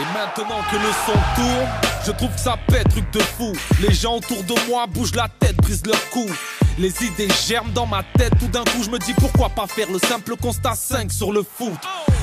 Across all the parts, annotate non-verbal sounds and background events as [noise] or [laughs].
Et maintenant que le son tourne, je trouve que ça pète, truc de fou. Les gens autour de moi bougent la tête, brisent leur cou. Les idées germent dans ma tête, tout d'un coup je me dis pourquoi pas faire le simple constat 5 sur le foot.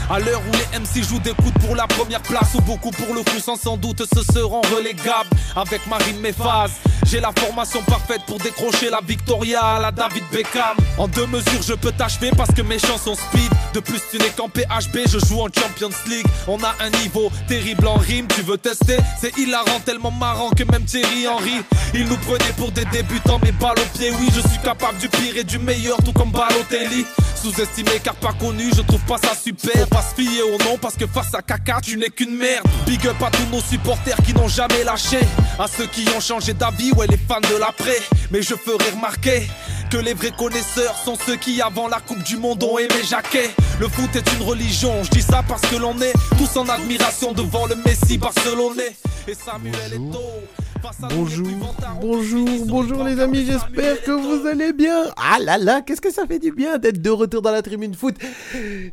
À l'heure où les MC jouent des coudes pour la première place ou beaucoup pour le coup sans sans doute se seront relégables avec Marine Méphase. J'ai la formation parfaite pour décrocher la Victoria à la David Beckham. En deux mesures, je peux t'achever parce que mes chansons speed. De plus, tu n'es qu'en PHB, je joue en Champions League. On a un niveau terrible en rime, tu veux tester C'est hilarant, tellement marrant que même Thierry Henry. Il nous prenait pour des débutants, mais balle au pied, oui, je suis capable du pire et du meilleur, tout comme Balotelli. Sous-estimé car pas connu, je trouve pas ça super. Faut pas se fier au nom parce que face à caca, tu n'es qu'une merde. Big up à tous nos supporters qui n'ont jamais lâché. À ceux qui ont changé d'avis, ouais, les fans de l'après. Mais je ferai remarquer que les vrais connaisseurs sont ceux qui, avant la Coupe du Monde, ont aimé Jacquet. Le foot est une religion, je dis ça parce que l'on est tous en admiration devant le Messi barcelonais. Et Samuel Bonjour. Eto'o, face à nous, les Bonjour, plus vantards, bonjour, bonjour les amis, j'espère que vous allez bien. Ah là là, qu'est-ce que ça fait du bien d'être de retour dans la tribune foot.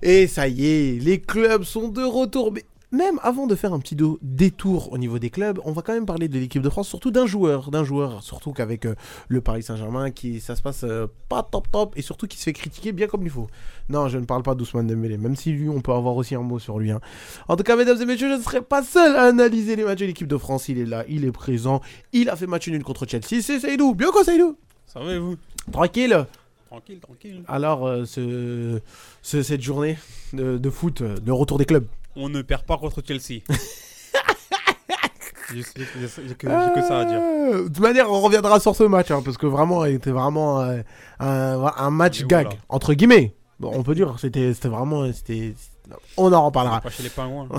Et ça y est, les clubs sont de retour. Mais même avant de faire un petit do- détour au niveau des clubs, on va quand même parler de l'équipe de France, surtout d'un joueur, d'un joueur, surtout qu'avec euh, le Paris Saint-Germain, qui ça se passe euh, pas top top et surtout qui se fait critiquer bien comme il faut. Non, je ne parle pas d'Ousmane Dembélé, même si lui, on peut avoir aussi un mot sur lui. hein. En tout cas, mesdames et messieurs, je ne serai pas seul à analyser les matchs de l'équipe de France. Il est là, il est présent, il a fait match nul contre Chelsea. C'est Seydou, bien quoi Seydou Ça va et vous Tranquille. Tranquille, tranquille. Alors, euh, ce, ce- cette journée de, de foot, euh, le retour des clubs. On ne perd pas contre Chelsea. J'ai j'ai- j'ai- j'ai que, j'ai que ça à dire. Euh, De toute manière, on reviendra sur ce match, hein, parce que vraiment, il était vraiment euh, un, un match On est où, gag, là entre guillemets. Bon, on peut dire, c'était c'était vraiment... c'était- On en reparlera. Pas chez les pingouins. [laughs]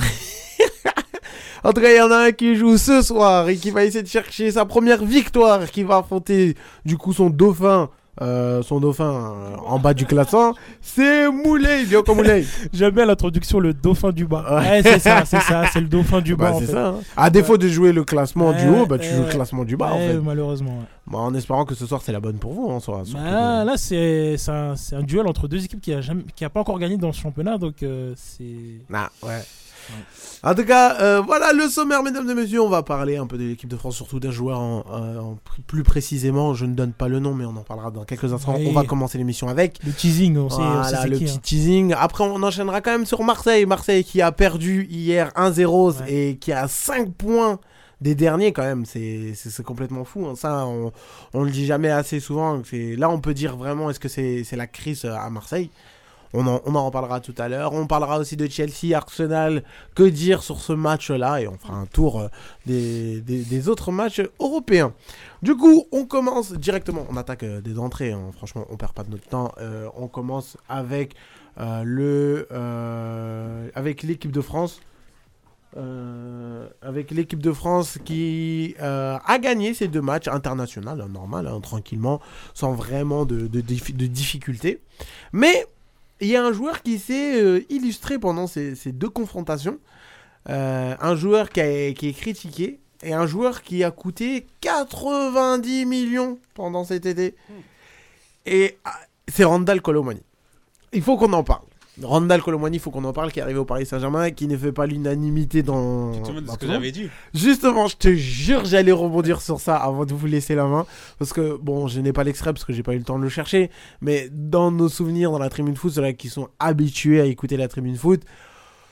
En tout cas, il y en a un qui joue ce soir et qui va essayer de chercher sa première victoire, qui va affronter du coup son dauphin, euh, son dauphin euh, en bas du classement. C'est Moulay, Diogo Moulay. [laughs] J'aime bien l'introduction, le dauphin du bas. Ouais. Ouais, c'est ça, c'est ça, c'est le dauphin du bas. bah, en c'est fait. ça. hein. À défaut de jouer le classement du Ouais, haut, bah, tu ouais, joues le ouais. classement du bas en Ouais, fait. malheureusement. ouais. Bah, en espérant que ce soir c'est la bonne pour vous en soi. surtout Bah, que- là, c'est c'est un, c'est un duel entre deux équipes qui a, jamais, qui a pas encore gagné dans le championnat, donc euh, c'est. Ah, ouais. En tout cas, euh, voilà le sommaire, mesdames et messieurs. On va parler un peu de l'équipe de France, surtout d'un joueur en- en- en- plus précisément. Je ne donne pas le nom, mais on en parlera dans quelques instants. Oui. On va commencer l'émission avec Le teasing, on sait, on sait Voilà, c'est le qui, petit hein. teasing. Après, on enchaînera quand même sur Marseille. Marseille qui a perdu hier 1-0 Ouais. et qui a 5 points des derniers quand même. C'est c'est- c'est complètement fou. hein. Ça, on, on le dit jamais assez souvent. C'est- Là, on peut dire vraiment est-ce que c'est c'est la crise euh, à Marseille on en, on en reparlera tout à l'heure. On parlera aussi de Chelsea, Arsenal. Que dire sur ce match-là Et on fera un tour euh, des, des- des autres matchs européens. Du coup, on commence directement. On attaque euh, des entrées. hein. Franchement, on perd pas de notre temps. Euh, on commence avec euh, le euh, avec l'équipe de France. Euh, avec l'équipe de France qui euh, a gagné ces deux matchs internationaux, hein, normal, hein, tranquillement, sans vraiment de, de, diffi- de difficultés. Mais il y a un joueur qui s'est euh, illustré pendant ces, ces deux confrontations. Euh, un joueur qui, a- qui est critiqué et un joueur qui a coûté 90 millions pendant cet été. Et ah, c'est Randall Colomani. Il faut qu'on en parle. Randall Colomani, il faut qu'on en parle, qui est arrivé au Paris Saint-Germain, qui ne fait pas l'unanimité dans. Tu te souviens de dans ce tout que le monde. j'avais dit Justement, je te jure, j'allais rebondir sur ça avant de vous laisser la main. Parce que, bon, je n'ai pas l'extrait parce que j'ai pas eu le temps de le chercher. Mais dans nos souvenirs, dans la tribune foot, ceux-là qui sont habitués à écouter la tribune foot,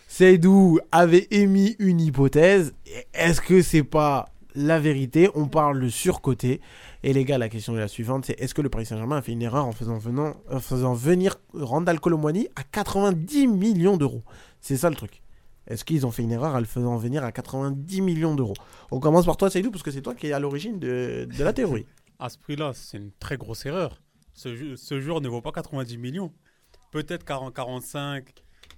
Seydou avait émis une hypothèse. Et Est-ce que c'est pas la vérité On parle de surcoté. Et les gars, la question est la suivante c'est est-ce que le Paris Saint-Germain a fait une erreur en faisant, venant- en faisant venir Randall Colomwani à 90 millions d'euros C'est ça le truc. Est-ce qu'ils ont fait une erreur en le faisant venir à 90 millions d'euros On commence par toi, Seydou, parce que c'est toi qui es à l'origine de, de la théorie. À ce prix-là, c'est une très grosse erreur. Ce, ju- ce joueur ne vaut pas 90 millions. Peut-être 40, 45,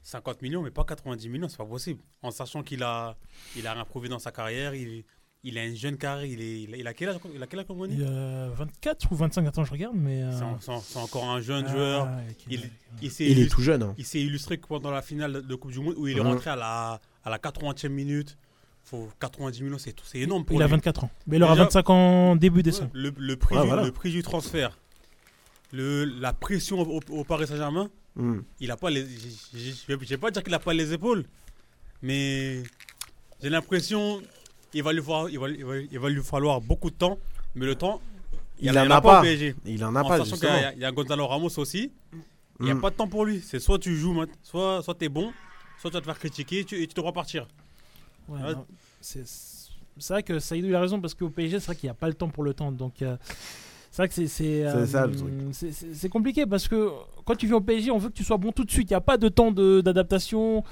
50 millions, mais pas 90 millions, c'est pas possible. En sachant qu'il a, il a rien prouvé dans sa carrière, il, il a une jeune carrière, il, est, il, a, il a quel âge, il a quel âge comme on dit Il y a 24 ou 25, attends, je regarde, mais. euh, C'est en- c'est en- c'est encore un jeune ah, joueur. ok, Il, il s'est Il est illus- tout jeune. hein. Il s'est illustré que pendant la finale de Coupe du Monde où il est Ouais. rentré à la, à la 80e minute. Faut 90 millions, c'est tout. C'est énorme pour Il a lui. 24 ans. Mais il aura Déjà- 25 ans début Ouais, décembre. le, le prix Ouais, du, voilà. le prix du transfert, le, la pression au, au Paris Saint-Germain, Mm. il a pas les. j'ai- j'ai- Je vais pas dire qu'il a pas les épaules, mais J'ai l'impression il va lui falloir, il va, il va- il va lui falloir beaucoup de temps, mais le temps, Il y en a au pas. PSG. Il en a en pas, sachant qu'il y justement. a- il y, a Gonzalo Ramos aussi. Il n'y a Mm. pas de temps pour lui. C'est soit tu joues, maintenant- soit soit t'es bon, soit tu vas te faire critiquer et tu, et tu devras partir. Ouais, Ouais. non, C'est c'est vrai que Saïdou il a raison parce qu'au PSG, c'est vrai qu'il n'y a pas le temps pour le temps. Donc, euh, c'est vrai que c'est. C'est euh, C'est ça, le truc. c'est- C'est c'est compliqué parce que quand tu viens au PSG, on veut que tu sois bon tout de suite. Il n'y a pas de temps de- d'adaptation.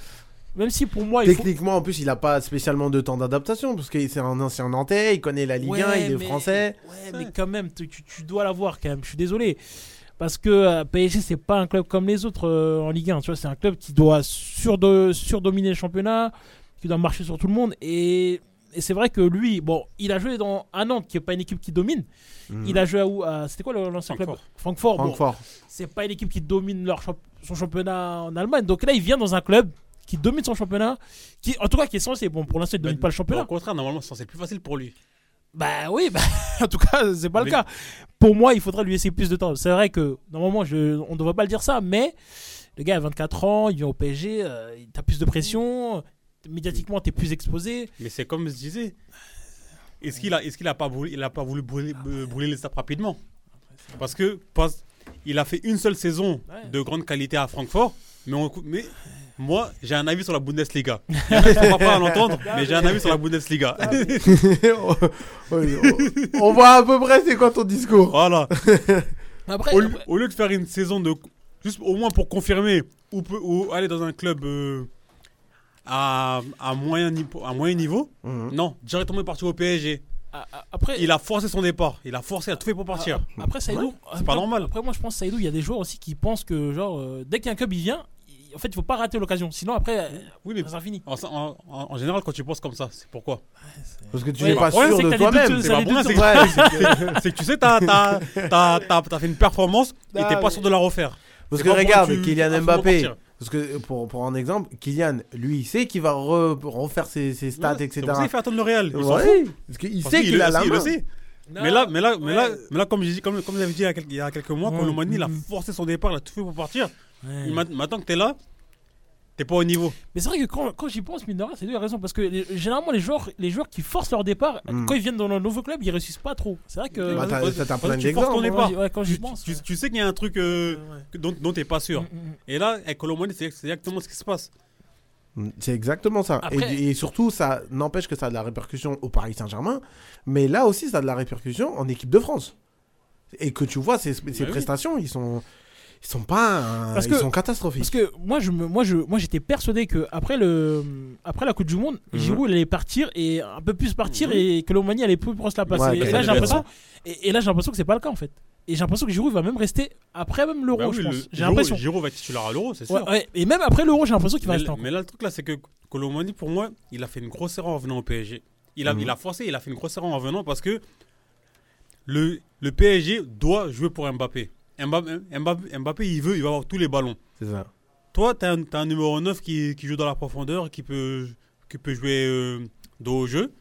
Même si pour moi, il faut. Techniquement, en plus, il a pas spécialement de temps d'adaptation parce que c'est un ancien Nantais, il connaît la Ligue 1, il est mais- français. [laughs] Ouais, mais quand même, tu, tu- tu dois l'avoir quand même. Je suis désolé. Parce que euh, PSG, c'est pas un club comme les autres euh, en Ligue 1. Tu vois, c'est un club qui doit surdo- surdominer le championnat, qui doit marcher sur tout le monde. Et, et c'est vrai que lui, bon, il a joué dans, à Nantes, qui est pas une équipe qui domine. Mhm. Il a joué à où à- C'était quoi le- l'ancien club Francfort. Francfort. bon, Francfort. c'est pas une équipe qui domine leur champ- son championnat en Allemagne. Donc là, il vient dans un club qui domine son championnat, qui, en tout cas, qui est censé. Bon, pour l'instant, il domine Ben, pas le Au championnat. contraire, normalement, c'est censé être plus facile pour lui. Bah oui, bah, [laughs] en tout cas, c'est pas le Mais- cas. Pour moi, il faudrait lui laisser plus de temps. C'est vrai que normalement, je, on ne devrait pas le dire ça, mais le gars a 24 ans, il vient au PSG, euh, t'as plus de pression, euh, médiatiquement, t'es plus exposé. Mais c'est comme je disais. Est-ce qu'il a, est-ce qu'il a pas voulu, il a pas voulu brûler, euh, brûler les étapes rapidement Parce que parce, il a fait une seule saison Ouais. de grande qualité à Francfort, mais, on- mais moi j'ai un avis sur la Bundesliga. Il y en a qui sont pas [laughs] à l'entendre, mais j'ai un avis sur la Bundesliga. Ah, [laughs] Oh, on voit à peu près c'est quoi ton discours. voilà. [laughs] Après, Au, lieu- au lieu de faire une saison de juste au moins pour confirmer ou, peut- ou aller dans un club euh, à, à moyen ni- à moyen niveau, Mhm. non directement il est parti au PSG. a- a- Ah, après, Il a forcé son départ. Il a forcé à tout fait pour partir. a- Ah, après Saïdou, euh, c'est pas après- normal. Après, moi, je pense Saïdou, il y a des joueurs aussi qui pensent que, genre, euh, dès qu'un club il vient, il- en fait, il faut pas rater l'occasion. Sinon, après, euh, Oui, mais ça sera fini. en, en- en général, quand tu penses comme ça, c'est pourquoi Parce que tu Ouais, n'es le pas problème, sûr c'est que de t'as des toi-même. doutes, C'est Ça pas les pour rien, c'est doute- Ouais, c'est- que, [laughs] c'est que tu sais, t'as as, fait une performance et Ah, Bah t'es mais- pas sûr de la refaire. Parce C'est que pas pour regarde, que tu- tu Kylian vas Mbappé. absolument Parce que pour, pour un exemple, Kylian, lui, il sait qu'il va re- refaire ses, ses stats, Ouais, etc. C'est pour ça qu'il fait attendre le Real. Il s'en fout. Ouais, parce qu'il Parce sait qu'il qu'il le- a la il le main. sait. Mais là, mais là, mais là, Ouais. mais là, comme j'ai dit, comme, comme j'avais dit il y a quelques, il y a quelques mois, Ouais. quand Colomani, il a Mhm. forcé son départ, il a tout fait pour partir. Ouais. Il m'a- Maintenant que t'es là, t'es pas au niveau. Mais c'est vrai que quand, quand j'y pense, mine de rien, c'est lui a raison. Parce que les- généralement, les joueurs, les joueurs qui forcent leur départ, Mm. quand ils viennent dans un nouveau club, ils réussissent pas trop. C'est vrai que. Bah, t'as- t'as- t'as Parce plein que tu forces ton d'exemples. départ. j'y- ouais, quand j'y Tu, pense. tu- ouais. tu sais qu'il y a un truc euh, que- dont, dont t'es pas sûr. Mm, mm, mm. Et là, avec Colomani, c'est c'est exactement ce qui se passe. Mm, C'est exactement ça. Et- Après- Et, surtout, ça n'empêche que ça a de la répercussion au Paris Saint-Germain, mais là aussi, ça a de la répercussion en équipe de France. Et que tu vois, ces, ces Bah oui. prestations, ils sont, ils sont pas, euh, Parce ils que- sont catastrophiques. Parce que moi, je me, moi, je, moi, j'étais persuadé que après le, après la Coupe du Monde, Giroud allait partir et un peu plus partir Mhm. et que l'Omani allait plus prendre la place. Ouais, et, que et ça là, j'ai devait l'impression, et, et là, j'ai l'impression que c'est pas le cas en fait. Et j'ai l'impression que Giroud va même rester après même l'Euro, Bah oui, je le- pense. J'ai Giroud- l'impression. Giroud va être titulaire à l'Euro, c'est sûr. Ouais, ouais. Et même après l'Euro, j'ai l'impression qu'il va mais, rester encore. mais là, le truc là, c'est que Colomani, pour moi, il a fait une grosse erreur en venant au PSG. Il a, Mhm. il a forcé, il a fait une grosse erreur en venant parce que le, le PSG doit jouer pour Mbappé. Mbappé, Mbappé- Mbappé, il veut, il va avoir tous les ballons. C'est ça. Toi, t'as un, t'as un numéro 9 qui, qui joue dans la profondeur, qui peut, qui peut jouer euh, dos au jeu.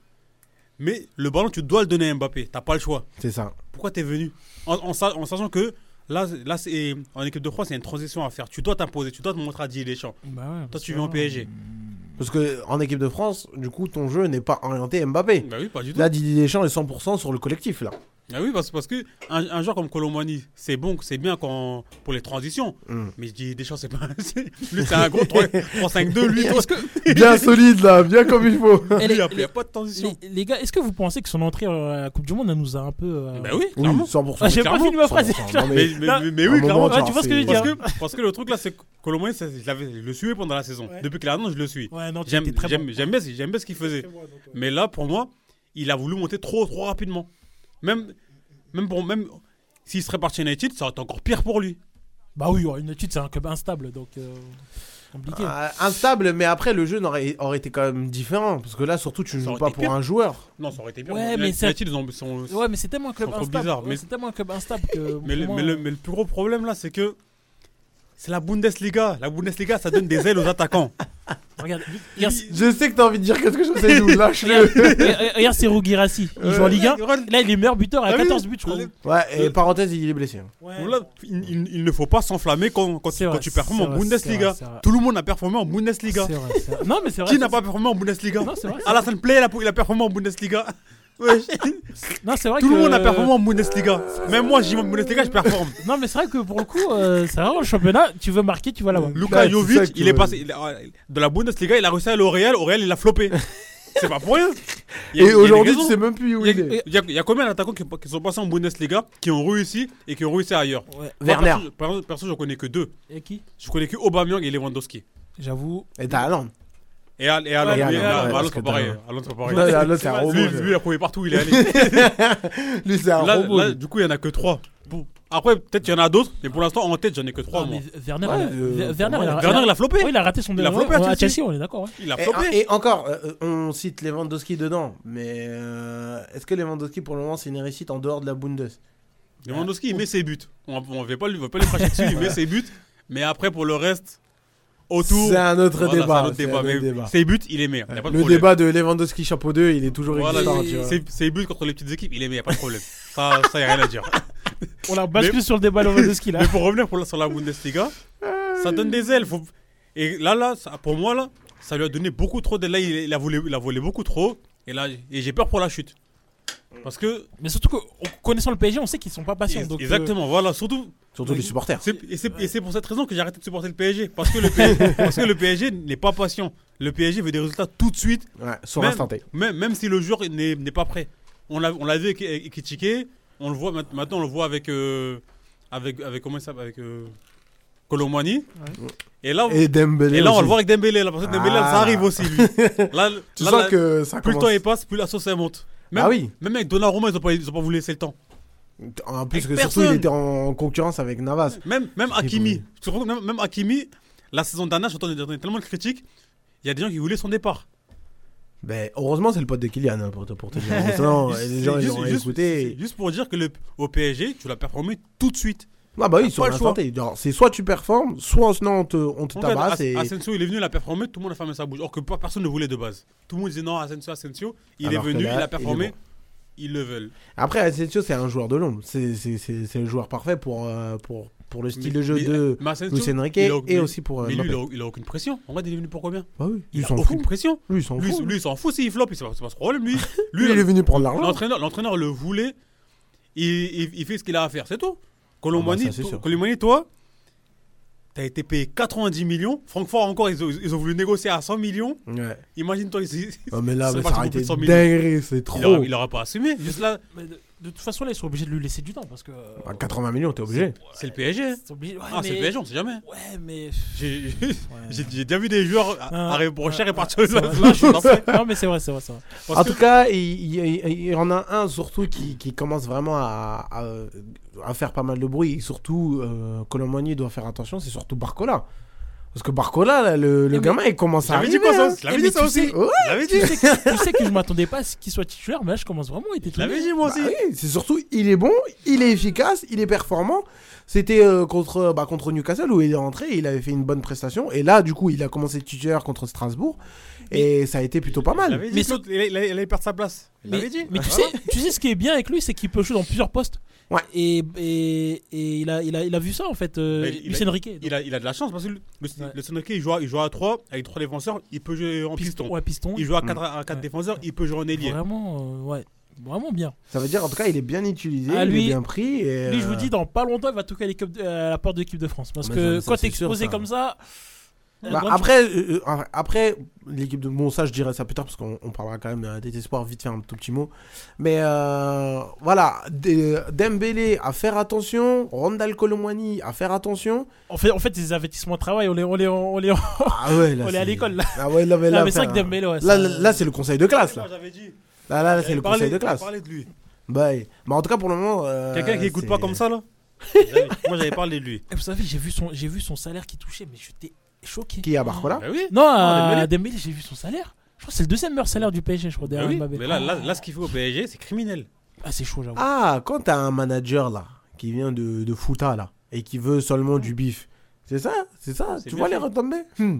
Mais le ballon, tu dois le donner à Mbappé. T'as pas le choix. C'est ça. Pourquoi t'es venu en, en sa- en sachant que là, là c'est- en équipe de France, il y a une transition à faire. Tu dois t'imposer, tu dois te montrer à Didier Deschamps. Bah ouais, Toi, parce tu que viens au là, PSG. Parce que en équipe de France, du coup, ton jeu n'est pas orienté Mbappé. Bah oui, pas du tout. Là, Didier Deschamps est 100% sur le collectif, là. Ah oui, parce, parce que un, un joueur comme Colomani, c'est bon, c'est bien quand, pour les transitions. Mm. Mais je dis Deschamps, c'est pas. [laughs] c'est- Lui, c'est un gros 3 [laughs] 3-5-2. [laughs] Lui, Est-ce que- [laughs] Bien solide, là, bien comme il faut. lui, Elle est- il n'y les- a pas de transition. Les, les gars, est-ce que vous pensez que son entrée à la Coupe du Monde elle nous a un peu. euh, Bah oui, Oui, clairement. 100%. Ah, j'ai pas clairement, fini ma phrase. 100%, non, mais- Mais, mais- Là, mais- mais à un oui, moment, clairement. Ouais, tu vois ce que je veux Parce dire. que, parce que le truc là, c'est que Colomani, ça, je, l'avais- je le suivais pendant la saison. Ouais. Depuis qu'il a annoncé, je le suis. Ouais, non, tu J'aime étais très j'aime- bon. j'aime bien, ce- j'aime bien ce qu'il faisait. Mais là, pour moi, il a voulu monter trop, trop rapidement. Même, même, pour, même s'il serait parti United, ça aurait été encore pire pour lui. Bah oui, ouais, une étude, c'est un club instable, donc euh, compliqué. Ah, instable, mais après, le jeu n'aurait- aurait été quand même différent. Parce que là, surtout, tu ne Ça joues aurait pas été pour pire. un joueur. Non, ça aurait été pire. Ouais, United, mais ça- United, ils ont- sont- ouais, mais c'est tellement un club C'est trop instable. bizarre, ouais, mais- c'est tellement un club instable que. [laughs] Mais le, pour mais, moi, euh, le, mais le [laughs] plus gros problème là, c'est que c'est la Bundesliga. La Bundesliga, ça donne des ailes aux attaquants. Regarde, regarde, Je sais que t'as envie de dire quelque chose, Seydou, lâche-le. [laughs] regarde, regarde, c'est Rogirassi. Il joue en Ligue 1. Là, il est meilleur buteur Ah à oui. 14 buts, Euh, je crois. Ouais, Ah, Euh, et parenthèse, il est blessé. hein. Là, il, il- il ne faut pas s'enflammer quand, quand, C'est quand vrai, tu performes c'est en vrai, Bundesliga. c'est vrai, c'est vrai. Tout le monde a performé en Bundesliga. C'est vrai, c'est vrai. Non, mais c'est vrai. Qui c'est- n'a pas performé en Bundesliga Non, c'est vrai, c'est Alassane Play, il a, il a performé en [laughs] Bundesliga. Wesh. Non, c'est vrai Tout que... le monde a performé en Bundesliga. Même moi, j'y vais en Bundesliga, je performe. [laughs] Non, mais c'est vrai que pour le coup, euh, c'est vrai, le championnat, tu veux marquer, tu vas là-bas. Luka Ouais, c'est ça Jovic, qui il est me- passé il a- de la Bundesliga, il a réussi à aller au Real. Au Real, il [laughs] a floppé. C'est pas pour rien. Il y a- il y a Et des aujourd'hui, tu raisons. sais même plus où Il y, il a, est. il y a- il y a combien d'attaquants qui, qui sont passés en Bundesliga, qui ont réussi et qui ont réussi ailleurs Ouais. Moi, Werner. Perso, perso, perso, je connais que deux. Et qui Je connais que Aubameyang et Lewandowski. J'avoue. Et t'as Haaland. Et Al- et Haaland, Ouais, oui, Haaland, Haaland, ouais, Haaland, parce c'est que pareil. t'as- Haaland, c'est Là, pareil. là, l'autre, c'est un robot. Lui, lui, il a couru partout où il est allé. [laughs] Lui, c'est un là, robot. là, du coup, il y en a que trois. Bon. Après, peut-être qu'il y en a d'autres, mais pour l'instant, en tête, j'en ai que trois. Ah, moi. mais Werner, Ouais, il a- euh, Ver- pour Werner, moi, il a, Werner, il a floppé. Ouais, il a raté son Il a dernier floppé à ouais, à Chelsea. Ah, Chelsea, on est d'accord. ouais. Il a Et, flopé. et encore, euh, on cite Lewandowski dedans, mais euh, est-ce que Lewandowski pour le moment c'est une réussite en dehors de la Bundes Ah. Lewandowski, il met ses buts. On ne va pas lui on va pas lui [laughs] cracher dessus, il met ses buts. Mais après, pour le reste, autour. C'est un autre voilà, débat. c'est un autre c'est débat, un mais autre débat. Ses buts, il est meilleur. Il y a pas de Le problème. débat de Lewandowski chapeau 2, il est toujours Voilà, existant. c'est- tu vois. ses, ses buts contre les petites équipes, il est meilleur, il n'y a pas de problème. ça, ça y a rien à dire. [laughs] On a basculé sur le débat Lewandowski là. [laughs] Mais pour revenir pour la- sur la Bundesliga, ça donne des ailes. faut- Et là, là, ça- pour moi, là, ça lui a donné beaucoup trop d'ailes. Là, il, il a volé, il a volé beaucoup trop. Et là, et j'ai peur pour la chute. Parce que. Mais surtout que en connaissant le PSG, on sait qu'ils sont pas patients. donc, euh, exactement, voilà. Surtout. Surtout les supporters. c'est- Et c'est et c'est pour cette raison que j'ai arrêté de supporter le PSG. Parce que [laughs] le PSG, parce que le PSG n'est pas patient. Le PSG veut des résultats tout de suite. Ouais, sur même, l'instant T. Même, même si le joueur n'est n'est pas prêt. On l'a on l'a vu avec- avec Ekitike, on le voit mat- maintenant, on le voit avec euh, avec avec comment il s'appelle avec euh, Colomwani. Et là, Et Dembélé. et là on va aussi. le voir avec Dembélé là, parce que Dembélé Ah. ça arrive [laughs] aussi lui. là, Tu là, sens là, que ça plus le commence. temps il passe, plus la sauce elle monte. Même, Ah oui. même avec Donnarumma, ils ont pas ils ont pas voulu laisser le temps. En plus que Avec surtout il personne. était en concurrence avec Navas. Même même C'est Hakimi, bon. Tu te rends compte, même, même Hakimi, la saison dernière, j'entends j'entends tellement de critiques, il y a des gens qui voulaient [laughs] son départ. Ben, heureusement c'est le pote de Kylian hein, pour te, pour te [laughs] dire. Sinon, C'est les gens ils juste- ont juste- écouté. c'est Juste pour dire que le, au PSG, tu l'as performé tout de suite. Ah bah oui, T'as sur pas le l'instant choix. T. Genre, C'est soit tu performes, soit sinon on te, on te En fait, tabasse. As- et... Asensio, il est venu, il a performé, tout le monde a fermé sa bouche. Or que pas- personne ne voulait de base. Tout le monde disait non, Asensio, Asensio. Il Alors que est venu, là, il il est a performé, bon. ils le veulent. Après, Asensio, c'est un joueur de l'ombre. C'est c'est- c'est- c'est le joueur parfait pour, euh, pour, pour le style Mais- de jeu mais- de mais Asensio, Luis Enrique il a- et mais- aussi pour. euh, Mais lui, il Mbappé. a, il a aucune pression. En vrai, il est venu pour combien Bah oui, Il il a s'en aucune fout. pression. Lui, il s'en Lui, fout. lui, il s'en fout s'il flop, c'est pas, c'est pas ce [laughs] problème, lui. Lui, lui, il est hein. venu prendre l'argent. l'entraîneur, l'entraîneur le voulait. Il, il- il fait ce qu'il a à faire, c'est tout. Ah Colombani, bah ça, c'est sûr. toi, t'as été payé 90 millions. Francfort encore, ils ont, ils ont voulu négocier à 100 millions. Ouais. Imagine-toi ici. Non, mais là, Ça mais passe ça aurait beaucoup de été 100 000. dinguerie, c'est Il aura, trop. il aura pas assumé. Juste là, mais de, de toute façon, là, ils sont obligés de lui laisser du temps parce que. euh, Bah, 80 millions, t'es obligé. c'est le PSG. hein. ils sont obligés- ouais, Ah, c'est mais- le PSG, on sait jamais. Ouais, mais. J'ai j'ai- Ouais. [laughs] j'ai déjà vu des joueurs Non, à- arriver pour ouais, cher et ouais, partir. c'est vrai. Là, je suis lancé. Non, mais c'est vrai, c'est vrai, c'est vrai. Parce En que- tout cas, il, il- il- il y en a un surtout qui, qui commence vraiment à, à- à faire pas mal de bruit. Et surtout, euh, Colomani doit faire attention, c'est surtout Barcola. Parce que Barcola, là, le, le Mais- gamin, il commence à J'avais arriver. dit quoi hein. ça Je l'avais Eh, dit mais ça tu aussi. sais- Ouais, Je l'avais dit. Tu sais que, tu sais que je m'attendais pas à ce qu'il soit titulaire, mais là, je commence vraiment à être Je l'avais étonné. dit moi Bah aussi. oui, c'est surtout il est bon, il est efficace, il est performant. C'était euh, contre bah, contre Newcastle où il est rentré, il avait fait une bonne prestation et là du coup il a commencé titulaire contre Strasbourg et ça a été plutôt pas Il mal. avait Mais dit que Ah, l'autre, il allait- il allait perdre sa place. Il Mais, l'avait dit. mais tu, sais, tu sais ce qui est bien avec lui, c'est qu'il peut jouer dans plusieurs postes. Ouais. Et, et, et il, a, il, a, il a vu ça en fait, euh, Bah, il- il Luis a- Enrique. Donc, Il a, il a de la chance parce que le, le, Ouais. le Sonoké, il joue, à- il joue à 3 avec 3 défenseurs, il peut jouer en piston. Ouais, piston. Il joue à 4, à quatre Ouais. défenseurs, il peut jouer en ailier. Vraiment, euh, ouais, vraiment bien. Ça veut dire en tout cas il est bien utilisé, Ah, il lui- est bien pris et Lui, je vous euh, dis, dans pas longtemps, il va toquer à, l'équipe de- à la porte de l'équipe de France. Parce Mais que ça, ça, quand c'est t'es exposé sûr, ça. comme ça. euh, bah, quand tu- après euh, euh, après l'équipe de bon ça je dirais ça plus tard parce qu'on on parlera quand même euh, des espoirs vite fait un tout petit mot. Mais euh, voilà, des- Dembélé à faire attention, Randall Colomwani à faire attention. en, fait, en fait, les avertissements de travail, on les, on les, on les, Ah ouais, là, [laughs] on est à c'est- l'école, là. Ah ouais, là, mais Non, là, mais c'est vrai frère, que Dembélé, ouais, là, ça- là, là, c'est le conseil de classe, là. Moi, j'avais dit. Là, là, là, c'est le Parlez- conseil de classe. parlez de lui. Bye. Mais en tout cas, pour le moment. euh, Quelqu'un qui écoute c'est- pas comme ça là Moi j'avais parlé de lui. Et Eh, vous savez, j'ai vu, son- j'ai vu son salaire qui touchait, mais j'étais choqué. Qui est à Barcola Bah oui. Non, Non, à Dembélé. Dembélé, j'ai vu son salaire. Je crois que c'est le deuxième meilleur salaire du PSG, je crois, Bah derrière oui. Mbappé. Mais là, là, là, ce qu'il fait au PSG, c'est criminel. Ah, c'est chaud, j'avoue. Ah, quand t'as un manager, là, qui vient de, de Fouta, là, et qui veut seulement du bif, c'est ça C'est ça C'est Tu bien vois les fait. retombées Hmm.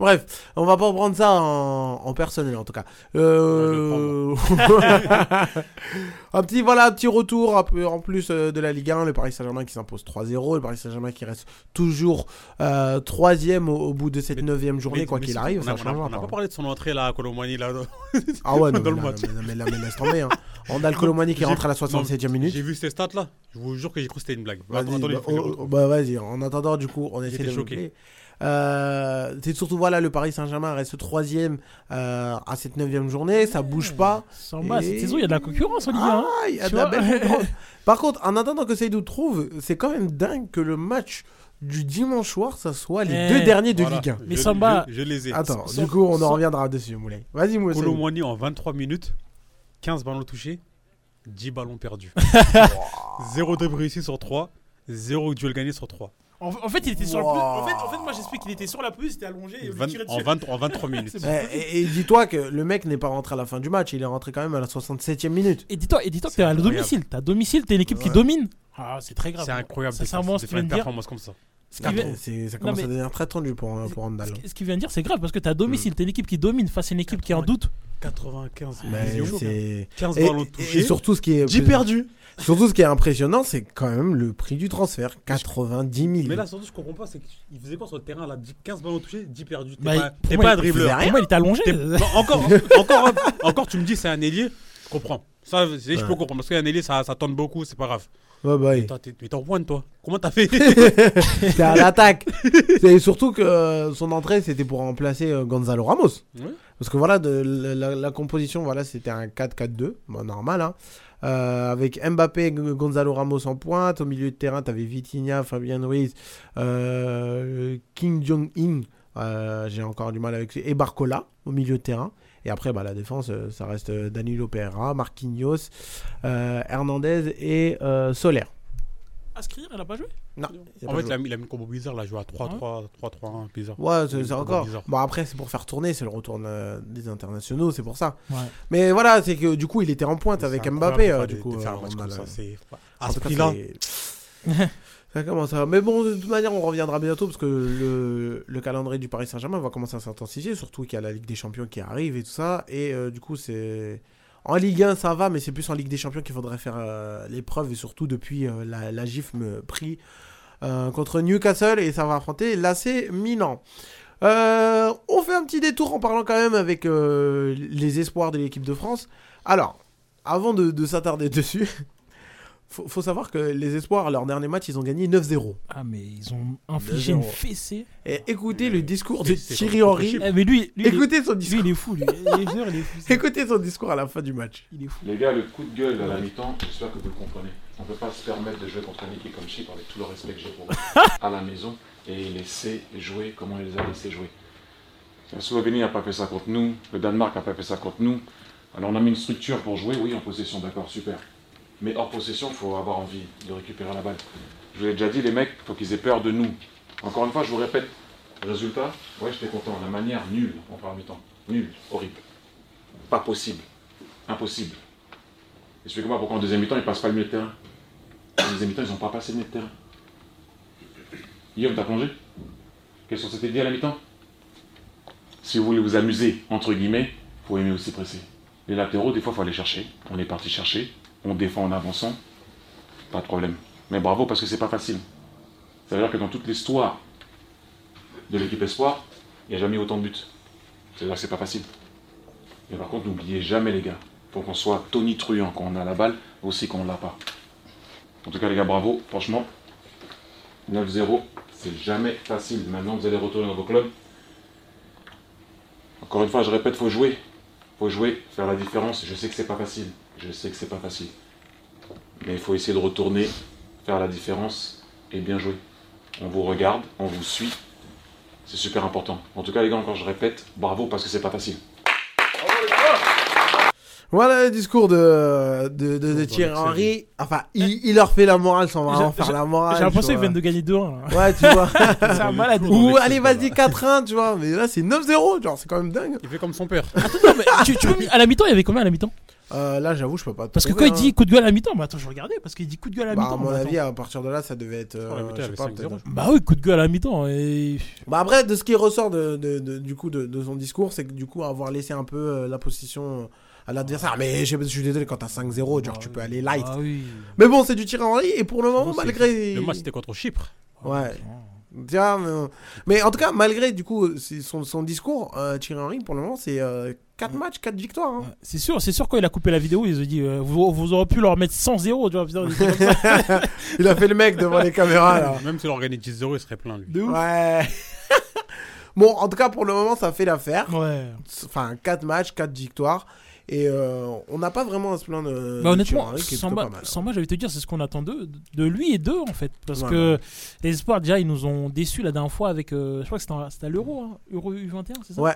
Bref, on va pas prendre ça en, en personnel en tout cas. Euh, [laughs] un petit voilà, un petit retour un peu en plus euh, de la Ligue 1, le Paris Saint-Germain qui s'impose 3-0, le Paris Saint-Germain qui reste toujours euh, troisième au, au bout de cette Mais- neuvième journée Mais- quoi mais qu'il c'est- arrive. on ça a- change On a- on pas, n'a hein. pas parlé de son entrée là à Colomboigny là. [laughs] Ah ouais, non, [laughs] dans mais le là, match. mais là, mais là, mais laisse tomber. Hein. Randall Colomani qui J'ai- rentre à la 67e minute. J'ai vu ces stats là. Je vous jure que j'ai cru que c'était une blague. Vas-y, Attendez, bah, faut que je oh, les retrouve. bah, vas-y, en attendant, du coup, on essaie de J'étais le choqué. boucler. Euh, c'est surtout voilà le Paris Saint-Germain reste troisième euh, à cette neuvième journée ça bouge pas Samba, Et- cette saison, il y a de la concurrence en Ligue 1. hein. Ah, il y a Tu de la vois [laughs] belle concurrence. par contre en attendant que Seydou trouve c'est quand même dingue que le match du dimanche soir ça soit les Eh, deux derniers de Voilà. Ligue 1 Je- Mais Samba- Je je les ai. attends sans- du coup on en sans- reviendra dessus Moulay vas-y Moulay Seydou. Colomboigny en 23 minutes, 15 ballons touchés, 10 [laughs] ballons perdus. 0 dribble réussi sur 3, 0 duel gagné sur 3. En, en fait, il était sur Wow. la pelouse. En fait, en fait, moi, j'explique qu'il était sur la pelouse, il était allongé et on lui tirait en, dessus. 20 en 23 minutes. C'est bon. Eh, et, et dis-toi que le mec n'est pas rentré à la fin du match il est rentré quand même à la 67e minute Et dis-toi, et dis-toi que t'es à incroyable. domicile. T'es à domicile, t'es une équipe qui Ouais. domine. Ah, c'est très grave. C'est incroyable de Sincèrement, faire- ce qu'il de faire vient une de dire. performance comme ça. Ce Ah, qu'il vient- c'est- ça commence mais- à devenir très tendu pour, pour Randall. ce qui- ce qu'il vient de dire, c'est grave parce que t'es à Mm. domicile, t'es une équipe qui domine face à une équipe qui est en doute. 95 Mais c'est 15 et, ballons et- touchés, et surtout ce qui est 10 perdus. surtout ce qui est impressionnant, c'est quand même le prix du transfert, 90 000. Mais là, surtout, je comprends pas, c'est qu'il faisait quoi sur le terrain là 10 15 ballons touchés, 10 perdus. T'es Bah, pas, pour t'es moi, pas un il- dribbleur. faisait rien. Pour moi, il était allongé. T'es- non, [laughs] encore, encore, encore, tu me dis c'est un ailier, je comprends. Ça, c'est- je Ouais. peux comprendre parce qu'un ailier ça, ça tente beaucoup, c'est pas grave. Ouais, bah oui. Toi, t'es- Mais t'es en pointe, toi. Comment t'as fait [laughs] T'es à l'attaque. c'est surtout que euh, son entrée, c'était pour remplacer euh, Gonzalo Ramos. Ouais. Parce que voilà, de, la, la- la composition, voilà, c'était un 4-4-2, bah, normal. hein. Euh, avec Mbappé et G- Gonzalo Ramos en pointe. Au milieu de terrain, t'avais Vitinha, Fabien Ruiz, euh, King Jong-in. euh, J'ai encore du mal avec lui. Et Barcola au milieu de terrain. Et après, bah, la défense, euh, ça reste euh, Danilo Pereira, Marquinhos, euh, Hernandez et euh, Soler. Ascrire, elle a pas joué Non, il y a En pas fait, de il a, mis- il a mis une combo bizarre là, il joue à 3-3, 3-3-1, bizarre. Ouais, Il c'est est c'est pas encore. bizarre. Bon, après, c'est pour faire tourner, c'est le retour euh, des internationaux, c'est pour ça. Ouais. Mais voilà, c'est que du coup, il était en pointe C'est avec incroyable, Mbappé, enfin, euh, de- du coup. de faire euh, un match on comme a- ça, c'est- en À ce tout cas, prix-là, c'est- [laughs] Ça commence à... Mais bon, de toute manière, on reviendra bientôt parce que le, le calendrier du Paris Saint-Germain va commencer à s'intensifier, surtout qu'il y a la Ligue des Champions qui arrive et tout ça. Et euh, du coup, c'est. En Ligue 1, ça va, mais c'est plus en Ligue des Champions qu'il faudrait faire euh, l'épreuve, et surtout depuis euh, la, la gifme pris euh, contre Newcastle, et ça va affronter l'AC Milan. Euh, on fait un petit détour en parlant quand même avec euh, les espoirs de l'équipe de France. Alors, avant de, de s'attarder [laughs] dessus, faut, faut savoir que les espoirs, leur dernier match, ils ont gagné 9-0. Ah, mais ils ont infligé une 2-0. fessée. Et écoutez le discours de c'est- c'est Thierry pas Henry. possible. Eh, mais lui, lui, il est- Écoutez son lui, discours. il est fou. Lui. Il est il est fou. ça. Écoutez son discours à la fin du match. Il est fou. Les gars, le coup de gueule à la mi-temps, j'espère que vous le comprenez. On ne peut pas se permettre de jouer contre une équipe comme Chypre avec tout le respect que j'ai [laughs] pour vous à la maison et laisser jouer comme on les a laissés jouer. La Slovénie n'a pas fait ça contre nous, le Danemark n'a pas fait ça contre nous. Alors on a mis une structure pour jouer, oui, en possession, d'accord, super. Mais hors possession, il faut avoir envie de récupérer la balle. Je vous l'ai déjà dit, les mecs, il faut qu'ils aient peur de nous. Encore une fois, je vous répète, résultat, ouais, j'étais content. La manière, nulle, en première mi-temps. Nulle, horrible. Pas possible, impossible. Expliquez-moi pourquoi en deuxième mi-temps, ils passent pas le milieu de terrain. En deuxième mi-temps, ils n'ont pas passé le milieu de terrain. Guillaume, t'as plongé Qu'est-ce qu'on s'était dit à la mi-temps Si vous voulez vous amuser, entre guillemets, faut aimer aussi presser. Les latéraux, des fois, faut aller chercher. On est parti chercher. On défend en avançant. Pas de problème. Mais bravo parce que c'est pas facile. Ça veut dire que dans toute l'histoire de l'équipe Espoir, il n'y a jamais eu autant de buts. C'est-à-dire que c'est pas facile. Mais par contre, n'oubliez jamais, les gars, pour qu'on soit tonitruant quand on a la balle, aussi quand on l'a pas. En tout cas, les gars, bravo, franchement. 9-0, c'est jamais facile. Maintenant, vous allez retourner dans vos clubs. Encore une fois, je répète, faut jouer. Faut jouer, faire la différence. Je sais que c'est pas facile. Je sais que c'est pas facile. Mais il faut essayer de retourner, faire la différence et bien jouer. On vous regarde, on vous suit. C'est super important. En tout cas, les gars, encore je répète, bravo parce que c'est pas facile. Voilà le discours de, de, de- de Bon, Thierry bon, Henry. Enfin, il, il leur fait la morale sans Eh, J'ai- vraiment faire j'ai- la morale. J'ai l'impression tu qu'ils vois. viennent de gagner 2-1. là. Ouais, tu vois. [laughs] C'est un malade. Ou allez, vas-y, 4-1, tu vois. Mais là, c'est 9-0, genre, c'est quand même dingue. il fait comme son père. Ah. Non, mais tu, tu peux me- à la mi-temps, il y avait combien à la mi-temps Euh, là, j'avoue, je peux pas. te Parce que quand trouver, il hein. dit coup de gueule à mi-temps, bah attends, je regardais parce qu'il dit coup de gueule à Bah, mi-temps. à mon bah, avis, attends. à partir de là, ça devait être. Oh, la euh, mi-temps, je sais elle pas, avait 5-0, peut-être- Bah oui, coup de gueule à mi-temps. Et... Bah après, de ce qui ressort de, de- de- du coup de, de son discours, c'est que du coup avoir laissé un peu euh, la position à l'adversaire. Mais je, je suis désolé, quand t'as 5-0, Bah genre tu peux aller light. Ah oui. Mais bon, c'est du tir en ligne et pour le moment, Non, c'est- malgré. Le match c'était contre Chypre. Ouais. Tiens, mais, mais en tout cas, malgré du coup c'est son, son discours, euh, Thierry Henry pour le moment c'est 4 matchs, 4 victoires. hein. Ouais, C'est sûr, c'est sûr quand il a coupé la vidéo, ils ont dit euh, vous, vous auriez pu leur mettre 100 0 tu vois, [laughs] putain, des trucs comme ça. Il a fait le mec devant [laughs] les caméras là. Même s'il organise 10-0, il serait plein lui. De ouf. Ouais. [laughs] bon, en tout cas pour le moment ça fait l'affaire. Ouais. Enfin 4 matchs, 4 victoires. Et euh, on n'a pas vraiment à se plaindre. euh, Bah de Thierry honnêtement, Henry, qui est sans plutôt bas, pas mal. hein. sans bas, j'allais te dire, c'est ce qu'on attend d'eux, de lui et d'eux en fait. Parce Ouais, que les espoirs, déjà, ils nous ont déçus la dernière fois avec, euh, je crois que c'était en- c'était à l'Euro, hein, Euro U21, c'est ça Ouais.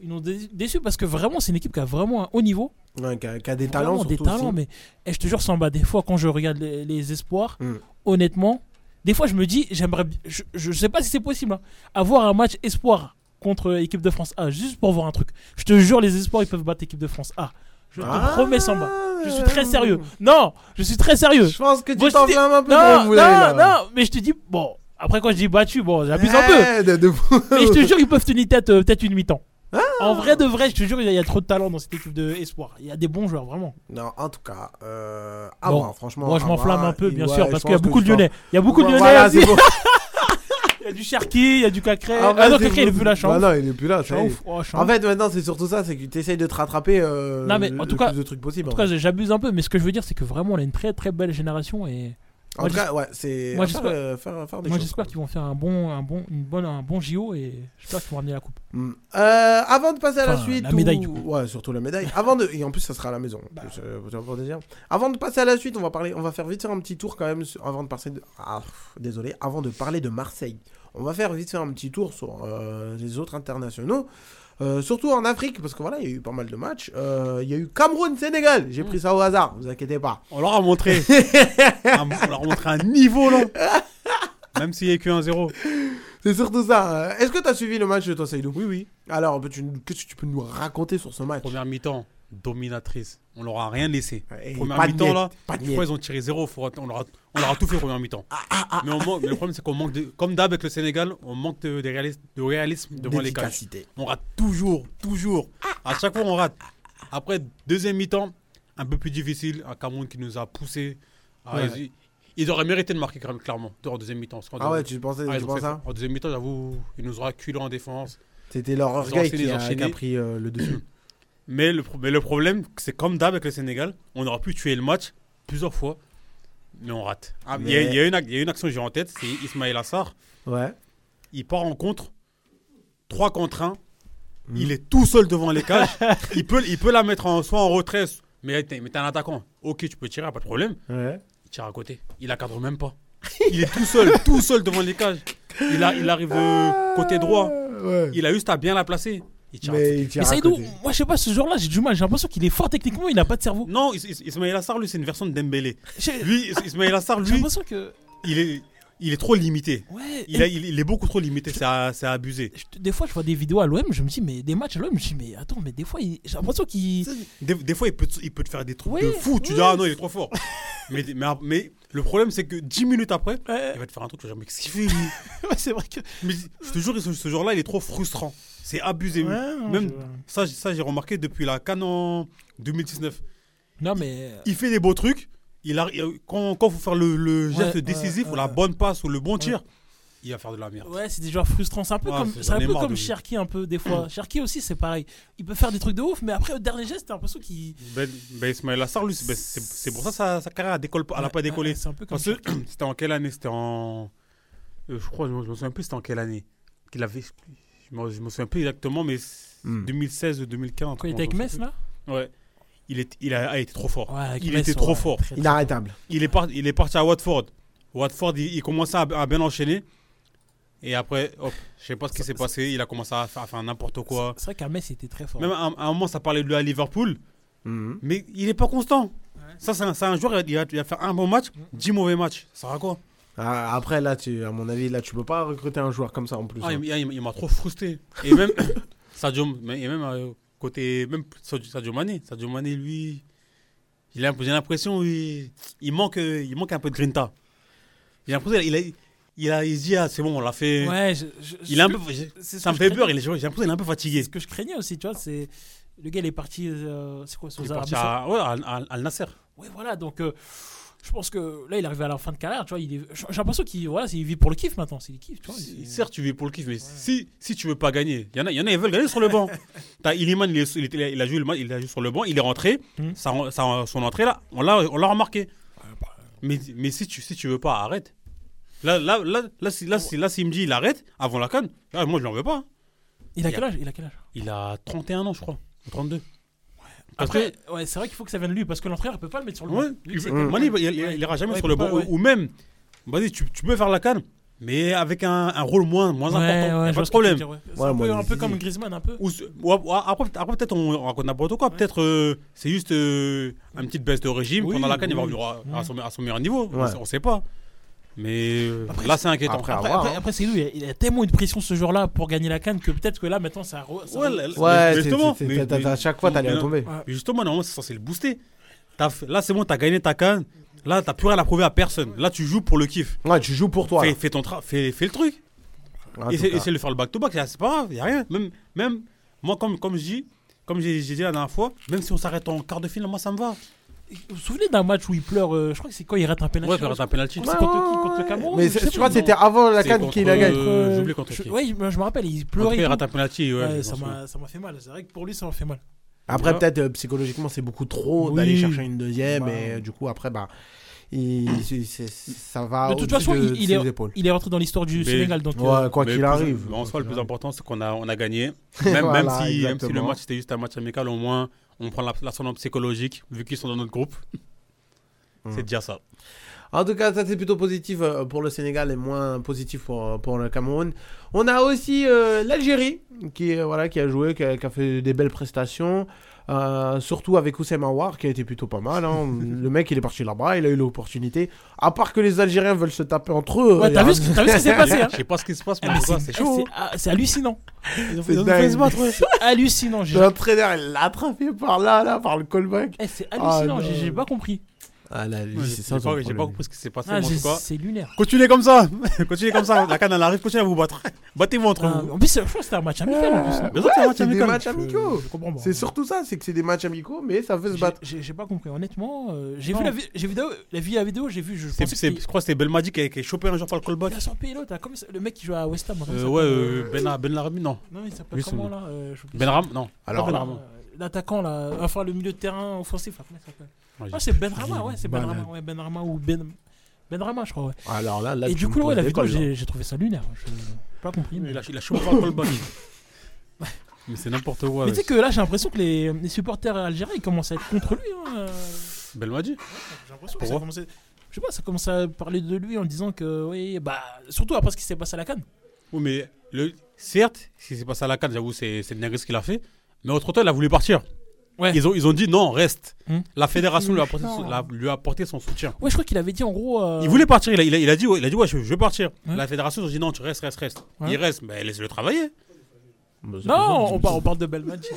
Ils nous ont dé- déçus parce que vraiment, c'est une équipe qui a vraiment un haut niveau. Ouais, qui a, qui a des Vraiment talents, surtout des talents, aussi. mais eh, je te jure, sans bas, des fois, quand je regarde les, les espoirs, Mm. honnêtement, des fois, je me dis, j'aimerais, bi- je, je sais pas si c'est possible, hein, avoir un match espoir contre équipe de France A, juste pour voir un truc. Je te jure, les espoirs, ils peuvent battre équipe de France A. Je te Ah, promets, sans bas. Je suis très sérieux. Non, je suis très sérieux. Je pense que tu Moi, je t'enflammes un peu Non, Ah, gros non, Moulay, là. non, mais je te dis, bon, après quand je dis battu, bon, j'abuse un peu. Ouais, Eh, de- de fou. Ah. Mais je te jure, ils peuvent tenir tête euh, peut-être une mi-temps. En vrai de vrai, je te jure, il y, a- il y a trop de talent dans cette équipe de espoir. Il y a des bons joueurs, vraiment. Non, en tout cas, euh, à Bon, voir, franchement. Moi, je à m'enflamme voir. un peu, bien Et ouais, sûr, je parce qu'il y a pense que beaucoup de je pense- Lyonnais. Il y a beaucoup de Lyonnais. Voilà, vas-y. c'est bon. [laughs] Il y a du Cherki, il y a du Cacré. Ah, Ah, non, c'est Cacré, il est bon. plus là, je suis en Bah ouf. non, il est plus là, Je suis ça en y est. ouf. Oh, je suis en En ouf. fait, maintenant, c'est surtout ça, c'est que tu essayes de te rattraper euh, Non, mais en le- tout le cas- plus de trucs possible. En tout cas, j'abuse un peu, mais ce que je veux dire, c'est que vraiment, on a une très très belle génération et En moi, tout j'es- cas, ouais, c'est moi, à faire, j'espère- euh, faire, faire des moi choses. j'espère qu'ils vont faire un bon, un bon, une bonne, un bon JO et j'espère qu'ils vont ramener la coupe. Mm. Euh, avant de passer à la Enfin, suite, la médaille, ou- du coup. ouais, surtout la médaille. Avant de et en plus ça sera à la [laughs] maison. Bah. Je- je- pour te dire. Avant de passer à la suite, on va parler, on va faire vite faire un petit tour quand même. sur- Avant de passer, de- Ah, pff, désolé, avant de parler de Marseille, on va faire vite faire un petit tour sur euh, les autres internationaux. Euh, surtout en Afrique, parce que voilà, il y a eu pas mal de matchs. Euh, Il y a eu Cameroun-Sénégal. J'ai pris ça au hasard, vous inquiétez pas. On leur [laughs] a montré. un- on leur a montré un niveau là. Même s'il n'y a que 1-0. C'est surtout ça. Euh, Est-ce que tu as suivi le match de toi, Seydou Oui, oui. Alors, peux-tu nous- qu'est-ce que tu peux nous raconter sur ce match Première mi-temps, dominatrice. On leur a rien laissé. Et Première pas de mi-temps miette, là, pas de je crois miette. Ah, ils ont tiré zéro. Faut- on, leur a, on leur a tout fait première mi-temps. mais, on man- mais le problème c'est qu'on manque de, comme d'hab avec le Sénégal, on manque de, de réalis- de réalisme devant les cages. D'efficacité. Ah, On rate toujours, toujours. À chaque fois on rate. Après deuxième mi-temps, un peu plus difficile, un Cameroun qui nous a poussé. Ah, Ouais. ils, ils auraient mérité de marquer quand même clairement en deuxième mi-temps. parce qu'en Ah ouais, deuxième- tu pensais, ah, ils tu ont penses fait- ça En deuxième mi-temps, j'avoue, ils nous ont acculés en défense. C'était leur Ils ont orgueil enchaîné, qui ils ont a, qui a enchaîné. pris euh, le dessus. [clears throat] Mais le, pro- mais le problème, c'est comme d'hab avec le Sénégal, on aurait pu tuer le match plusieurs fois, mais on rate. Ah, Il y, a- Mais- il y a une ac- il y a une action que j'ai en tête, c'est Ismaël Assar. Ouais. Il part en contre, 3 contre 1. Il est tout seul devant les [laughs] cages. il, peut, il peut la mettre en, soit en retrait, mais t'es mais t'es un attaquant. Ok, tu peux tirer, pas de problème. Ouais. Il tire à côté. Il la cadre même [laughs] pas. Il est tout seul, tout seul devant les cages. Il, a- il arrive euh, côté droit. Ouais. Il a juste à bien la placer. Il tire à Mais il tire Mais à Saïdou, côté. moi je sais pas, ce joueur-là, j'ai du mal. J'ai l'impression qu'il est fort techniquement, il n'a pas de cerveau. Non, Is- Is- Ismail Assar, lui, c'est une version de Dembélé. J'ai Lui, Is- Ismail Assar, j'ai lui, l'impression que. il est, il est trop limité. Ouais, Il, a- il- il est beaucoup trop limité, c'est à- c'est abusé. Je- des fois je vois des vidéos à l'OM, je me dis mais des matchs à l'OM, je me dis mais attends mais des fois il- j'ai l'impression qu'il Des, des fois, il peut, te- il peut te faire des trucs de Ouais, fou. Tu ouais. dis, ah non, il est trop fort. [laughs] mais, mais, mais le problème, c'est que 10 minutes après, il va te faire un truc que [laughs] jamais kiffé. lui. Ouais, c'est vrai que Mais je te jure, ce, ce genre-là, il est trop frustrant. C'est abusé. Même ça, j- ça j'ai remarqué depuis la Cannes en 2019. non mais euh, Il fait des beaux trucs. Il a, quand il faut faire le, le geste Ouais, ouais, décisif ou ouais, la ouais. bonne passe ou le bon tir, il va faire de la merde. ouais c'est des joueurs frustrants, c'est un peu Ouais, comme c'est- c'est un j'en ai peu marre comme de lui. Cherki un peu des [clears throat] fois. Cherki aussi c'est pareil, il peut faire des trucs de ouf mais après au dernier geste t'as l'impression qu'il Ben, ben Ismaël Assar, lui, c'est- ben, c'est c'est pour ça que sa, sa carrière a décolle pas- elle a pas Ouais, décollé. ouais, C'est un peu comme Parce que [clears throat] c'était en quelle année C'était en. euh, je crois, je me je me souviens plus, c'était en quelle année qu'il avait. Je me, je me souviens plus exactement, mais c'est Hmm. 2016 ou 2015. quand il était avec Metz là. Ouais. Il, est, il a, a été trop fort. Ouais, avec il Metz, était trop ouais, fort. très, très Inarrêtable. Il est, par- il est parti à Watford. Watford, il, il commençait à, à bien enchaîner. Et après, hop, je sais pas ce qui s'est passé. Il a commencé à, fa- à faire n'importe quoi. C'est vrai qu'à Metz il était très fort. Même à, un- à un moment, ça parlait de lui à Liverpool. Mhm. Mais il est pas constant. Ça, c'est un, c'est un joueur, il va, il va faire un bon match, 10 mauvais matchs. Ça va quoi Ah, Après, là, tu, à mon avis, là, tu peux pas recruter un joueur comme ça en plus. Ah, hein. il, il- il m'a trop [laughs] frustré. Et [coughs] même Sadio, mais- et même euh, côté, même Sadio, Sadio Mané. Sadio Mané, lui, J'ai l'imp- j'ai l'impression il, il manque, euh, il manque un peu de grinta. J'ai l'impression qu'il a, il a, il se dit, ah, c'est bon, on l'a fait. Ouais, je- je- il est un ce peu, que- j'ai- c'est ce ça que je me fait craignais. peur. il est- J'ai l'impression qu'il est un peu fatigué. C'est ce que je craignais aussi, tu vois. C'est le gars, il est parti. euh, c'est quoi, c'est Il aux est Arabes parti à, ouais, à- à- à Al Nasser. Oui, voilà. Donc, euh, je pense que là, il arrive à la fin de carrière. Tu vois, il est... j'ai l'impression qu'il voilà, c'est- il vit pour le kiff maintenant. C'est le kiff, tu vois. Si- il- Certes, tu vis pour le kiff, mais si, si tu veux pas gagner, il y en a, il y en a, ils veulent gagner sur [laughs] le banc. T'as Iliman, il, est- il était- il a joué le match, il a joué sur le banc, il est rentré. Mhm. sa- sa- son entrée là, on l'a, on l'a remarqué. bah, euh, Mais, mais si tu, si tu veux pas, arrête. Là, là, là, là, si, là, si- là, s'il me dit, il arrête avant la canne, là, moi, je l'en veux pas. hein. Il a quel âge Il a quel âge Il a 31 ans, je crois, ou 32. Après, ouais, c'est vrai qu'il faut que ça vienne de lui parce que l'entraîneur il peut pas le mettre sur le Ouais, banc. il, Lui, c'est- Mané, il, il- il- il ira jamais Ouais, sur il le peut banc. pas, ouais. Ou, ou même, vas-y, tu, tu peux faire la canne, mais avec un, un rôle moins, moins Ouais, important. Y a ouais, je vois pas ce de que tu veux problème. dire, ouais. C'est Ouais, un moi, peu- un je peu dis- comme Griezmann, un peu. Ou, ce- ou ap- après, après, peut-être on raconte n'importe quoi. Peut-être euh, c'est juste euh, un petite baisse de régime. Oui, pendant la canne, il va oui. revenir à, à son, à son meilleur niveau. On Ouais. sait- On sait pas. Mais euh, là, c'est inquiétant. après, Après, à voir, après- hein. après, c'est lui, il a- il a tellement eu de pression ce jour-là pour gagner la canne que peut-être que là maintenant ça. re- ça Ouais, re- là, ouais, mais- Ouais, mais c'est- justement, c'est- mais- c'est- t'as- mais- t'as- à chaque fois, t'allais mais- en tomber. Mais justement, normalement, c'est censé le booster. T'as f- Là, c'est bon, t'as gagné ta canne. Là, t'as plus rien à prouver à personne. Là, tu joues pour le kiff. Ouais, tu joues pour toi. Fais, fais ton tra- fais, fais le truc. là, en Et tout c'est- cas. Essayer de faire le back-to-back, c'est- c'est pas grave, y a rien. Même, même moi, comme, comme je dis, comme j'ai j'ai dit la dernière fois, même si on s'arrête en quart de finale, moi ça me va. Vous vous souvenez d'un match où il pleure euh, Je crois que c'est quand il rate un penalty. Ouais, faire un penalty. Ouais, c'est- c'est contre qui Contre le Cameroun Mais je sais c'est- plus, tu crois non. que c'était avant la C'est canne contre, qu'il a gagné. Euh, j'ai oublié contre je- qui. ouais, je je me rappelle, il Contre pleurait. qui, et il tout. rate un penalty, ouais. Ouais, je ça m'en souviens. m'a ça m'a fait mal. C'est vrai que pour lui, ça m'a fait mal. Après, peut-être euh, psychologiquement, c'est beaucoup trop Oui. d'aller chercher une deuxième. Bah. Et euh, du coup, après, bah, il- c'est- c'est- ça va. De toute au-dessus façon, de- il- de il ses est- épaules. Il est rentré dans l'histoire du Mais- Sénégal, donc. euh, Ouais, quoi Mais qu'il plus- arrive. mais En soi, le plus important, c'est qu'on a, on [laughs] a gagné. Voilà, Même, même, si, même si le exactement. match c'était juste un match amical, au moins, on prend la- l'ascendant psychologique, vu qu'ils sont dans notre groupe. Hmm. C'est déjà ça. En tout cas, ça c'est plutôt positif euh, pour le Sénégal et moins positif pour, euh, pour le Cameroun. On a aussi euh, l'Algérie qui, euh, voilà, qui a joué, qui a, qui a fait des belles prestations. euh, surtout avec Oussem Aouar qui a été plutôt pas mal. [laughs] hein. le mec il est parti là-bas, il a eu l'opportunité. À part que les Algériens veulent se taper entre eux. Ouais, t'as euh, vu ce qui t'as vu ce qui [laughs] s'est passé hein Je sais pas ce qui se passe, mais, Ah, mais en tout cas, c'est eh, chaud. c'est- ah, C'est hallucinant. Ils ont C'est ils ont fait se dingue. battre, ouais. C'est hallucinant. j'ai- L'entraîneur il l'a attrapé par là, là, par le callback. Eh, C'est hallucinant, Ah, j'ai- non. j'ai pas compris. Ah là, Ouais, J'ai pas, j'ai pas compris ce qui s'est passé, Ah, mais en j'ai- tout cas. C'est lunaire. Continuez comme ça, [laughs] continuez comme ça. La canne elle arrive, continuez à vous battre. [laughs] Battez-vous entre Ah, vous. En plus, je crois que c'était un match amical en plus. Mais ça, c'est un match c'est des amical. matchs amicaux. Je comprends pas. C'est surtout ça, c'est que c'est des matchs amicaux, mais ça fait se J'ai- battre. J'ai j'ai pas compris, honnêtement. euh, j'ai Non. vu la, vi- j'ai vidéo, la vie à vidéo, j'ai vu. Je C'est- pensais c'est- que Je crois que c'était Belmadi qui a, qui a chopé un jour par le callback. il a son pays l'autre, là, hein, comme ça- le mec qui joue à West Ham. comment il Euh, s'appelle ouais, euh, Ben, ben Larami, non. Non, il s'appelle oui, comment c'est- là euh, j'oublie Ben Ram, non. Alors, Pas ben son Rama. nom, euh, L'attaquant là, enfin le milieu de terrain offensif là, comment il s'appelle Ouais, Ah, c'est Ben Rama, Guillaume ouais, c'est Ben Balade. Rama, ouais, Ben Rama ou Ben. Ben Rama, je crois, ouais. Alors là, là Et tu du me coup, ouais, poses la des vidéo, colles, là. j'ai j'ai trouvé ça lunaire. Je j'ai pas compris. Il Mais, a, il a chopé par le [laughs] callback. mais c'est n'importe quoi. Mais ouais. tu sais que là, j'ai l'impression que les, les supporters algériens ils commencent à être contre lui. hein, euh. Belmadi J'ai l'impression que Pourquoi ça commençait. Je sais pas, ça commençait à parler de lui en disant que oui, bah surtout après ce qui s'est passé à la canne. Oui, mais le... certes, ce qui s'est passé à la canne, j'avoue, c'est c'est Nagris qui l'a fait. Mais entre-temps, il a voulu partir. Ouais. Ils, ont, ils ont dit non, reste. Hum. La fédération lui a, apporté son, la- lui a apporté son soutien. Ouais, je crois qu'il avait dit en gros. euh, Il voulait partir, il a, il a- il a dit, ouais, il a dit ouais, je, je veux partir. Ouais. La fédération ils ont dit non, tu restes, reste, reste. Ouais. Il reste, mais laisse-le travailler. Bah, Non, on parle, on parle de [laughs] Belmadi.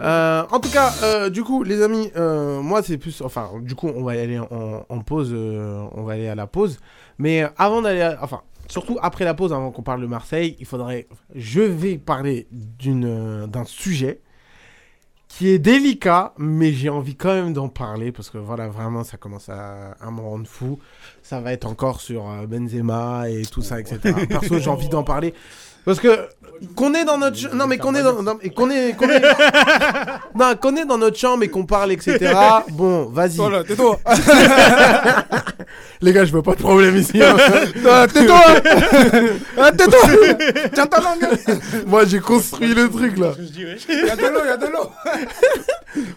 Euh, en tout cas, euh, du coup, les amis, euh, moi c'est plus. Enfin, du coup, on va y aller en, en pause. euh, on va aller à la pause. Mais euh, avant d'aller. à- Enfin, surtout après la pause, avant qu'on parle de Marseille, il faudrait. Je vais parler d'une euh, d'un sujet qui est délicat, mais j'ai envie quand même d'en parler parce que voilà, vraiment, ça commence à, à me rendre fou. Ça va être encore sur euh, Benzema et tout ça, etc. [laughs] Perso, j'ai envie d'en parler. Parce que qu'on est dans notre non mais qu'on est dans non, mais qu'on est qu'on [laughs] est non qu'on est dans notre chambre et qu'on parle etc Ah, bon vas-y [laughs] tais-toi. les gars je veux pas de problème ici [laughs] hein. Ah, [laughs] tais-toi hein. Ah, tais-toi tiens ta langue hein. moi j'ai construit le truc là Y'a de l'eau, y'a de l'eau.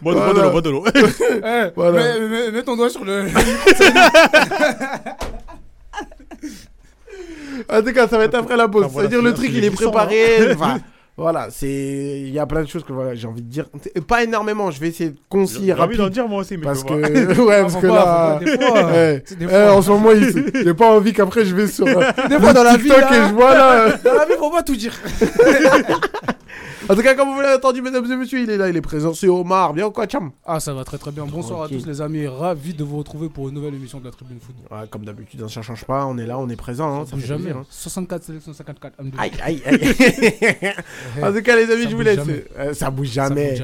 Bon, Voilà. bon de l'eau, bon de l'eau. Eh, Voilà. mets- mets- Mets ton doigt sur [laughs] le. En tout cas, ça va être après la pause. Ah, voilà, C'est-à-dire, le c'est- truc, c'est hein. il est glissant, [laughs] préparé. Enfin, voilà, c'est. Il y a plein de choses que voilà, j'ai envie de dire. C'est- Pas énormément, je vais essayer de concis et rapide. dire moi aussi, mais Parce que. [laughs] Ouais, parce Faut que là. pas, faut pas, des fois, [laughs] euh, ouais. c'est des Eh, fois. en ce moment, il- j'ai pas envie qu'après je vais [laughs] sur. euh, Des fois, dans la vie, TikTok et je là, vois là. euh, dans la vie, faut pas tout dire. En tout cas, comme vous l'avez entendu, mesdames et messieurs, il est là, il est présent. C'est Omar. Bien ou quoi, cham Ah, ça va très très bien. Bonsoir Tranquille. à tous les amis. Ravi de vous retrouver pour une nouvelle émission de la Tribune Foot. Ouais, Comme d'habitude, hein, ça change pas. On est là, on est présent. hein, ça bouge fait jamais. plaisir, hein. 64 sélections, 54 âmes de Aïe, aïe, aïe. [laughs] en tout cas, les amis, Ça je vous bouge laisse. jamais. Euh, ça bouge Ça compte jamais.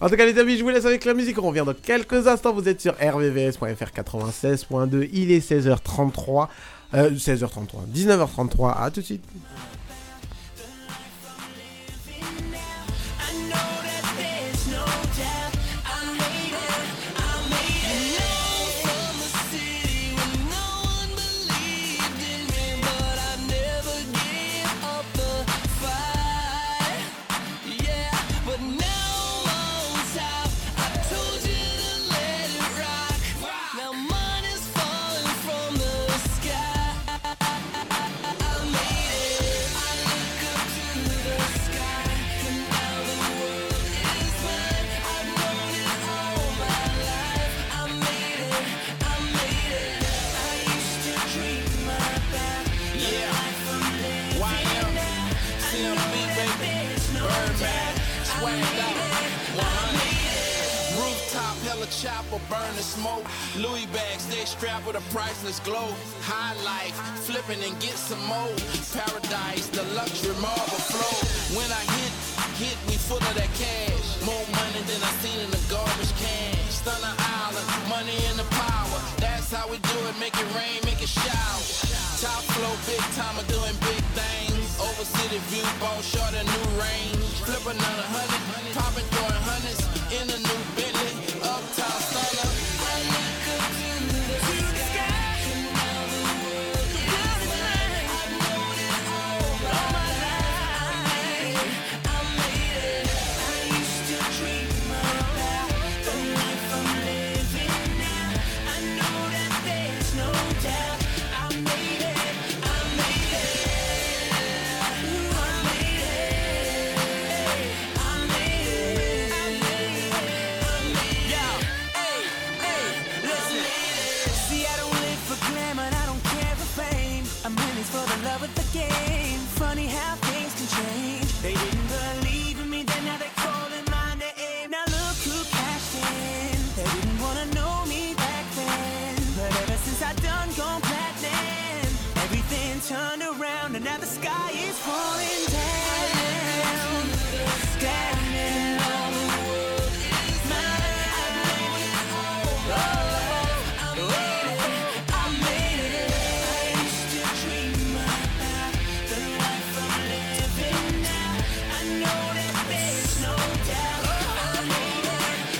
En tout cas, les amis, je vous laisse avec la musique. On revient dans quelques instants. Vous êtes sur rvvs.fr 96.2. Il est 16h33. Euh, 16h33. 19h33. À tout de suite. Rooftop, hella chopper, burn the smoke. Louis bags, they strapped with a priceless glow. High life, flipping and get some more. Paradise, the luxury marble flow. When I hit, hit, we full of that cash. More money than I seen in the garbage can. Stunner Island, money in the power. That's how we do it, make it rain, make it shower. Top flow, big timer, doing big things. Over city view, ball short a new range. Flip another hundred, popping, throwing hundreds. In a new Bentley, uptown stunner. Ay, ay, listen. See, I don't live for glamour, and I don't care for fame. I'm in this for the love of the game. Funny how things can change. They didn't believe in me, then now they're calling my name. Now look who cashed in. They didn't wanna know me back then, but ever since I done gone platinum, everything turned around, and now the sky is falling down. Down.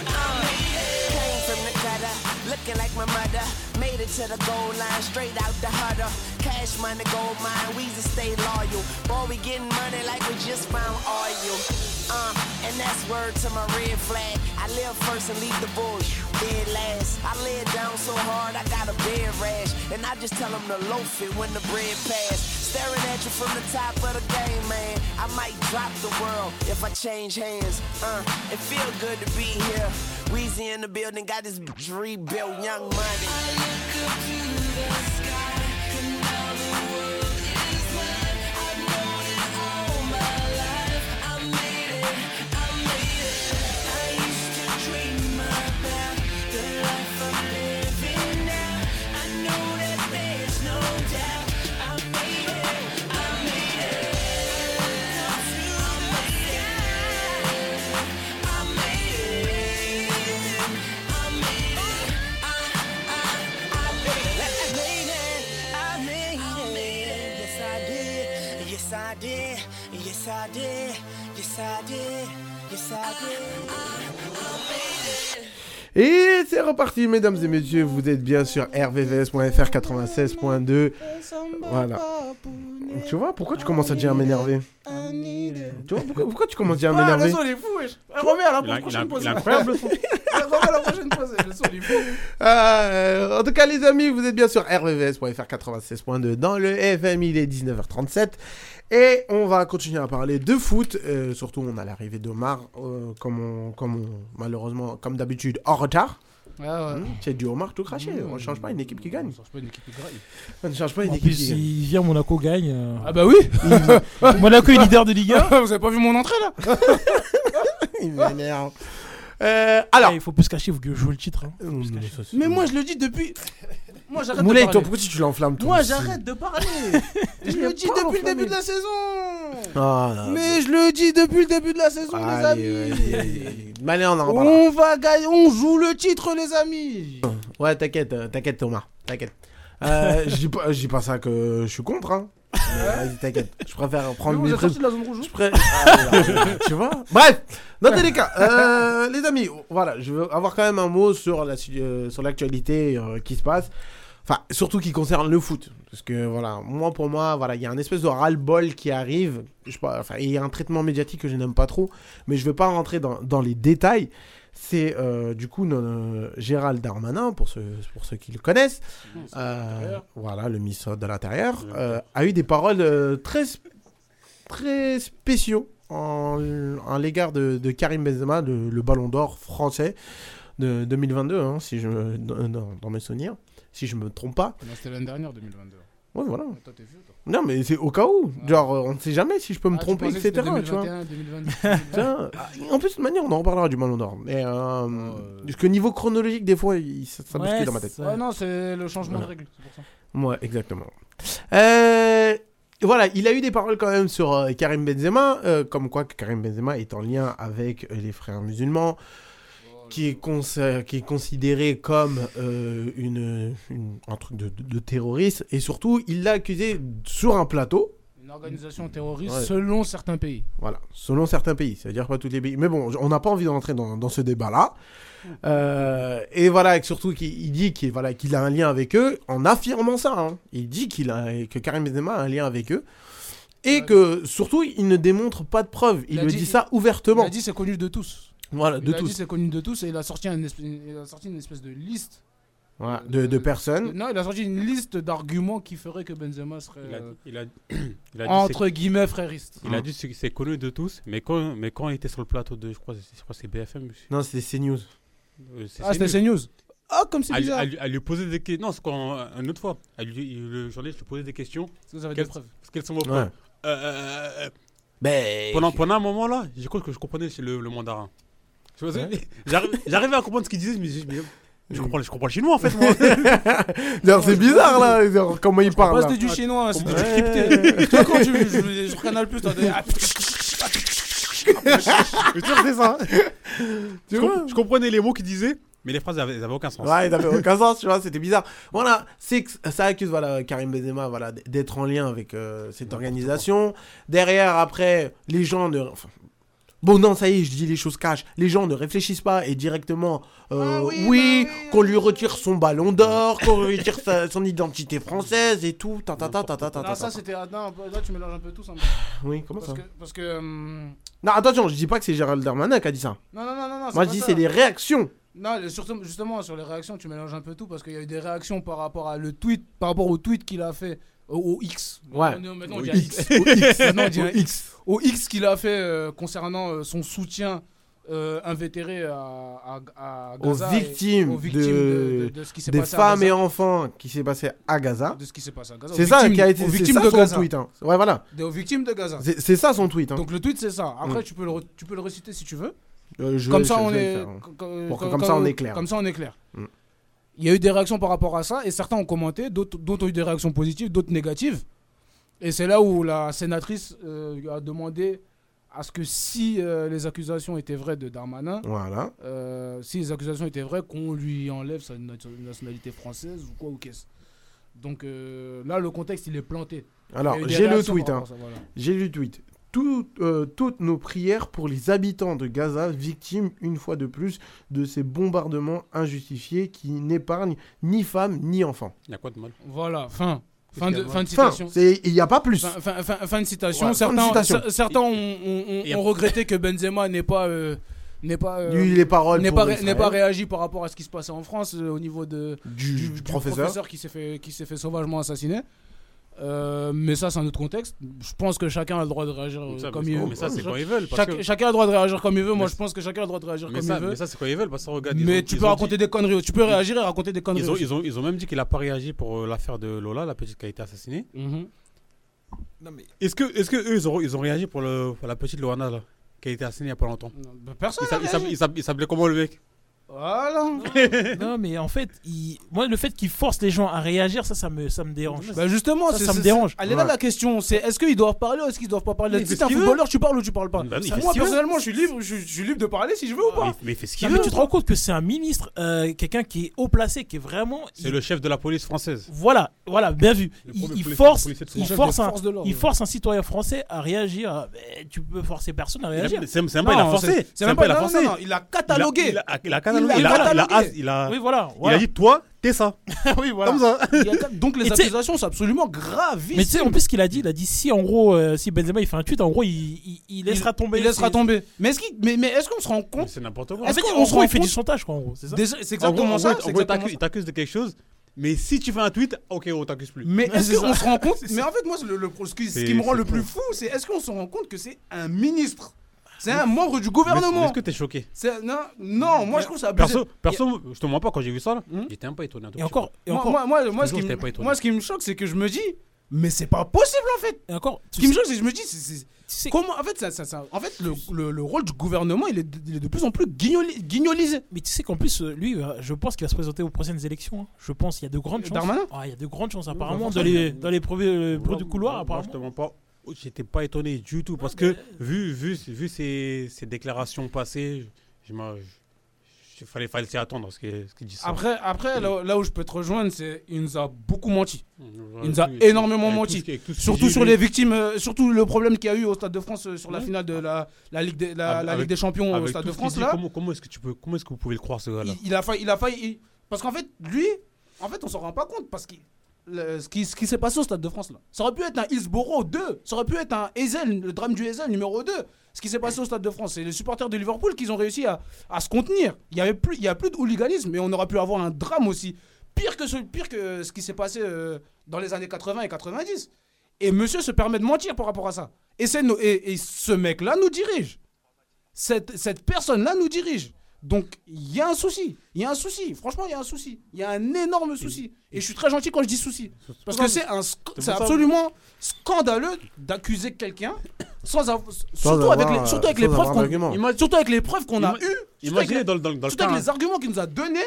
Came from the gutter, looking like my mother. Made it to the goal line, straight out the huddle. Cash money, gold mine, we just stay loyal. Boy, we getting money like we just found oil. Um, and that's word to my red flag. I live first and leave the bush dead last. I laid down so hard, I got a bed rash. And I just tell them to loaf it when the bread pass. Staring at you from the top of the game, man. I might drop the world if I change hands. Uh, it feel good to be here. Weezy in the building, got this bitch rebuilt, young money. made it. I made it. Yes, I did. Yes, I did. Yes, I did. Yes, I did. Yes, I did. Et c'est reparti, mesdames et messieurs. Vous êtes bien sur rvvs.fr 96.2. Voilà. Tu vois, pourquoi tu commences à dire m'énerver Tu vois, pourquoi, pourquoi tu commences à dire Ah, la m'énerver son, elle est fou, wesh. Euh, Eh, Remets à la Il a- il a- prochaine pause. il a incroyable, Remets à la prochaine pause. La son, elle est fou. Ah, euh, en tout cas, les amis, vous êtes bien sur rvvs.fr 96.2 dans le FM. Il est 19h37. Et on va continuer à parler de foot. Euh, surtout, on a l'arrivée d'Omar, euh, comme, on, comme on- malheureusement, comme d'habitude, en retard. Hmm, C'est du homard tout craché. On ne change pas une équipe qui gagne. change pas une équipe qui gagne. On ne change pas une En équipe plus, qui gagne. il vient, Monaco gagne. euh, Ah [laughs] bah oui Monaco est leader de Ligue 1. Vous avez pas vu mon entrée là [laughs] Il m'énerve. Euh, alors, Euh, il faut plus se cacher, il faut que je joue le titre. hein. [laughs] Mais moi je le dis depuis. Moi j'arrête Moulay, de toi, parler. pourquoi tu- tu l'enflammes tout Moi aussi j'arrête de [laughs] parler. Je Il a le dis pas depuis le enflammé. début de la saison. Ah, là, Mais je le dis depuis le début de la saison les Allez, amis. ouais, allez, allez. Mais allez, on en reparlera. On va gagner, on joue le titre les amis. Ouais, t'inquiète, euh, t'inquiète Thomas, t'inquiète. [laughs] Euh, je dis pas, je dis pas ça que je suis contre, hein. Mais Vas-y, t'inquiète. Je préfère prendre Vous mes êtes trucs. sorti de la zone rouge hein. Je pré- Ah, [laughs] voilà, tu vois Bref, dans tous les cas, euh, les amis, voilà, je veux avoir quand même un mot sur la su- euh, sur l'actualité euh, qui se passe. Enfin, surtout qui concerne le foot. Parce que voilà, moi pour moi, voilà, il y a un espèce de ras-le-bol qui arrive. Je sais pas, enfin, il y a un traitement médiatique que je n'aime pas trop, mais je ne vais pas rentrer dans, dans les détails. C'est euh, du coup euh, Gérald Darmanin, pour ceux, pour ceux qui le connaissent, euh, voilà, le ministre de l'Intérieur, euh, a eu des paroles euh, très très spéciaux en, en l'égard de, de Karim Benzema, le, le ballon d'or français de 2022, hein, si je, me- dans, dans- dans mes souvenirs, si je me trompe pas. Non, c'était l'année dernière 2022. Ouais, voilà. Toi t'es vieux toi. Non, mais c'est au cas où. Genre, euh, on ne sait jamais si je Ah, peux me tromper, etc. Tu vois. [laughs] Tiens, ah, en plus, de toute manière, on en reparlera du ballon d'or. Mais euh, parce que niveau chronologique, des fois, il, ça, ça bouscule Ouais, dans ma tête. ça- Ouais, non, c'est le changement Voilà. de règle, c'est pour ça. Ouais, exactement. Euh, voilà, il a eu des paroles quand même sur euh, Karim Benzema, euh, comme quoi que Karim Benzema est en lien avec euh, les frères musulmans, qui est, cons- euh, qui est considéré comme euh, une, une- un truc de, de- de terroriste, et surtout, il l'a accusé sur un plateau. Une organisation terroriste Ouais. selon certains pays. Voilà, selon certains pays, c'est-à-dire pas tous les pays. Mais bon, on n'a pas envie d'entrer dans, dans ce débat-là. Euh, et voilà, et surtout qu'il il dit qu'il voilà, qu'il a un lien avec eux en affirmant ça. hein. Il dit qu'il a, que Karim Benzema a un lien avec eux. Et Ouais. que surtout, il ne démontre pas de preuves. Il, Il a le dit, dit- ça Il ouvertement. a dit c'est connu de tous. voilà, Il de a dit tous. c'est connu de tous et il a sorti, un esp- il a sorti une espèce de liste. Voilà, de, de personnes. Non, il a sorti une liste d'arguments qui feraient que Benzema serait euh, Il a, il a- [clears throat] il a dit entre guillemets frériste. c'est- il a dit c'est c'est connu de tous, mais quand, mais quand il était sur le plateau de, je crois, c'est- je crois que c'est BFM. je- Non, c'est CNews. euh, c'est- Ah, c'est c'était nul. CNews. Ah, comme c'est à, lui- bizarre. à lui- à lui poser des questions. Non, c'est quand, euh, une autre fois. À lui, le journaliste lui posait des questions. Parce que vous avez Quel- des preuves. Parce qu'elles sont vos Ouais. preuves. Euh, euh, euh, euh, Ben, pendant, pendant un moment là, j'ai cru que je comprenais le, le mandarin. Tu vois, c'est- j'arrive- J'arrivais à comprendre ce qu'il disait, mais, je- mais je, comprends, je comprends le chinois en fait. Moi. [laughs] alors, c'est bizarre là, genre, comment il Bah, parle. là. c'était du chinois, hein, c'était du Ouais. [laughs] crypté. Toi, quand tu je- sur Canal Plus, t'as des. Ah, Je suis sûr que c'est ça. Je, tu vois com- je comprenais les mots qu'il disait, mais les phrases elles avaient, elles avaient aucun sens. Ouais, il n'avait aucun sens, tu vois, c'était bizarre. Voilà, c'est que ça accuse voilà, Karim Benzema voilà, d- d'être en lien avec euh, cette organisation. Derrière, après, les gens ne. enfin, Bon, non, ça y est, je dis les choses cash. Les gens ne réfléchissent pas et directement, euh, Ah oui, oui, bah oui, qu'on lui retire son ballon d'or, qu'on lui retire sa- son identité française et tout. Ta, ta, ta, ta, ta, ta, Non, ta, ça ta. c'était. ah, Non, là tu mélanges un peu tout ça. Oui, comment ça Parce que. Parce que hum, Non, attention, je dis pas que c'est Gérald Darmanin qui a dit ça. Non, non, non, non, non. Moi, pas je dis ça. c'est les réactions. Non, le- surtout, justement, sur les réactions, tu mélanges un peu tout parce qu'il y a eu des réactions par rapport à le tweet, par rapport au tweet qu'il a fait au, au X. Ouais. Maintenant, [laughs] maintenant, Au on dit X. X. Au X. Maintenant, on dit Au X. Au X qu'il a fait euh, concernant euh, son soutien euh, invétéré à, à- à Aux Gaza. et- victimes aux victimes de- de, de- de ce qui s'est Des passé à femmes et Gaza. enfants qui s'est passé à Gaza. De ce qui s'est passé à Gaza. C'est Aux ça victimes- qui a été aux c'est victimes ça de son Gaza. tweet. hein. Ouais, voilà. Des- aux victimes de Gaza. C'est c'est ça son tweet. hein. Donc le tweet c'est ça. Après Mm. tu peux le re- tu peux le réciter si tu veux. Euh, je comme vais- ça je- on je vais est le faire, hein. co- co- Pour que co- comme ça, on est clair. Comme ça on est clair. Mm. Il y a eu des réactions par rapport à ça et certains ont commenté, d'autres d'autres ont eu des réactions positives, d'autres négatives. Et c'est là où la sénatrice euh, lui a demandé à ce que si euh, les accusations étaient vraies de Darmanin, Voilà. euh, si les accusations étaient vraies, qu'on lui enlève sa nat- nationalité française ou quoi ou qu'est-ce. Donc euh, là le contexte il est planté. Il y a Alors, eu des j'ai le réactions tweet. par hein. rapport à ça, voilà. J'ai le tweet. Tout, euh, toutes nos prières pour les habitants de Gaza, victimes une fois de plus de ces bombardements injustifiés qui n'épargnent ni femmes ni enfants. Il y a quoi de mal Voilà, fin. Fin qu'il y a de, de fin de Fin, citation. c'est- il n'y a pas plus. Fin, fin- fin- fin de citation. Ouais, fin de certains citation. cer- certains ont, ont- ont- Et- ont regretté que Benzema n'ait pas. euh, n'ait pas. euh, Lui, les paroles n'ait pour pas, ré- Israël, n'ait pas réagi par rapport à ce qui se passait en France euh, au niveau de, du, du professeur. qui s'est fait, qui s'est fait sauvagement assassiner. Euh, mais ça, c'est un autre contexte. Je pense que chacun a le droit de réagir euh, Ça, mais comme c'est- il veut. mais ça, c'est Chaque- quand ils veulent, parce chaque- que- Chacun a le droit de réagir comme il veut. Moi, Mais je pense que chacun a le droit de réagir Mais comme ça, il veut. mais Bah, ça, c'est quand ils veulent, parce que regarde. ils Mais ont- tu ils peux ont raconter dit- des conneries. Tu peux réagir et raconter des conneries. Ils ont, aussi. ils, ont, ils ont même dit qu'il a pas réagi pour euh, l'affaire de Lola, la petite qui a été assassinée. Mhm. Est-ce que, est-ce que eux, ils ont, ils ont réagi pour, le, pour la petite Loana, là, qui a été assassinée il y a pas longtemps bah, personne Il s'a- n'a il s'appelait- réagi. Il s'appelait- il s'appelait comment le mec Voilà. non, mais en fait, il- moi, le fait qu'ils forcent les gens à réagir, ça, ça me, ça me dérange. Bah justement, ça, c'est- ça me c'est- dérange. Elle est là Ouais. la question, c'est est-ce qu'ils doivent parler ou est-ce qu'ils doivent pas parler Mais il fait Si t'es ce un qu'il veut. footballeur, tu parles ou tu parles pas Bah oui, il fait Moi ce qu'il veut. personnellement, je suis libre, je, je suis libre de parler si je veux ou pas. Ah, Mais il fait ce Non, qu'il mais veut. tu te rends compte que c'est un ministre, euh, quelqu'un qui est haut placé, qui est vraiment. C'est le chef de la police française. Voilà, voilà, bien vu. Le Il, premier il policier- force, policier de France. il Chef force, des un, forces de l'ordre, il ouais. force un citoyen français à réagir. euh, Mais tu peux forcer personne à réagir. C'est c'est même pas, il a Non, forcé. c'est- C'est même pas il a non, forcé. non, non, il a catalogué. Il a- il a catalogué. Il a Il a- il a- catalogué. il a- Oui, voilà. Il a voilà. dit, toi, [laughs] t'es ça. oui, voilà. Comme ça. Il a- Donc les Et tu sais- accusations, c'est absolument gravissime. Mais tu sais, en plus, ce qu'il a dit, il a dit si en gros, euh, si Benzema il fait un tweet, en gros, il, il- il laissera tomber. Il laissera ses- tomber. Mais est-ce qu'il- mais- mais est-ce qu'on se rend compte C'est n'importe quoi. En Est-ce fait, qu'on en se gros, rend il fait du compte chantage, quoi, en gros. C'est ça. Des- C'est En gros, exactement en ça. gros, c'est en gros, il exactement t'accuse- il t'accuse de quelque chose, mais si tu fais un tweet, ok, on t'accuse plus. [laughs] Mais Ouais, est-ce c'est qu'on se rend compte Mais en fait, moi, le, le- ce, qui, ce qui C'est- me rend c'est le plus fou, c'est est-ce qu'on se rend compte que c'est un ministre C'est un membre du gouvernement Mais Est-ce que t'es choqué C'est- Non, non, moi, je trouve ça abusé. Perso, perso je te mens pas, quand j'ai vu ça, là, Hmm j'étais un peu étonné. un tout Et petit encore, et Moi- encore, moi, moi, moi, Je ce te jure, qui j'étais pas me- étonné. moi, ce qui me choque, c'est que je me dis, mais c'est pas possible, en fait et encore. Ce Tu qui me sais, choque, c'est que je me dis, c'est- c'est- tu sais- comment En fait, ça, ça- ça- en fait le, le- le rôle du gouvernement, il est, de- il est de plus en plus guignoli- guignolisé. mais tu sais qu'en plus, euh, lui, euh, je pense qu'il va se présenter aux prochaines élections. hein. Je pense qu'il y a de grandes chances. Darmanin Ah, il y a de grandes chances apparemment bah, dans les forcément. dans les premiers euh, peu. bruits du couloir Moi, je te apparemment. mens pas. Oh, J'étais pas étonné du tout parce que vu vu vu ces, ces déclarations passées, je m'en- je- je- fallait fallait s'y attendre à ce qu'il ce qu'il dise. ça. Après, après là, là où je peux te rejoindre, c'est il nous a beaucoup menti. Voilà, Il nous a tout- énormément avec tout menti. ce qui- avec tout ce que Surtout j'ai sur vu. les victimes, euh, surtout le problème qu'il y a eu au Stade de France euh, sur la Ouais. finale de la, la Ligue, des, la, Avec- la Ligue des Champions au Avec Stade tout de ce qu'il France. dit, Là, Comment, comment est-ce que tu peux comment est-ce que vous pouvez le croire ce gars-là il, il a failli, il a failli. il- Parce qu'en fait, lui, en fait, on s'en rend pas compte parce que ce qui, ce qui s'est passé au Stade de France là, ça aurait pu être un Hillsborough 2, ça aurait pu être un Ezel, le drame du Ezel numéro 2. Ce qui s'est passé au Stade de France, c'est les supporters de Liverpool qui ont réussi à, à se contenir. Il y avait plus, il y a plus de hooliganisme, mais on aurait pu avoir un drame aussi pire que ce, pire que ce qui s'est passé euh, dans les années 80 et 90. Et Monsieur se permet de mentir par rapport à ça. Et c'est nos- et- et ce mec-là nous dirige cette, cette personne-là nous dirige. Donc, il y a un souci. Il y a un souci. Franchement, il y a un souci. Il y a un énorme souci. Et je suis très gentil quand je dis souci. Parce que c'est un sc- c'est ça. absolument scandaleux d'accuser quelqu'un sans avoir. Surtout avoir, avec les, euh, surtout avec sans les preuves avoir qu'on d'argument. Ima- surtout avec les preuves qu'on a Ima- eues. Surtout avec, Imaginez les, dans le dans le dans le surtout cas. avec hein. les arguments qu'il nous a donnés.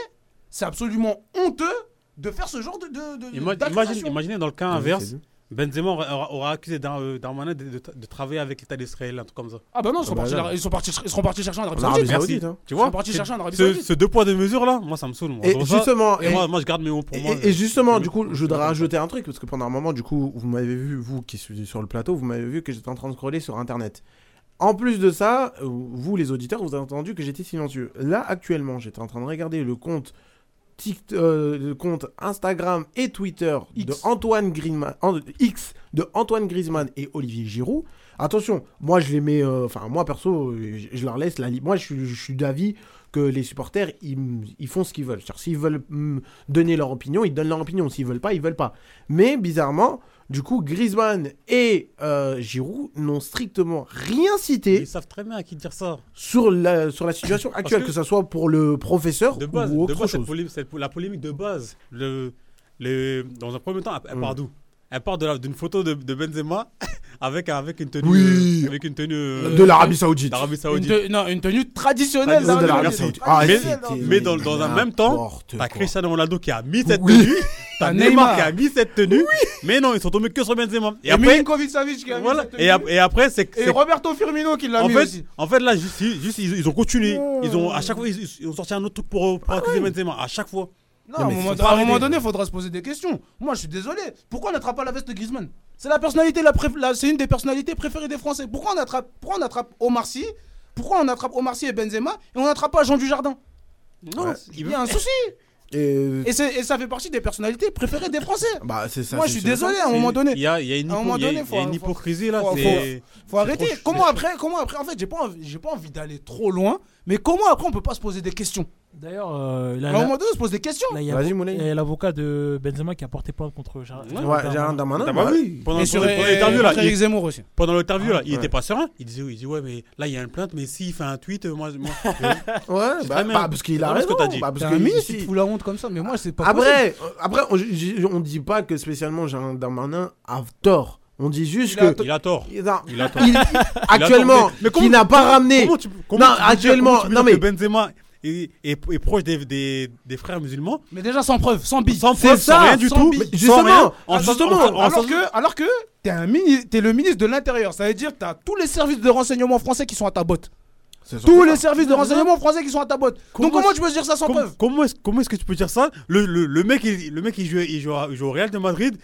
C'est absolument honteux de faire ce genre de. de, de- Ima- d'accusation. Imagine, imaginez dans le Ah cas inverse, Benzema aura, aura- aura accusé Dar- euh, Darmanin de, de- de travailler avec l'État d'Israël, un truc comme ça. Ah bah non, ils sont, Ah bah partis, là. ils sont partis, ils seront partis chercher un Arabie En Arabie Saoudite. Saoudite. hein. Ah, Tu Ils sont vois partis chercher un Arabie ce, Saoudite. ce deux poids deux mesures là, moi ça me saoule. moi. Et Dans ça, justement, et et- moi, moi, je garde mes mots pour Et- moi. Et, et justement, C'est du mieux. coup, je C'est voudrais mieux. rajouter un truc, parce que pendant un moment, du coup, vous m'avez vu, vous qui suis sur le plateau, vous m'avez vu que j'étais en train de scroller sur Internet. En plus de ça, euh, vous les auditeurs, vous avez entendu que j'étais silencieux. Là, actuellement, j'étais en train de regarder le compte, Tikt- euh, le compte Instagram et Twitter de X. Antoine Griezmann, An- X de Antoine Griezmann et Olivier Giroud. Attention, moi je les mets, euh, enfin moi perso, euh, je, je leur laisse la libre. Moi je, suis- je suis d'avis que les supporters, ils, ils font ce qu'ils veulent. C'est-à-dire, S'ils veulent mm, donner leur opinion, ils donnent leur opinion. S'ils veulent pas, ils veulent pas. Mais bizarrement, du coup, Griezmann et euh, Giroud n'ont strictement rien Mais cité Ils savent très bien à qui dire ça. sur la, sur la situation actuelle, que- que ce soit pour le professeur De base, ou de autre base, cette chose. polé- cette- la polémique de base, le, le- dans un premier temps, elle, elle Mm. part d'où Elle part de la- d'une photo de, de Benzema [laughs] avec, avec une tenue. Oui. euh, Avec une tenue. euh, De l'Arabie Saoudite. d'Arabie Une Saoudite. te- non, une tenue traditionnelle De Traditionnelle d'Arabie l'Arabie Saoudite. Saoudite. Mais- Ah, c'était mais dans- dans un même temps, n'importe T'as quoi. Cristiano Ronaldo qui a mis cette Oui. [laughs] tenue. T'as T'as Neymar Neymar. qui a mis cette tenue. Mais non, ils sont tombés que sur Benzema. Et, Et, après, Milinkovic-Savic qui a mis voilà. cette et, tenue. ap- et après, c'est Et c'est- Roberto Firmino qui l'a en mis fait, aussi. Oh. en fait, là, juste, ils- juste, ils, ils ont continué. Ils ont, à chaque fois, ils, ils ont sorti un autre truc pour, pour accuser Benzema. À chaque fois. Ah Non, Non, à un mais moment, faut à un pas moment aider. donné, il faudra se poser des questions. Moi, je suis désolé. Pourquoi on n'attrape pas la veste de Griezmann C'est la personnalité, la préf- la- c'est une des personnalités préférées des Français. Pourquoi on attrape, pourquoi on attrape Omar Sy Pourquoi on attrape Omar Sy et Benzema et on n'attrape pas Jean Dujardin Non, Il y a un souci. Et- Et, c'est- et ça fait partie des personnalités préférées des Français. Bah, c'est ça, Moi, c'est je suis sûr. désolé à un moment Il donné. y a, il y a une, À un hypo- moment il y a- donné, il y a faut- une faut- hypocrisie là. faut- c'est- Faut c'est arrêter. trop- Comment après Comment après En fait, j'ai pas envie, j'ai pas envie d'aller trop loin, Mais comment après on peut pas se poser des questions D'ailleurs, euh, il À a- un moment donné, on se pose des questions. Là, il y a- il y a l'avocat de Benzema qui a porté plainte contre Charles. Ouais, Ouais, Gérard Darmanin, Darmanin, ouais. oui. Bah, Pendant Et le- sur- pendant et- l'interview, et là, Frédéric il- Zemmour aussi. Pendant l'interview, là, il Ouais. était pas serein. Il disait, il dit, ouais, mais là, il y a une plainte, mais s'il fait un tweet, euh, moi, [laughs] moi. Ouais, bah, bah, parce qu'il a raison. bah, parce que ministre, si- il te fout la honte comme ça, mais moi, c'est pas Après, possible. euh, après on, j- j- on dit pas que spécialement Gérald Darmanin a tort. On dit juste Il a que. to- Il a tort. Il a, Il a tort. [laughs] il- Il a actuellement, tort, mais- mais comment- qui n'a pas ramené. Comment tu, comment non, tu peux dire- actuellement, comment tu peux non dire mais. que Benzema est, est- est proche des, des, des frères musulmans. Mais déjà sans preuve, sans bille. Sans C'est preuve, ça, sans rien du sans tout. bille. sans Justement, rien, Ah, en- justement, en- en- en- alors que, alors que t'es un mini- t'es le ministre de l'Intérieur, ça veut dire que t'as tous les services de renseignement français qui sont à ta botte. Tous les services de renseignement français qui sont à ta botte. Donc comment tu peux dire ça sans comment, preuve Comment est-ce comment est-ce que tu peux dire ça le, le, le mec, il, le mec il, jouait, il, jouait, il jouait au Real de Madrid.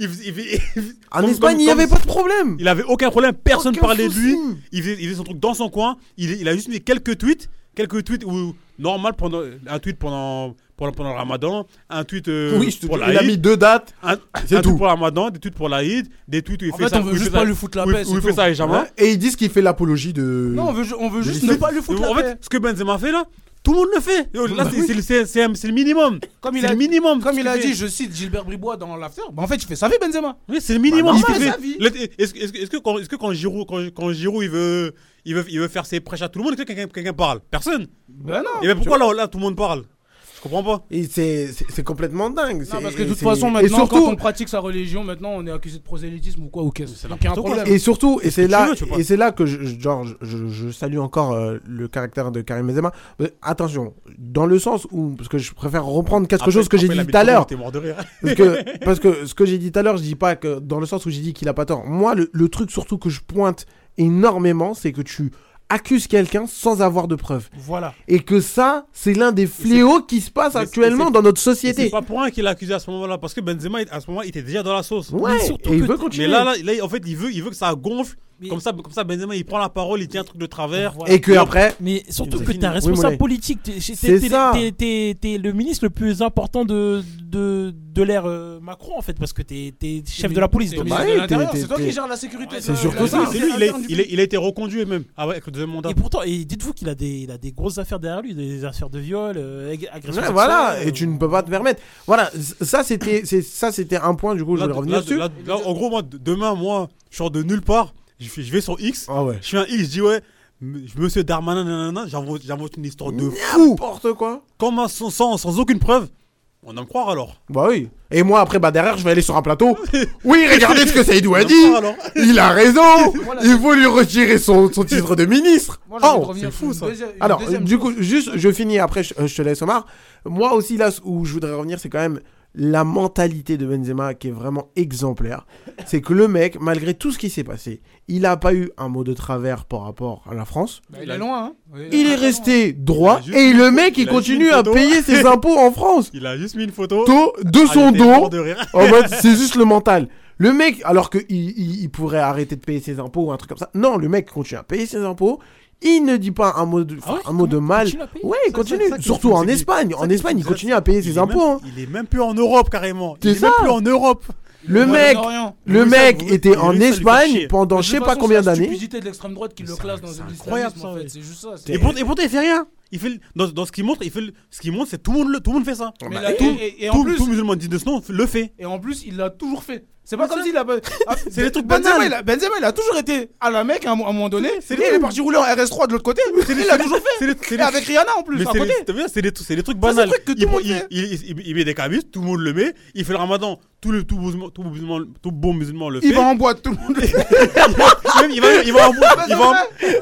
Il, fais- il fais- il- En comme- Espagne, comme- il n'y comme- avait pas de problème. Il avait aucun problème, personne Aucun parlait de lui. souci. Il faisait, il faisait son truc dans son coin. Il, il a juste mis quelques tweets, quelques tweets où normal pendant un tweet pendant pendant, pendant le Ramadan, un tweet euh, Oui, je te pour dis, l'Aïd, il a mis deux dates, un, c'est un tout. tweet pour le Ramadan, des tweets pour l'Aïd, des tweets où il En fait fait, ça. on veut où il juste fait pas ça- lui foutre la où il- paix, Où c'est il fait tout. ça à Benjamin. hein, Et ils disent qu'il fait l'apologie de. Non, on veut, ju- on veut de juste ne l'islam. pas lui foutre la En paix. fait, ce que Benzema fait là, tout le monde le fait. Yo, Là, Bah c'est oui. c'est le- c'est- c'est- c'est le minimum. Comme il C'est a- le minimum. Comme ce il qu'il a fait. dit, je cite Gilbert Bribois dans l'after, bah en fait, il fait sa vie, Benzema. Oui, c'est le minimum. Bah, ce qu'il normal, fait. sa vie. Le- Est-ce que- est-ce que, est-ce que quand, est-ce que quand Giroud, quand, quand Giroud, il veut, il veut, il veut faire ses prêches à tout le monde, est-ce que quelqu'un quelqu'un parle Personne. Ben non. Et ben pourquoi là, là, tout le monde parle Je comprends pas. Et c'est c'est- c'est complètement dingue. Non, c'est- parce que de toute c'est- façon, et maintenant, surtout- quand on pratique sa religion, maintenant, on est accusé de prosélytisme ou quoi, ou qu'est-ce Donc, il y a un n'importe quoi. problème. Et surtout, et Qu'est-ce que c'est tu là, veux, tu vois. et c'est là que je, je- genre, je- je, je salue encore euh, le caractère de Karim Benzema. Mais attention, dans le sens où, parce que je préfère reprendre quelque Après- chose que j'ai après, la dit tout à l'heure. T'es mort de rire. Parce [laughs] que, parce [laughs] que ce que j'ai dit tout à l'heure, je dis pas que dans le sens où j'ai dit qu'il a pas tort. Moi, le, le truc surtout que je pointe énormément, c'est que tu accuses quelqu'un sans avoir de preuves. Voilà. Et que ça, c'est l'un des fléaux qui se passe Mais c'est- actuellement c'est- dans notre Et C'est société. pas pour rien qu'il l'a accusé à ce moment-là, parce que Benzema, il- à ce moment, il était déjà dans la sauce. Ouais, Mais surtout et il que- veut continuer. Mais là, là, là, en fait, il veut, il veut que ça gonfle. Mais- Comme ça, comme ça, Benzema, il prend la parole, il tient un truc de travers. Voilà. et que après, Mais surtout C'est que fini. t'es un responsable Moulay. politique. T'es- t'es- C'est t'es- ça. t'es- T'es t'es le ministre le plus important de, de, de l'ère euh, Macron, en fait, parce que t'es es chef de la police. T'es donc. ministre Bah de oui, l'Intérieur, t'es- c'est toi t'es- qui gères la sécurité. c'est de- surtout de- ça. de- C'est lui, il, est- interne du il, est- il a été reconduit même ah ouais, avec le deuxième mandat. Et pourtant, et dites-vous qu'il a des, il a des grosses affaires derrière lui, des affaires de viol, euh, ag- agression. Ouais, voilà, sexuelle, euh. et tu ne peux pas te permettre. Voilà, c- ça c'était, c'est- ça c'était un point du coup, je Là, voulais revenir là, dessus. là, là, en gros, moi, d- demain, moi, je sors de nulle part. Je, fais- je vais sur X. Ah ouais. Je fais un X, je dis ouais. m- Monsieur Darmanin, nanana, j'invente j'invente une histoire de fou. N'importe quoi. Comme un- sans, sans, sans aucune preuve. On va me croire alors. Bah oui. Et moi après, bah derrière, je vais aller sur un [laughs] plateau. Oui, regardez ce que Saïdou a On va me dit. croire, alors. Il a [laughs] raison. Il faut lui retirer son, son titre de ministre. Moi, j'ai envie de Oh, revenir c'est sur fou une ça. deuxième- une Alors, deuxième du coup, juste, je finis après, je, euh, je te laisse Omar. Moi aussi, là où je voudrais revenir, c'est quand même la mentalité de Benzema qui est vraiment exemplaire. C'est que le mec, malgré tout ce qui s'est passé, il n'a pas eu un mot de travers par rapport à la France. Bah, Il est loin, hein. Il est resté droit Il a juste et mis- le mec, il, il a juste continue mis à le dos. payer [laughs] ses impôts en France. Il a juste mis une photo. Tôt de Ah, son il était mort dos. de rire. [laughs] En mode, c'est juste le mental. Le mec, alors qu'il il, il pourrait arrêter de payer ses impôts ou un truc comme ça. Non, le mec continue à payer ses impôts. Il ne dit pas un mot de, Ah enfin, ouais, un mot de mal. continue à payer. Ouais, Ça, il ça, continue. ça qui est Surtout fou, en c'est qu'il- Espagne. ça En qui est Espagne, il fou, continue à payer Il ses est impôts. même- hein. Il est même plus en Europe carrément. Il C'est est ça. même plus en Europe. Le mec, le Vous- mec vous- vous- était vous- en ça lui fait Espagne chier. pendant je sais pas combien C'est la d'années. stupidité de l'extrême droite qui le classe dans une incroyable, incroyable, en ça, fait. ouais. C'est juste ça. c'est- Et, pour, et pourtant, il fait rien. Il fait, le- dans, dans ce qu'il montre, il fait, le- ce qu'il montre, c'est tout le monde, le, tout le monde fait ça. Bah, Mais là, tout, et- et- et en tout- plus- tout musulman dit de ce nom le fait. Et en plus, il l'a toujours fait. C'est pas comme s'il a. C'est des trucs Benzema, banals. il a, Benzema, il a toujours été à la Mecque à un mo- à un moment donné. C'est il des est trucs- parti rouler en RS3 de l'autre côté. Il l'a toujours fait. C'est des- c'est Et des- avec Rihanna en plus, mais à c'est des- côté. t'as vu, c'est des, trucs- c'est des trucs Ça, c'est banals. des trucs que tout il, le monde il- fait. il- il- il met des cabus, tout le monde le met. Il fait le ramadan, tout, le, tout, musulman, tout, musulman- tout bon musulman le fait. Il va en boîte, tout le monde. [laughs] Même, il va, il va en [laughs] il va en- il- il- il-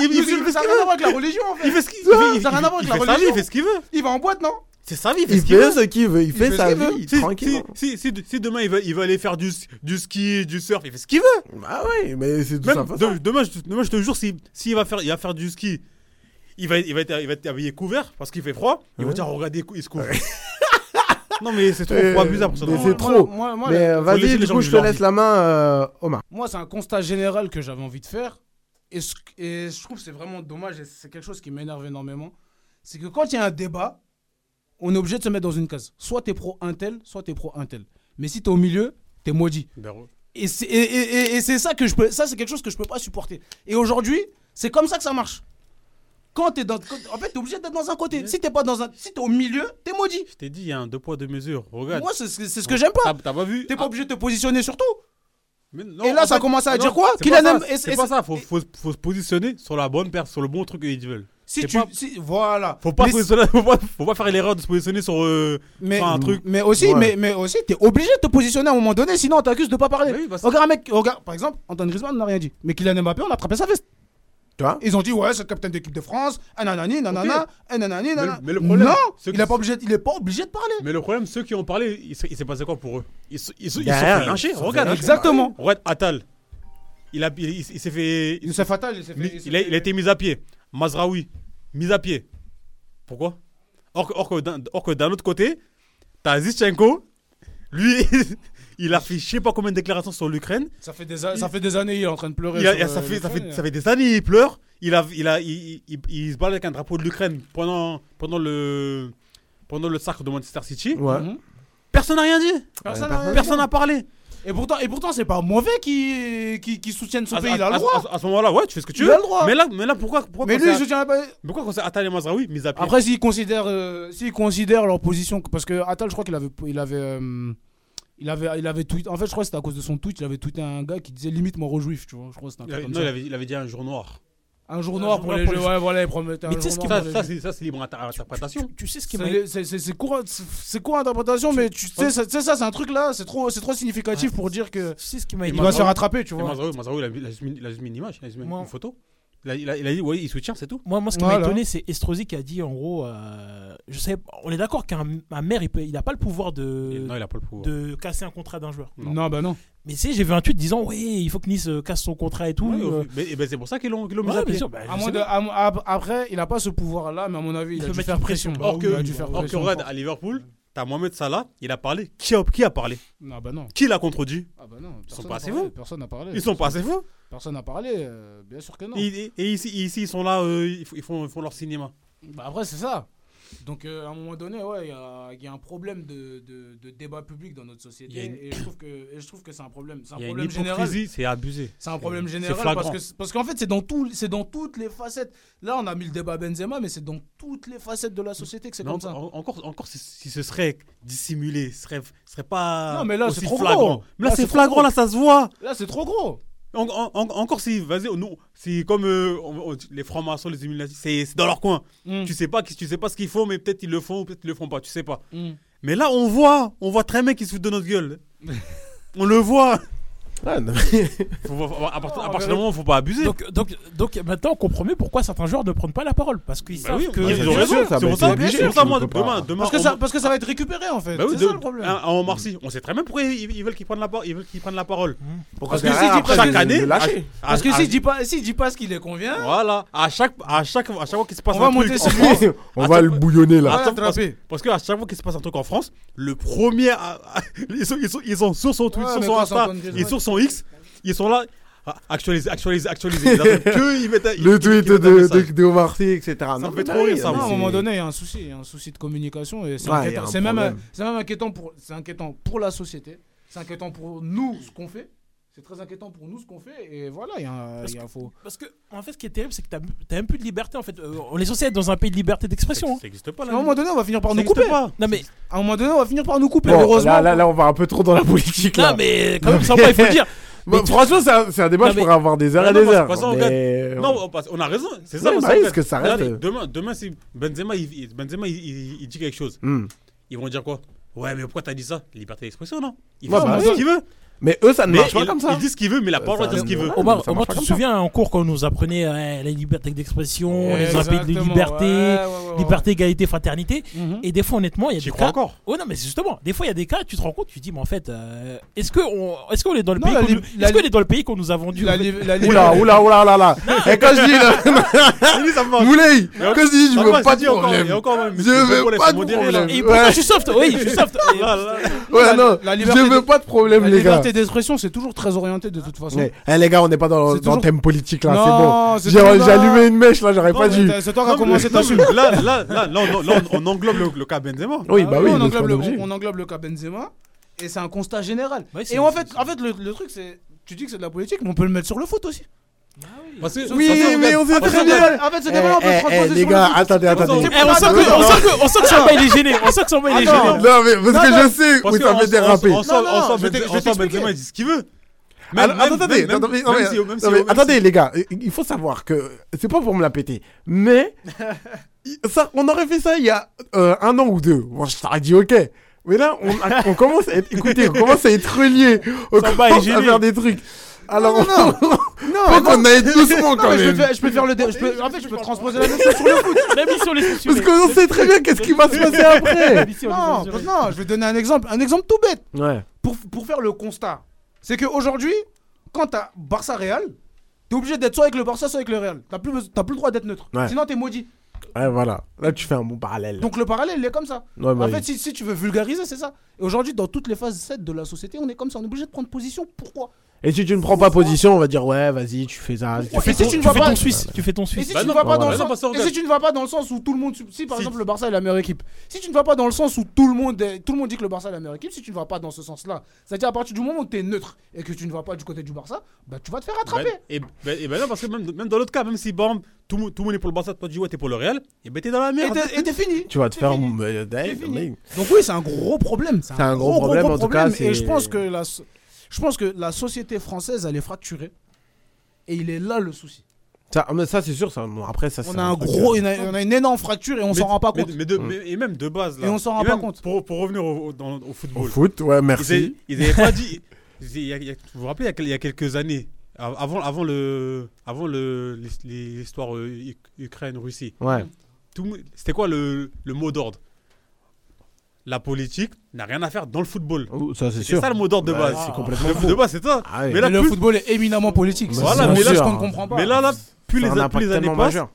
il- Musulman, Oh, Ça n'a rien à voir avec la religion en fait. il fait ce qu'il veut. Ça n'a rien à voir avec la Il fait sa vie, il religion. fait ce qu'il veut. Il va en boîte, non C'est sa vie, il fait Il ce qu'il veut. fait ce qu'il veut. Il fait fait sa ce qu'il veut. vie Si, tranquille. si- si- si- si demain il va, il va aller faire du, du ski, du surf, il fait ce qu'il veut. Bah ouais, mais c'est tout Même ça. de- demain, je, demain, je te jure, s'il si, s'il va, faire- il va faire du ski, il va, il va, être, il va être habillé couvert parce qu'il fait froid. Il va Ouais. dire, oh, regardez, il se couvre. [laughs] non, mais c'est trop Euh, faut abuser après ça. mais non. c'est Moi, trop. moi, moi, Mais la- euh, laisser les vas-y, du gens coup, je vivre te leur laisse vie. la main, euh, Omar. Moi, c'est un constat général que j'avais envie de faire. Et, ce- et je trouve que c'est vraiment dommage. Et c'est quelque chose qui m'énerve énormément. C'est que quand il y a un débat, on est obligé de se mettre dans une case. Soit t'es pro un tel, soit t'es pro un tel. Mais si t'es au milieu, t'es maudit. Ben, Et c'est et, et- et- et c'est ça que je peux. Ça, c'est quelque chose que je peux pas supporter. Et aujourd'hui, c'est comme ça que ça marche. Quand t'es dans. quand- en fait, t'es obligé d'être dans un côté. Si t'es pas dans un. Si t'es au milieu, t'es maudit. Je t'ai dit, il y a un deux poids, deux mesures. Regarde. Moi, c'est c'est- c'est ce que j'aime pas. T'as- T'as pas vu Ah. T'es pas obligé de te positionner sur tout. Mais non, Et là, en ça fait, commence à non, dire quoi c'est Qu'il pas en aime. ça, et- C'est et- pas ça. Faut, faut, faut se positionner sur la bonne personne, sur le bon truc qu'ils veulent. Si C'est tu. pas- si- Voilà. Faut pas, Mais se positionner- faut pas, faut pas faire l'erreur de se positionner sur, euh, Mais, sur un truc. mais aussi, Ouais. mais, mais aussi, t'es obligé de te positionner à un moment donné, sinon on t'accuse de pas parler. Mais oui, parce que- regarde, un mec, regarde, par exemple, Antoine Griezmann n'a rien dit, mais Kylian Mbappé, on a attrapé sa veste. Tu vois Ils ont dit, ouais, c'est le capitaine d'équipe de France, ah, nanani, nanana, ah, nanani, nanana. mais le problème, non, c'est que il est, pas c'est- obligé, il est pas obligé de parler. Mais le problème, ceux qui ont parlé, il s'est il s'est passé quoi pour eux Ils se ils se- ils se sont Derrière, fait lyncher. ils se sont Regarde. fait Exactement. Regarde, Attal. Il a- il- il- il s'est fait. C'est fatal, il s'est Mi- fait. s'est il, a, fait- il a été mis à pied. Mazraoui, mis à pied. Pourquoi Or que, or que d'un- or que d'un autre côté, t'as Zichenko, lui, [laughs] il a fait je sais pas combien de déclarations sur l'Ukraine. Ça fait, des, a- ça fait des années, il est en train de pleurer. Il a- sur, ça, euh, fait, ça, l'Ukraine. fait, ça fait des années, il pleure. Il, a, il, a, il, il- il- il se balade avec un drapeau de l'Ukraine pendant, pendant, le, pendant le sacre de Manchester City. Ouais. Mhm. Personne n'a rien dit. Personne n'a rien Personne dit. n'a parlé. Et pourtant, et pourtant c'est pas mauvais qui, qui, qui soutiennent son À, pays, il a à- le à- droit. à- à ce moment-là, ouais, tu fais ce que tu Il veux. a le droit. Mais là, mais là pourquoi, pourquoi Mais quand lui, il c'est- soutient pas. pourquoi quand c'est Attal et Mazraoui, mis à pied Après, s'ils considèrent, euh, s'ils considèrent leur position, parce que Attal, je crois qu'il avait, il avait, euh, il avait, il avait tweet. En fait, je crois que c'était à cause de son tweet, il avait tweeté un gars qui disait limite mort aux juifs, tu vois. Je crois que c'était un Il truc comme avait- Non, ça. il avait, il avait dit un jour noir. Un jour noir pour les pour jeux. les- Ouais, voilà, ils promettaient un Mais tu sais ce jour qui noir Ça, pour les ça, Juifs. c'est, ça, c'est libre inter- interprétation. Tu sais ce qui C'est m'a. les- C'est c'est- c'est court, c'est- c'est court interprétation, mais tu sais, ça- tu sais ça, c'est un truc là, c'est trop, c'est trop significatif pour dire que Tu sais ce qui m'a. il m'a va dit- se rattraper, tu Et vois. Mazraoui, Mazraoui, il, a, il a juste mis, il a juste mis une image, il a juste mis Moi- une photo. Il a, il a- il a dit, oui, il soutient, c'est tout. Moi, moi, ce qui Voilà. m'a étonné, c'est Estrosi qui a dit en gros, euh, je sais, on est d'accord qu'un un maire, il peut, il a pas le pouvoir Et de, non, il a pas le pouvoir. de casser un contrat d'un joueur. Non. Non, bah non. Mais tu sais, j'ai vu un tweet disant, ouais, il faut que Nice euh, casse son contrat et tout. Ouais, euh, au- mais, et ben, c'est pour ça qu'ils l'ont, qu'ils l'ont mis ouais, à bien pied. sûr, bah, je À sais moins de- pas. à mo- ap- après, il a pas ce pouvoir là, mais à mon avis, il, Il a peut dû mettre faire la pression. Bah pression. Or que, il a dû faire or que pression. regarde, à Liverpool, t'as Mohamed Salah, il a parlé. Qui a, qui a parlé Non, bah non. Qui l'a contredit Ah bah non, personne sont n'a pas assez parlé, fous. Personne n'a parlé. Ils sont pas assez fous. Personne n'a parlé, euh, bien sûr que non. Et, et- et ici, ici, ils sont là, euh, ils, f- ils font, ils font leur cinéma. Bah après, c'est ça. Donc, euh, à un moment donné, ouais, il y a- il y, a un problème de, de- de débat public dans notre Il y a société. une- Et je trouve que, et je trouve que c'est un problème. C'est un Il y a une problème général. hypocrisie, c'est abusé. C'est un problème c'est général flagrant. parce que parce qu'en fait c'est dans tout c'est dans toutes les facettes. Là on a mis le débat Benzema mais c'est dans toutes les facettes de la société que c'est Non, comme ça. en- encore, encore si, si ce serait dissimulé, ce serait, ce serait pas Non, mais là, aussi c'est trop flagrant. gros. Mais là, Là, c'est c'est trop flagrant, gros. là, ça se [laughs] voit. Là c'est trop gros. En- en- en- encore si, vas-y, nous, si comme euh, on- on- les francs-maçons, les Illuminati, c'est c'est dans leur coin. Mm. Tu sais pas, qui- tu sais pas ce qu'ils font, mais peut-être ils le font, ou peut-être ils le font pas, tu sais pas. Mm. Mais là, on voit, on voit très bien qu'ils se foutent de notre gueule. on le voit. Ah, non. [laughs] Faut- faut- faut- à partir à partir du moment, où faut pas abuser. Ah, Donc, donc, donc maintenant, on compromet pourquoi certains joueurs ne prennent pas la parole. Parce qu'ils Bah savent oui, que. ils ont bien raison. sûr, ça, C'est mais pour c'est ça, obligé, c'est pour tu ça, ne moi, peux pas. demain, demain, Parce que on- ça parce que ça va être récupéré en fait. Bah oui, c'est ça de- le problème. à- à- en Marseille, on sait très bien pourquoi ils, ils veulent qu'ils prennent la parole, ils veulent qu'ils prennent la parole. Pourquoi Mm. Parce que derrière, si, après, parce de- que- de chaque lâcher. année, Parce que à- s'il dit pas s'il dit pas ce qui les convient, Voilà, à chaque, à chaque, à chaque fois qu'il se passe On va un truc monter en sur- France, On va le bouillonner là. [laughs] on va attends, Ah, parce- l'attraper. parce que à chaque fois qu'il se passe un truc en France, le premier, à- à- [laughs] ils, sont, ils, sont, ils sont sur son tweet, Ouais, sur mais son quand Insta, Antoine Griezmann- ils sont sur son X, ils sont là, ah, à- actualiser, [laughs] actualiser, actualiser. Ils attendent que ils mettent un- Le ils- tweet qu'ils mettent un de, message. de, de Omar Sy, etc. Ça Non, me mais fait trop bah oui, rire, ça, non, Non, à moi. un mais moment c'est- donné, il y a un souci, il y a un souci de communication et Ouais, il c'est y a inquiétant. un C'est même, problème. c'est même inquiétant pour, c'est inquiétant pour la société, c'est inquiétant pour nous ce qu'on fait, c'est très inquiétant pour nous ce qu'on fait et voilà, il y a, un- il y a un faux. Parce que, en fait, ce qui est terrible, c'est que t'as t'as même plus de liberté. En fait, Euh, on est censé être dans un pays de liberté d'expression. hein. Ça existe pas À là. un moment donné, on va finir par nous existe couper. pas. Non, mais, À un moment donné, on va finir par nous couper. Bon, heureusement. là, là, là, on va un peu trop dans la politique. Là. non, mais quand même, sympa, [laughs] il faut le dire. Bon, mais tu- franchement, c'est un, c'est un débat, Non, je mais- pourrais avoir des heures Ah, et non, des parce que heures. de toute façon, mais- Non, on passe- on a raison, c'est ça. Ouais, parce bah oui, en parce fait, que ça reste- regardez, Demain, demain, si Benzema, il, il- Benzema, il- il- il dit quelque chose, Hmm. ils vont dire quoi Ouais, mais pourquoi t'as dit ça Liberté d'expression, non Il Ouais, fait bah ce oui. qu'il veut. Mais eux, ça ne Mais marche pas il- comme ça. Il dit ce qu'il veut, mais la parole Euh, ça- dit ce qu'il veut. Ouais, Au mais moins, ça au moins, marche pas tu te comme ça. souviens hein, en cours quand on nous apprenait euh, la liberté d'expression, on est dans un pays de Exactement, liberté, ouais, ouais, ouais, ouais. liberté, égalité, fraternité. Mhm. Et des fois, honnêtement, il y a J'y des crois cas. encore. Oh non, mais c'est justement, des fois, il y a des cas, tu te rends compte, tu te dis, mais en fait, euh, est-ce que on, est-ce qu'on est dans le Non, pays, la qu'on lib- nous- la est-ce qu'on li- est dans le pays qu'on nous a vendu La en fait li- la li- Oula, oula, oula, là, là. Et quand [laughs] je dis, là, [laughs] Moulay, quand je dis, je Ah, veux moi, pas j'ai de dit encore, il y problème. a encore même- Je c'est bon, veux laisse pas de modérer, là. problème. Et pourtant, Ouais. je suis soft, oui, je suis soft. Et- Ah, là, là. [laughs] Ouais, la- non, la je liberté veux des- pas de problème, La les gars. liberté d'expression, c'est toujours très orienté de toute façon. Ouais. Eh, les gars, on n'est pas dans C'est dans le toujours- thème politique, là, c'est Non, c'est bon. J'ai- toujours- J'ai allumé une mèche, là, j'aurais pas C'est dû. c'est toi qui as Non, mais- commencé ta non, mais [laughs] là, là, là, là, on, là, on- on englobe le, le cas Benzema. [laughs] Oui, bah oui, Ah on, mais c'est englobe le, pas obligé. on englobe le cas Benzema et c'est un constat général. Ouais, Bah c'est- et en fait, c'est- en fait le, le truc, c'est. Tu dis que c'est de la politique, mais on peut le mettre sur le foot aussi. Bah Parce que- Oui, parce que- mais on sait parce très que- bien. En fait, ce Eh, gamin, on peut eh, se eh, transposer les sur le gars, foot. attendez, C'est pour attendez. ça Eh, que- on sent que- Attends, on sent que- on sent que Champagne, il est gêné. On sent que Champagne, il est Attends. gêné. Non, mais parce que je sais où Parce ça fait que on- déraper. on- On sent- Non, non, on sent je vais Benze- t'ex- je on vais sent t'expliquer. Benzema, il dit ce qu'il veut. Même- Alors, même- attendez, même- non, mais- non, même mais- si- même si- non, mais même si- attendez les gars, il- il faut savoir que c'est pas pour me la péter, mais il- ça, on aurait fait ça il y a euh, un an ou deux. Bon, je t'aurais dit ok, mais là on, a- on commence à être, écoutez, on commence à être relié, on Ça va, commence il est à gêné. faire des trucs. Alors Non, non, [laughs] on- ah, [laughs] Non, faut qu'on aille [laughs] doucement Non, quand mais je peux même, faire- je peux faire le. dé- je peux- En fait, je peux transposer la notion sur le [laughs] foot. La mission, les sous parce qu'on sait très bien qu'est-ce qui va se passer après. Non, parce- non, je vais donner un exemple, un exemple tout bête Ouais. pour, pour faire le constat. C'est qu'aujourd'hui, quand t'as Barça Real, t'es obligé d'être soit avec le Barça, soit avec le Real. T'as plus, besoin- t'as plus le droit d'être neutre. Ouais. Sinon, t'es maudit. Ouais, voilà, là tu fais un bon parallèle. Donc le parallèle, il est comme ça. Ouais, bah, en fait, si, si tu veux vulgariser, c'est ça. Et aujourd'hui, dans toutes les phases 7 de la société, on est comme ça. On est obligé de prendre position. Pourquoi Et si tu ne prends pas position, on va dire ouais, vas-y, tu fais ça. Ouais, Tu et fais si ton- tu tu ne vas fais pas, ton Suisse. Tu fais ton et Suisse. si Bah tu non, ne vas pas bah dans le non, sens, parce que et si tu ne vas pas dans le sens où tout le monde, si par Si- exemple le Barça est la meilleure équipe, si tu ne vas pas dans le sens où tout le monde, est- tout le monde dit que le Barça est la meilleure équipe, si tu ne vas pas dans ce sens-là, c'est-à-dire à partir du moment où tu es neutre et que tu ne vas pas du côté du Barça, bah tu vas te faire Ben- attraper. Et, ben, et ben non, parce que même, même dans l'autre cas, même si bam, tout, le monde- tout le monde est pour le Barça, toi tu dis ouais, t'es pour le Real, et ben t'es dans la Et merde. t'es- Et t'es fini. Tu vas te faire. fini. euh, d'ailleurs, fini. mec. Donc oui, c'est un gros problème. C'est un gros problème, en tout cas, c'est- Et je pense que la, so- je pense que la société française, elle est fracturée. Et il est là le souci. Ça, ah, mais ça c'est sûr. Ça, bon, après ça. Hum. On c'est a un truc, gros, euh, on a, [laughs] on a une énorme fracture et on Mais- s'en rend pas mais- compte. mais de- mais- et même de base, là. Et on s'en rend Et pas même compte. Pour, pour revenir au, au- dans- au Au football, foot, ouais, ils, avaient, merci. ils avaient pas [laughs] dit. ils- il y a- il y a- vous vous rappelez, il y a quel- il y a quelques années, av- avant, avant le, avant le, l'his- l'histoire euh, Uk- Ukraine-Russie, Ouais. tout le monde- c'était quoi le, le mot d'ordre La politique n'a rien à faire dans le football. Oh, Ça c'est C'est sûr. ça le mot d'ordre de Bah, base. c'est complètement Le- faux. de base, c'est ça. Ah ouais. Ah. Mais là, le plus- football est éminemment politique. Bah, c'est voilà, ça. mais là, C'est je ce qu'on hein. ne comprend pas. mais là, là, plus Ça les, a un plus impact les années tellement passent, majeur.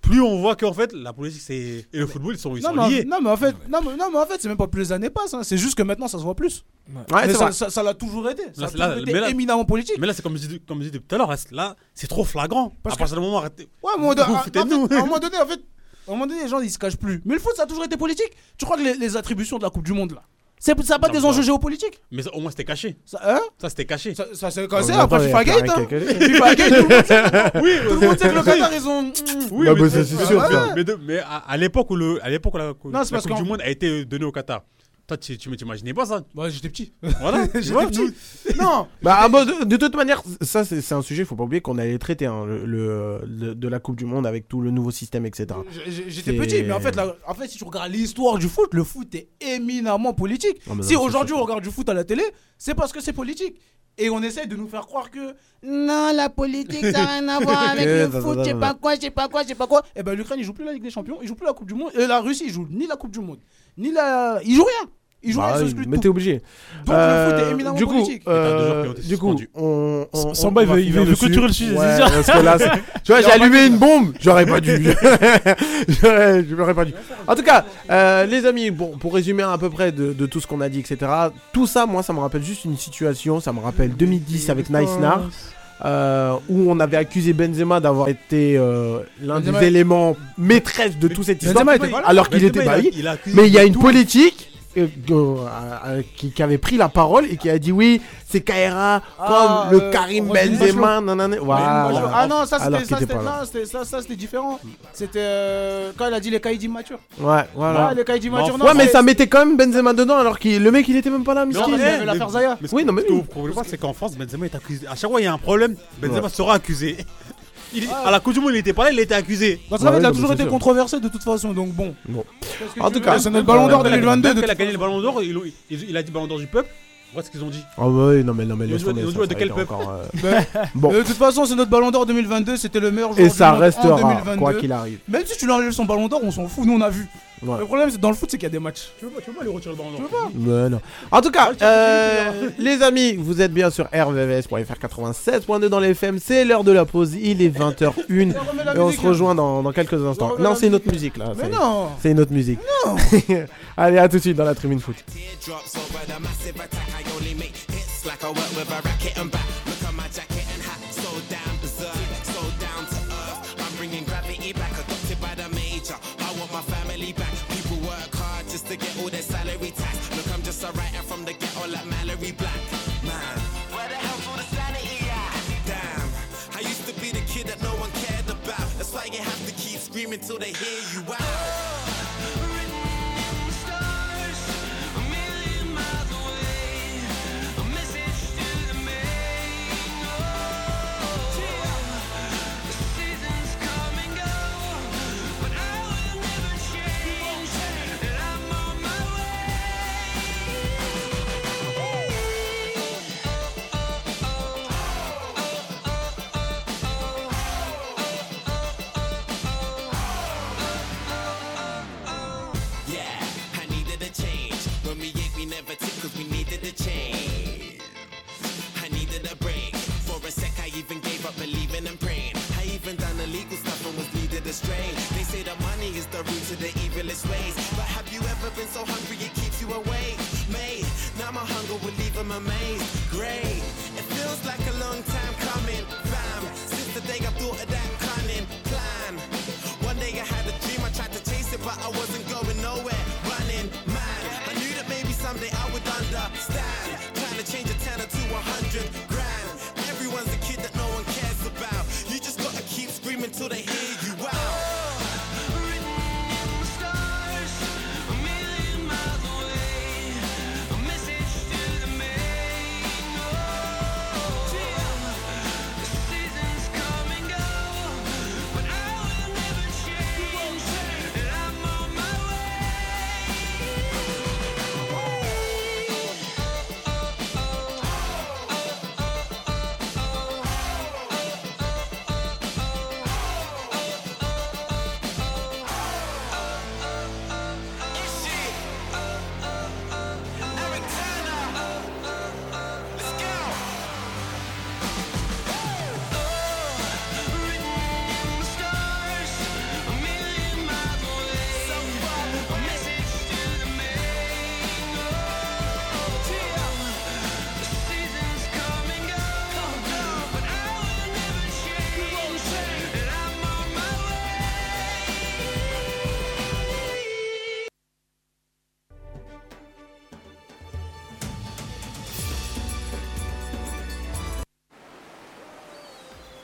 plus on voit qu'en fait la politique c'est et le football ils sont, ils Non sont mais, liés. non, mais en fait, non, mais, non, mais en fait, c'est même pas plus les années passent. hein. C'est juste que maintenant, ça se voit plus. Ouais, mais c'est ça, vrai. ça- ça l'a toujours été. Ça Là, a c'est là- toujours été mais là- éminemment politique. Mais là c'est comme je dis comme je disais tout à l'heure là c'est trop flagrant. Parce à partir du moment arrêtez. Ouais, mais on doit- Vous à- foutez en de fait, nous. à un moment donné, en fait, à un moment donné, les gens ils se cachent plus. Mais le foot, ça a toujours été politique. Tu crois que les, les attributions de la Coupe du Monde là, c'est ça a pas Non, des mais enjeux ça- géopolitiques Mais ça, au moins c'était caché. Ça, hein Ça c'était caché. Ça, ça c'est On cassé attend, après il y a FIFA Gate. Karim hein. Kakele. FIFA Gate, tout le monde sait- [laughs] oui, tout le monde sait que le Qatar, ils ont. [laughs] Oui, Bah, mais, bah, ça, c'est mais- sûr, mais- ça. mais de- mais à, à l'époque où le à l'époque où la, où Non, c'est la parce Coupe du qu'en- monde a été donnée au Qatar. Toi tu tu m'imaginais pas ça. Ouais, j'étais petit. [laughs] Voilà. tu vois, petit. nous- [laughs] Non, Bah, ah, bah, de, de toute manière, ça c'est c'est un sujet, faut pas oublier qu'on allait traiter hein, le, le- le- de la Coupe du Monde avec tout le nouveau système, etc. j- j- j'étais C'est- petit, mais en fait, la- en fait, si tu regardes l'histoire du foot, le foot est éminemment politique. Non, mais si non, c'est aujourd'hui sûr, on regarde du foot à la télé, c'est parce que c'est politique. Et on essaye de nous faire croire que non, la politique ça n'a rien à [laughs] voir avec Que le da, da, foot, da, je sais da. pas quoi, je sais pas quoi, je sais pas quoi. Et ben l'Ukraine, ils jouent plus la Ligue des Champions, ils jouent plus la Coupe du Monde. Et la Russie, ils jouent ni la Coupe du Monde, ni la. Ils jouent rien. Ils jouent Bah, rien, ils oui, s'excluent mais tout. t'es obligé. Donc le foot est Euh, éminemment du coup, politique. euh, Et t'as deux joueurs qui ont été du coup, suspendus. on, on, Samba, on il va veut- il finir veut dessus. clôturer le sujet, c'est Ouais, sûr. parce que [laughs] là, c'est- tu vois, j'ai allumé une bombe, j'aurais pas dû. J'aurais- Je l'aurais pas dû. En tout cas, euh, les amis, bon, pour résumer à peu près de, de tout ce qu'on a dit, etc. Tout ça, moi, ça me rappelle juste une situation. Ça me rappelle 2010 avec Nice Nar. euh, où on avait accusé Benzema d'avoir été euh, l'un des Benzema- éléments maîtresses de toute cette histoire, Benzema était pas là. alors qu'il était Benzema, bailli. il a- il a accusé Mais il y a de une tout. politique euh, euh, euh, qui, qui avait pris la parole et qui a dit oui, c'est Kaira comme Ah, le euh, Karim Roselyne Benzema, nanana. Ah, Voilà. ah non, ça Alors c'était qu'il était ça, c'était- pas là. non, c'était- ça- ça, c'était différent. C'était euh, quand il a dit les caïds immatures. Ouais, voilà. Bah, Ah, les caïds immatures, non. ouais, mais c'est- ça mettait quand même Benzema dedans alors que le mec il était même pas là, Ah, Non, Miski. parce qu'il y avait mais- l'affaire Zaya. Eh, mais ce Oui, que- non, mais ce que oui. vous comprenez pas, c'est qu'en France, Benzema est accusé. À chaque fois, il y a un problème. Benzema sera accusé. [laughs] Il- Ah. à la Coupe du Monde, il était pas là, il était accusé. Parce Bah Ouais, qu'en fait, il non, a mais toujours c'est été sûr. controversé de toute façon, donc bon. Bon. Qu'est-ce que En tu tout veux cas, c'est notre ballon d'or Même 2022. de qu'elle a toute gagné le Ballon d'Or, ils l'ont- ils- il a dit Ballon d'or du peuple. Voilà ce qu'ils ont dit. Ah ouais, non, mais non, mais Ils laisse ont joué- tomber, ils ont ça, joué ça de a quel été peuple encore, euh, [laughs] façon. De toute façon, c'est notre ballon d'or 2022, c'était le meilleur joueur Et du ça monde en restera, 2022. quoi qu'il arrive. Même si tu lui enlèves son ballon d'or, on s'en fout, nous on a vu. Ouais. Le problème, c'est dans le foot, c'est qu'il y a des matchs. Tu veux pas, tu veux pas lui retirer le Ballon d'Or Ouais, non. En tout cas, hein. euh, les amis, vous êtes bien sur rvvs.fr 87.2 dans les FM. C'est l'heure de la pause. Il est [laughs] 20h01 remet la et on se musique, hein. rejoint dans, dans quelques On instants. remet Non, la c'est une autre musique. musique là. Mais c'est- non C'est une autre musique. [laughs] Allez, à tout de suite dans la tribune foot. Teardrops over the massive attack. I only make hits like I work with a racket and back. Look at my jacket and hat, so down berserk, so down to earth. I'm bringing gravity back, adopted by the major. I want my family back. People work hard just to get all their salary tax. Look, I'm just a writer from the ghetto like Mallory Black. Man, where the hell's all the sanity at? Damn, I used to be the screaming till they hear you out. Yeah, I needed a change. When we ate, we never tickled, we needed a change. I needed a break. For a sec, I even gave up believing and praying. I even done illegal stuff and was needed astray. They say that money is the root to the evilest ways. But have you ever been so hungry it keeps you awake? Mate, now my hunger will leave them amazed. Great, it feels like a long time coming. Fam, since the day I thought of that cunning plan. One day I had a dream, I tried to chase it, but I wasn't going nowhere. Running, man, I knew that maybe someday I would understand. Trying to change a tenner to a hundred grand. Everyone's a kid that no one cares about. You just gotta keep screaming till they hear you out.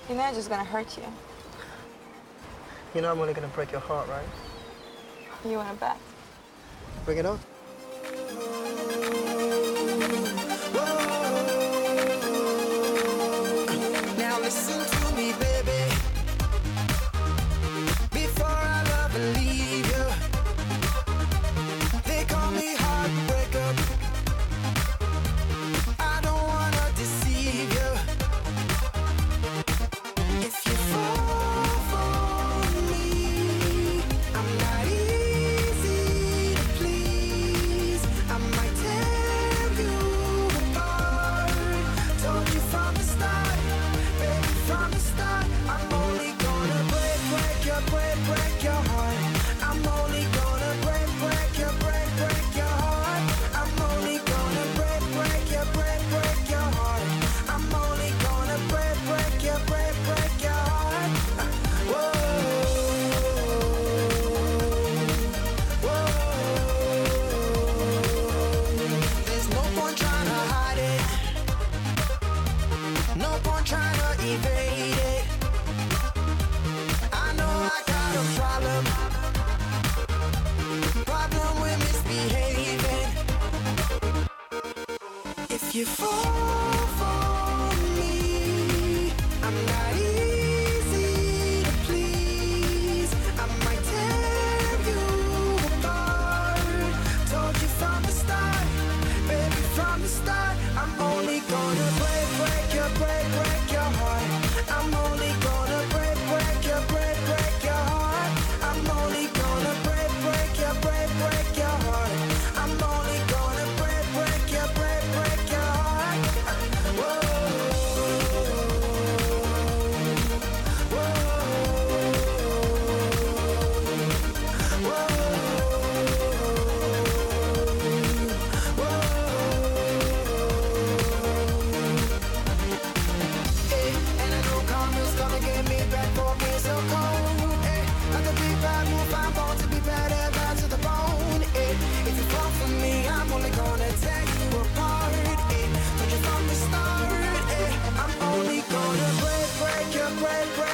Your marriage is gonna hurt you. You know I'm only gonna break your heart, right? You want to bet? Bring it on. Now listen to me, baby. Before I love and leave you, they call me heartbreaker. I don't wanna deceive you. If you fall for me, I'm not easy to please. I might tear you apart. Told you from the start, baby, from the start. I'm only gonna break, break your, break, break your heart. I'm only gonna break, break your, break, break your heart. I'm only gonna break, break your, break, break your heart. I'm only gonna break, break your, break, break your heart. Whoa, whoa. There's no point trying to hide it. No point trying to evade it. I know I got a problem. Problem with misbehaving. If you fall for me, I'm not easy to please. I might tear you apart. Told you from the start, baby, from the start. I'm only gonna break, break your, break, break your heart. I'm only gonna break, break your, break, break your heart. I'm only gonna break, break your, break, break your heart. I'm only gonna break, break your, break, break your heart. eh. eh. eh.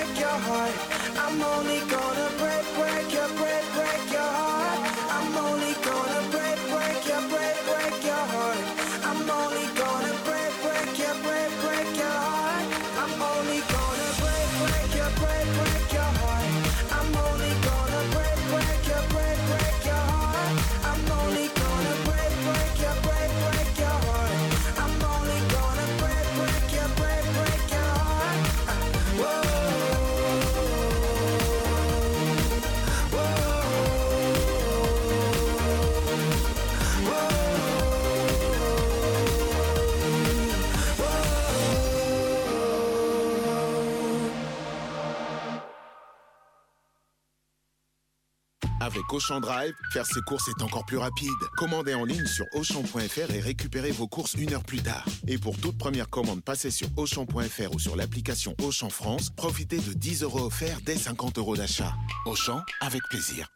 Avec Auchan Drive, faire ses courses est encore plus rapide. Commandez en ligne sur Auchan.fr et récupérez vos courses une heure plus tard. Et pour toute première commande passée sur Auchan.fr ou sur l'application Auchan France, profitez de 10 euros offerts dès 50 euros d'achat. Auchan, avec plaisir.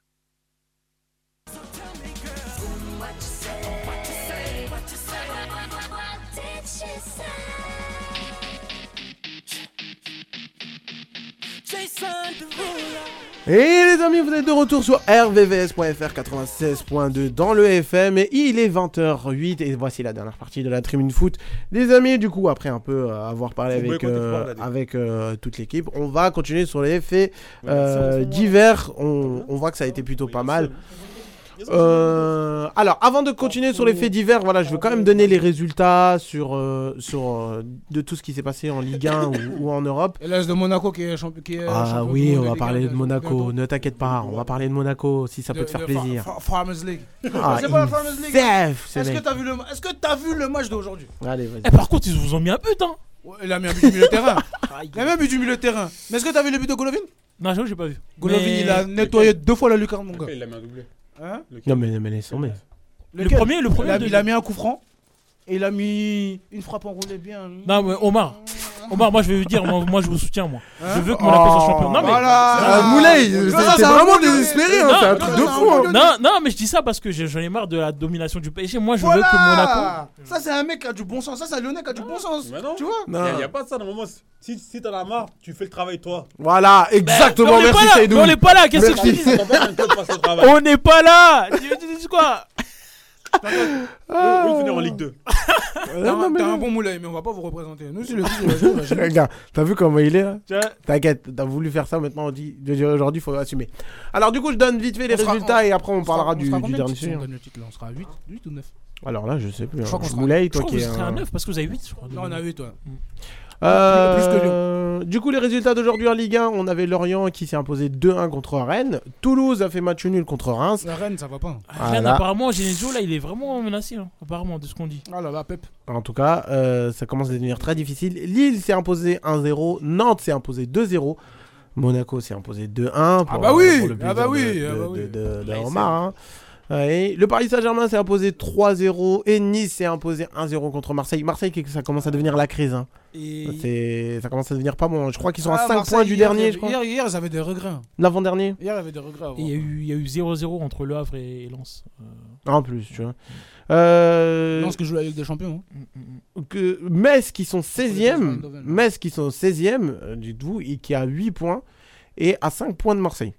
Et les amis, vous êtes de retour sur rvvs.fr 96.2 dans le FM et il est 20h08 et voici la dernière partie de la tribune foot. Les amis, du coup, après un peu euh, avoir parlé Vous avec, boycottez euh, pas, on l'a dit. avec euh, toute l'équipe, on va continuer sur les faits euh, divers. On, on voit que ça a été plutôt pas mal. Euh, alors, avant de continuer sur les faits divers, voilà, je veux quand même donner les résultats sur, euh, sur euh, de tout ce qui s'est passé en Ligue 1 ou- ou en Europe. Et l'As de Monaco qui est champion. qui est Ah Euh, champion du oui, monde on de va Ligue parler un, de Monaco. Ne t'inquiète pas, on va parler de Monaco si ça peut de- te faire de plaisir. Far- Far- Farmers League. Ah, [laughs] c'est pas la il Farmers League. zève, ce Est-ce que mec. t'as vu le Est-ce que t'as vu le match d'aujourd'hui Allez, vas-y. Eh, Par contre, ils vous ont mis un but, hein Ouais, Il a mis un but du milieu de [laughs] terrain. Il a même but du milieu de terrain. Mais est-ce que t'as vu le but de Golovin Non, j'avoue, j'ai pas vu. Golovin, Mais- il a nettoyé deux fois la lucarne, mon gars. Il a mis un doublé. Hein Non, mais, mais laisse tomber. Le Lequel premier, le premier, Il a, il le a deuxième. mis un coup franc. Et il a mis une frappe enroulée bien. Non, mais Omar, Omar, moi je vais vous dire, moi, moi, je vous soutiens, moi. Je veux que mon Oh, appelle soit champion. Non, mais. voilà. Ah, Moulay, Non, c'est- non, c'est un vraiment Moulay. désespéré, hein, Non, c'est un truc non, de non, fou, hein. Non, non, mais je dis ça parce que j'ai- j'en ai marre de la domination du PSG. Moi, je veux que Monaco. Voilà Ça, c'est un mec qui a du Ah, bon sens. Ça, c'est un Lyonnais qui a du bon sens. Tu vois Ah. Il n'y a, pas de ça. Normalement, si- si, si t'en as marre, tu fais le travail toi. Voilà, Mais on est pas là, mais On n'est pas là, qu'est-ce que [laughs] tu dis On n'est pas là Tu tu dis quoi Vous venir en Ligue 2. Ah, T'as non, un, mais t'as non. un bon moulay, mais on va pas vous représenter. Nous, c'est bah, [laughs] le Regarde, t'as vu comment il est là Tiens. T'inquiète, t'as voulu faire ça, maintenant on dit aujourd'hui faut assumer. Alors, du coup, je donne vite fait les On sera- résultats on- et après on sera- parlera on du, sera du combien de dernier titres si sujet. on gagne le titre, là On sera à 8, 8 ou 9 Alors là, je sais plus. Je crois hein. qu'on sera- Moulay, Je toi crois que qui vous est. serez à un- 9 parce que vous avez 8, je crois. Non, on a 8, ouais. Euh, Plus que Du coup, les résultats d'aujourd'hui en Ligue 1, on avait Lorient qui s'est imposé 2-1 contre Rennes. Toulouse a fait match nul contre Reims. La Rennes, ça va pas. hein. Rennes, Voilà. Ah, apparemment, Genesio, là, il est vraiment menacé, hein, apparemment, de ce qu'on dit. Ah là là, Pep. En tout cas, euh, ça commence à devenir très difficile. Lille s'est imposé 1-0, Nantes s'est imposé 2-0, Monaco s'est imposé 2-1. pour- Ah bah oui, pour le ah bah plaisir oui, de- ah de- bah oui. de- de- de Là, il Omar, hein. Ouais, et le Paris Saint-Germain s'est imposé 3-0 et Nice s'est imposé 1-0 contre Marseille. Marseille, que- ça commence à devenir la crise. hein. Et- C'est- Ça commence à devenir pas bon. Je crois qu'ils sont Ah, à 5 Marseille, points du hier, dernier, hier- je crois. Hier, hier, ils avaient des regrets. hein. L'avant-dernier. Hier, ils avaient des regrets. à avoir. Et il y a eu- il y a eu 0-0 entre Le Havre et et Lens. Euh, En plus, tu vois. Euh, Non, ce que joue la Ligue des Champions. hein. Mm, que Metz qui sont Pour 16e, les deux, hein. Eindhoven. Metz qui sont 16e, euh, dites-vous, et qui a 8 points et à 5 points de Marseille.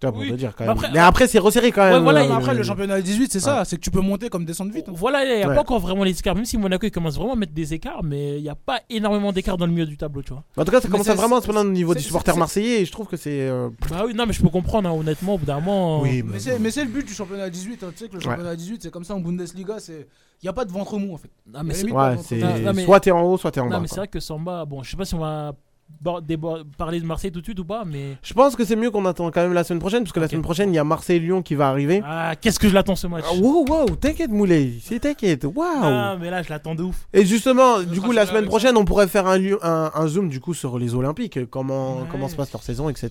Tu vois, pour Oui. te dire quand Mais même. après- Mais après, c'est resserré quand Ouais, même. voilà, euh, et Après, euh, le championnat à 18, c'est ça. C'est que tu peux monter comme descendre vite. hein. Voilà, il n'y a Ouais. pas encore vraiment les écarts, même si Monaco il commence vraiment à mettre des écarts, mais il n'y a pas énormément d'écarts dans le milieu du tableau, tu vois. En tout cas, ça Mais commence à c'est- vraiment à se prendre au niveau c'est- des supporters c'est- marseillais et je trouve que c'est. euh, Bah oui, non, mais je peux comprendre, hein, honnêtement, au bout d'un moment. euh, Oui, Mais mais- bah. c'est mais c'est le but du championnat à 18. hein. Tu sais que le championnat à 18, c'est comme ça en Bundesliga. c'est Il n'y a pas de ventre mou en fait. Non, Ah, mais Ah, Mais c'est limite, Ouais, non, c'est. non, non, mais- Soit t'es en haut, soit t'es en non, bas. mais quoi. c'est vrai que Samba, bon, je sais pas si on va bord- débord- parler de Marseille tout de suite ou pas, mais. Je pense que c'est mieux qu'on attend quand même la semaine prochaine, parce que la semaine prochaine, il y a Marseille-Lyon qui va arriver. Ah, qu'est-ce que je l'attends ce match Ah, Wow, wow, t'inquiète, Moulay, c'est t'inquiète, waouh! Ah, mais là, je l'attends de ouf. Et justement, du coup, la sera celui-là semaine avec prochaine, on pourrait faire un, lieu- un, un zoom du coup sur les Olympiques, comment, Ouais. comment se passe leur saison, etc.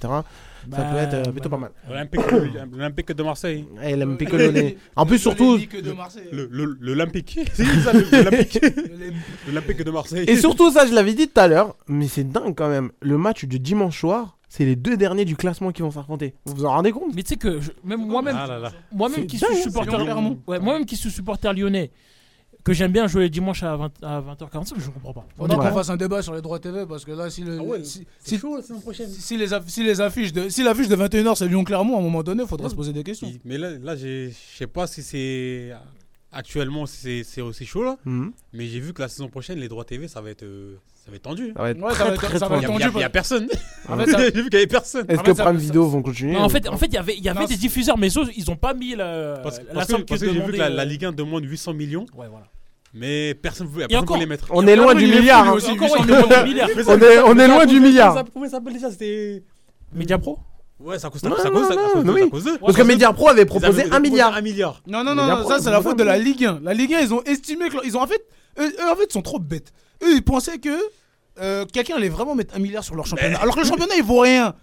ça Bah, peut être euh, bah, plutôt pas mal. L'Olympique de- [coughs] L'Olympique de Marseille. Eh, elle aime picolonner. En plus, surtout, que de Marseille. Le- le- [laughs] L'Olympique. C'est ça, le- L'Olympique. L'Olympique de Marseille. et surtout, ça, je l'avais dit tout à l'heure, mais c'est dingue quand même. Le match de dimanche soir, c'est les deux derniers du classement qui vont s'affronter. Vous vous en rendez compte Mais tu sais que je- même Ah moi-même, là là. moi-même C'est qui dingue, suis hein, supporter, c'est long. ouais, moi-même qui suis supporter lyonnais, que j'aime bien jouer le dimanche à, 20, à 20h45, je comprends pas. hein. Faudra Ouais. qu'on fasse un débat sur les droits TV parce que là, si, le, si, si- chaud la semaine prochaine. si les, aff- si les affiches de, si l'affiche de 21h c'est Lyon-Clermont, à un moment donné, faudra se poser des questions. Ah, Il- Mais là, là j'ai- je sais pas si c'est. Actuellement, c'est c'est aussi chaud là. Mhm. Mais j'ai vu que la saison prochaine, les droits TV, ça va être, euh, ça va être tendu. Ça va être Ouais, ça très va être- très ça va tendu. être- Il tendu, n'y a, parce- personne. En fait, [laughs] ça- [laughs] j'ai vu qu'il n'y avait personne. Est-ce en que fait, ça- Prime ça- Vidéo vont continuer Non, en ou- fait, en fait, il y avait, il y avait Non, des c'est- diffuseurs, mais eux, ils ont pas mis la, Parce, la parce que, somme parce que j'ai vu que la, demandait, la euh, Ligue 1 demande 800 millions, Ouais, voilà. mais personne ne peut encore- les mettre. on est loin du milliard. hein. aussi, Encore, 800 ils demandent un milliard. Mais ça- On est, on est mais ça- loin du comment ça- milliard. Comment ça s'appelle déjà C'était. Media Pro Ouais, ça coûte Non, ça. Ça non, cause ça. non, cause- non, ça oui. cause- ils Parce que Media Pro avait proposé avaient- 1 milliard. Un milliard. Non, non, non, Mais non, bien pour- ça c'est la pour- faute de la Ligue 1. La Ligue 1, ils ont estimé que. Ils ont, en fait, eux, eux, en fait, ils sont trop bêtes. Eux, ils pensaient que euh, quelqu'un allait vraiment mettre un milliard sur leur championnat. Alors que le championnat, il vaut rien.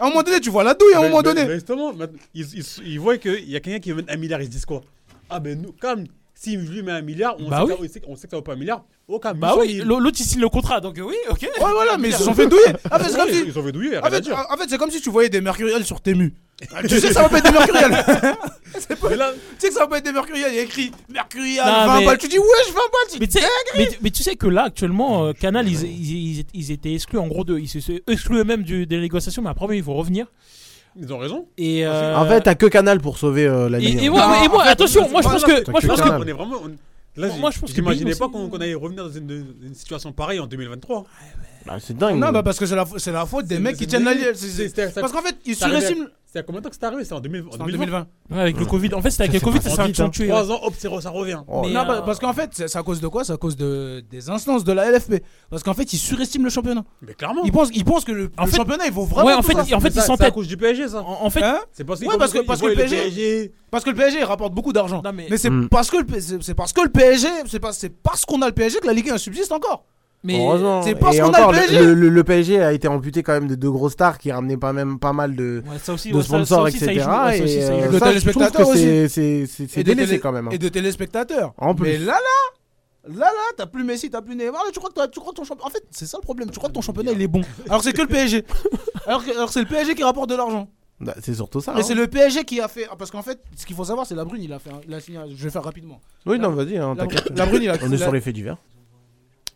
À un moment donné, tu vois la douille, à un Mais- moment mais- donné. mais justement, maintenant, ils, ils- ils voient qu'il y a quelqu'un qui veut mettre un milliard, ils se disent quoi Ah, ben nous, quand si lui met un milliard, on, Bah oui. sait que ça- on sait, on sait que ça vaut pas un milliard. Oh, quand Bah oui, l'au- l'autre il signe le contrat, donc euh, oui, ok. Ouais, voilà, mais ils se sont fait [laughs] douiller. Ah, mais c'est comme si- Ils se sont fait douiller, En rien à fait, dire. en fait, c'est comme si tu voyais des mercuriels sur Temu. tu sais, ça va pas être des [laughs] mercuriels. C'est pas- Tu sais que ça va pas être des mercuriels. Il y a écrit mercuriel, Non, 20 mais- balles. Tu dis, ouais, je 20 balles. Mais tu tu sais, mais, tu- mais tu sais que là, actuellement, euh, Canal, ils, ils- ils- ils étaient exclus en gros de. Ils se se- excluent eux-mêmes du- des négociations, mais après, ils vont revenir. Ils ont raison. Et euh, En fait, t'as que Canal pour sauver euh, la Et, Ligue. et moi, hein. mais- et moi, en fait, attention, moi je voilà, pense que. t'as Moi je que pense Canal. que. On est vraiment. on- Là, Moi, moi, je pense que Bing j'imaginais aussi- pas qu'on qu'on allait revenir dans une, une situation pareille en 2023. Bah, c'est dingue. Non, bah parce que c'est la, fa- c'est la faute des mecs qui tiennent la ligne. C'est- c'est- Parce qu'en fait, ils surestiment. C'est à combien de temps que c'est arrivé C'est en 2020. en 2020. Ouais, avec le Covid. En fait, c'était avec le Covid, ça s'est vite, hein. Trois ans, hop, c'est re- ça revient. Oh Mais, non, euh, bah, parce qu'en fait, c'est c'est à cause de quoi C'est à cause de, des instances de la LFP. Parce qu'en fait, ils surestiment le championnat. Mais clairement. Ils pensent, ils pensent que le, En le fait- championnat, il vaut vraiment. Ouais, en tout fait, ça. et en fait, ils C'est à s'entêtent. cause du PSG, ça. En, en fait, Hein C'est parce, Ouais, parce que, parce que le PSG, parce que le PSG rapporte beaucoup d'argent. Non, mais- Mais c'est Mm. parce que le P- c'est c'est parce que le PSG, c'est pas- c'est parce qu'on a le PSG que la Ligue 1 subsiste encore. mais Heureusement. c'est parce Et qu'on a le encore, PSG. Le, le- le PSG a été amputé quand même de deux grosses stars qui ramenaient pas même pas mal de, Ouais, ça aussi, de ouais, ça- ça sponsors, aussi, ça y etc. joue, ouais, ça aussi, et ça y euh, Le joue. ça, je trouve téléspectateur que c'est- aussi. c'est- c'est c'est Et de délaissé télé- quand même. hein. Et de téléspectateurs. En plus. Mais là, là, là, là, t'as plus Messi, t'as plus Neymar. et Tu crois que, t'as- tu crois que ton championnat. En fait, c'est ça le problème. Tu crois que ton championnat, il est bon. Alors que c'est que [laughs] le PSG. Alors que, alors que c'est le PSG qui rapporte de l'argent. Bah, C'est surtout ça. Et hein. c'est le PSG qui a fait. ah, Parce qu'en fait, ce qu'il faut savoir, c'est la Brune, il a fait. un- Il a signé. un- Je vais faire rapidement. Oui, non, vas-y, hein, La, t'inquiète. la Brune, il a. On est la- sur les faits divers.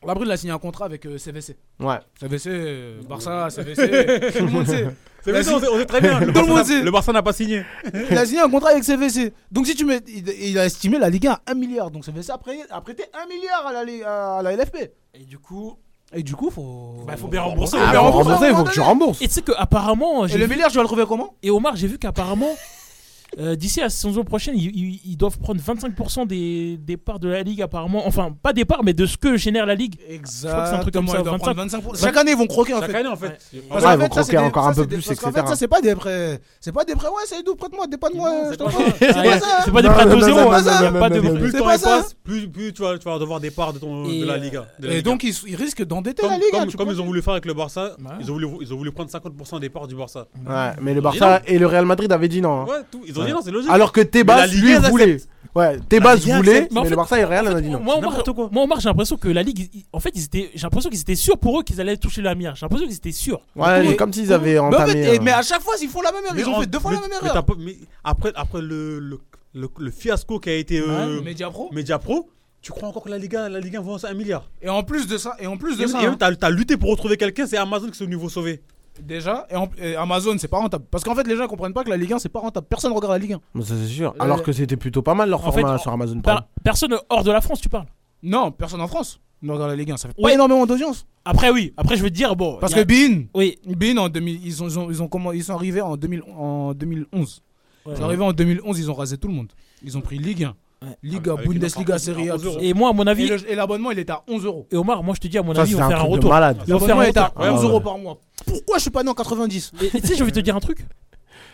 La Brune, il a signé un contrat avec euh, CVC. Ouais. CVC, euh, Barça, CVC. tout le [laughs] monde sait. C'est vrai, on sait- on sait très bien. Le Tout le Barça monde n'a- sait. Le Barça n'a pas signé. Il a signé un contrat avec CVC. Donc si tu mets, il il a estimé la Ligue 1 à 1 milliard. Donc CVC a, prêté- a prêté 1 milliard à la, Ligue- à la LFP. Et du coup, Et du coup, faut. bah, faut bien rembourser. Ah, mais pour on rembourse, rembourser, il on faut va que tu rembourses. Et tu sais que apparemment, Et j'ai le vu- milliard, je dois le trouver comment et Omar, j'ai vu qu'apparemment, [laughs] euh, d'ici à la saison prochaine, ils, ils- ils doivent prendre 25% des, des parts de la ligue apparemment. Enfin, pas des parts, mais de ce que génère la ligue. Exact. crois que c'est un truc comme ça, 25. Chaque année, ils vont croquer en Chaque fait. année, en fait. Parce Ouais, qu'en ils vont fait, ça, c'est croquer des- encore un ça, peu c'est des- plus, parce qu'en etc. fait, ça, c'est pas des prêts. C'est pas des prêts. Ouais, c'est d'où prête-moi, des pas de moi. Non, c'est je pas t'en ça. prie. Ah, C'est pas ça. C'est pas des Non, prêts à non, 2 non, euros. non, hein, non, y a non, pas de- non, non, Plus C'est le temps pas il ça. passe, plus, plus tu, vas, tu vas devoir des parts de, ton, Et, de la euh, Liga. de la Et Liga. donc, ils ils risquent d'endetter comme, la Ligue. hein, comme, tu comme crois ils ont voulu faire avec le Barça, Ouais. ils, ont voulu, ils ont voulu prendre 50% des parts du Barça. Ouais, mais le Bah, Ils ont dit Barça et le Real Madrid avaient dit non. hein. Ouais, tout. Ils ont Ouais. dit non, c'est logique. Alors que Mais Tebas, la Ligue, lui, elle voulait. Ouais, Bah, Tebas Ligue, elle voulait, accepte. Mais en mais fait- le Barça et le Real, on a dit non. Moi, Omar, n'importe quoi. moi, Omar, j'ai l'impression que la ligue, ils- en fait, ils étaient, j'ai l'impression qu'ils étaient sûrs pour eux qu'ils allaient toucher la mire. J'ai l'impression qu'ils étaient sûrs. Ouais, Mais- comme s'ils avaient Mais, en fait, entamé. et- euh, mais à chaque fois, ils font la même erreur. Ils en- ont fait deux fois la mais- même mais t'as erreur. pas- mais après, après le, le, le, le fiasco qui a été euh, Media Pro. Media Pro, tu crois encore que la Liga, la Liga vend ça un milliard Et en plus de ça, et en plus Et de ça, même, hein, t'as t'as lutté pour retrouver quelqu'un, c'est Amazon qui s'est au niveau sauvé. déjà, et, en- et Amazon, c'est pas rentable. Parce qu'en fait, les gens comprennent pas que la Ligue 1, c'est pas rentable. Personne regarde la Ligue 1. mais Ça, c'est Euh, sûr. Alors que c'était plutôt pas mal leur En fait, format en- sur Amazon Prime. Par- Personne hors de la France, tu parles. Non, personne en France ne regarde la Ligue 1. Ça fait Oui. pas énormément d'audience. Après, oui. Après, je veux te dire, bon. Parce y que a- Bean, Oui. Bean en 2000, ils, ont, ils, ont, ils, ont comment- ils sont arrivés en, 2000 en 2011. Ils sont Ouais. arrivés en 2011, ils ont rasé tout le monde. Ils ont pris Ligue 1, Ouais. Liga, Avec une Bundesliga, offre Serie A. à 11 tout ça. euros. Et moi, à mon Et avis, le- et l'abonnement, il était à 11 euros. et Omar, moi, je te dis, à mon Ça, avis, ils c'est vont un faire un truc de retour. malade. Ah Ils vont faire L'abonnement un était à retour. 11 Ouais, euros ouais. par mois. Pourquoi je suis pas né en 90 Et et tu sais, je vais te dire un truc.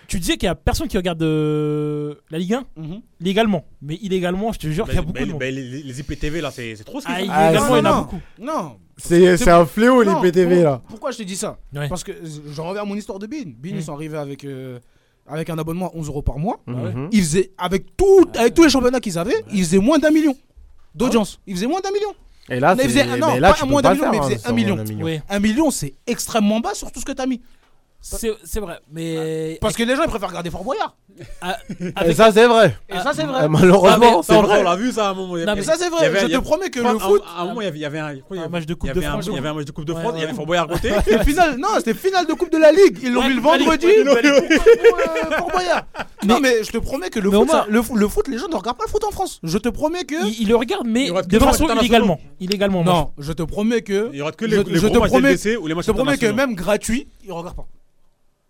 Tu disais qu'il y a personne qui regarde euh, la Ligue 1 légalement, mais illégalement, je te jure qu'il y a Bah, beaucoup bah, de monde. bah, les, les- les IPTV là, c'est c'est trop ce qu'ils Ah, font. Ah, non, illégalement, il y en a non. beaucoup. Non, C'est C'est- c'est un fléau, les Non, PTV pour- là. Pourquoi je te dis ça Ouais. Parce que euh, je reviens à mon histoire de Bean. Bean, Mm. Ah ils sont arrivés avec, euh, avec un abonnement à 11 euros par mois. Mhm. Ils faisaient, avec, tout, avec tous les championnats qu'ils avaient, ils faisaient moins d'un million Ah d'audience. Ils faisaient moins d'un million. Et là, Mais c'est- ils faisaient- non, mais là, pas tu un moins peux pas d'un le faire, million, mais ils hein, faisaient sans un million. moins d'un million. Oui, Un million, c'est extrêmement bas sur tout ce que t'as mis. c'est c'est vrai. Mais Parce que les gens, ils préfèrent regarder Fort Boyard. Et ça, c'est vrai. Et ça, c'est vrai. Euh, Ah, Malheureusement, mais- c'est Ça, on- vrai. On l'a vu ça à un moment. il y Et Non, avait- ça, c'est il y vrai. avait- Je il y te avait- promets que à un- le foot. À un moment, il y avait- il y avait un je crois, il y un avait- match de Coupe il y avait de un- France, Il y avait un match de Coupe de Ouais, France, il y ouais. avait Fort Boyard à côté. Et finale, non, c'était finale de Coupe de la Ligue. Ils l'ont Ouais, mis le allez, vendredi allez, pour, euh, Fort Boyard. Non, mais je te promets que le Mais foot, Omar- ça- le, fo- le foot, les gens ne regardent pas le foot en France. Je te promets que. il, il le regarde, mais Il aurait de pu façon faire un illégalement. Illégalement, moi, Non, je te promets que. Il y aura que je, les, les je gros te matchs promets, LDC ou les matchs je te promets que internationaux. même gratuit, ils regardent pas.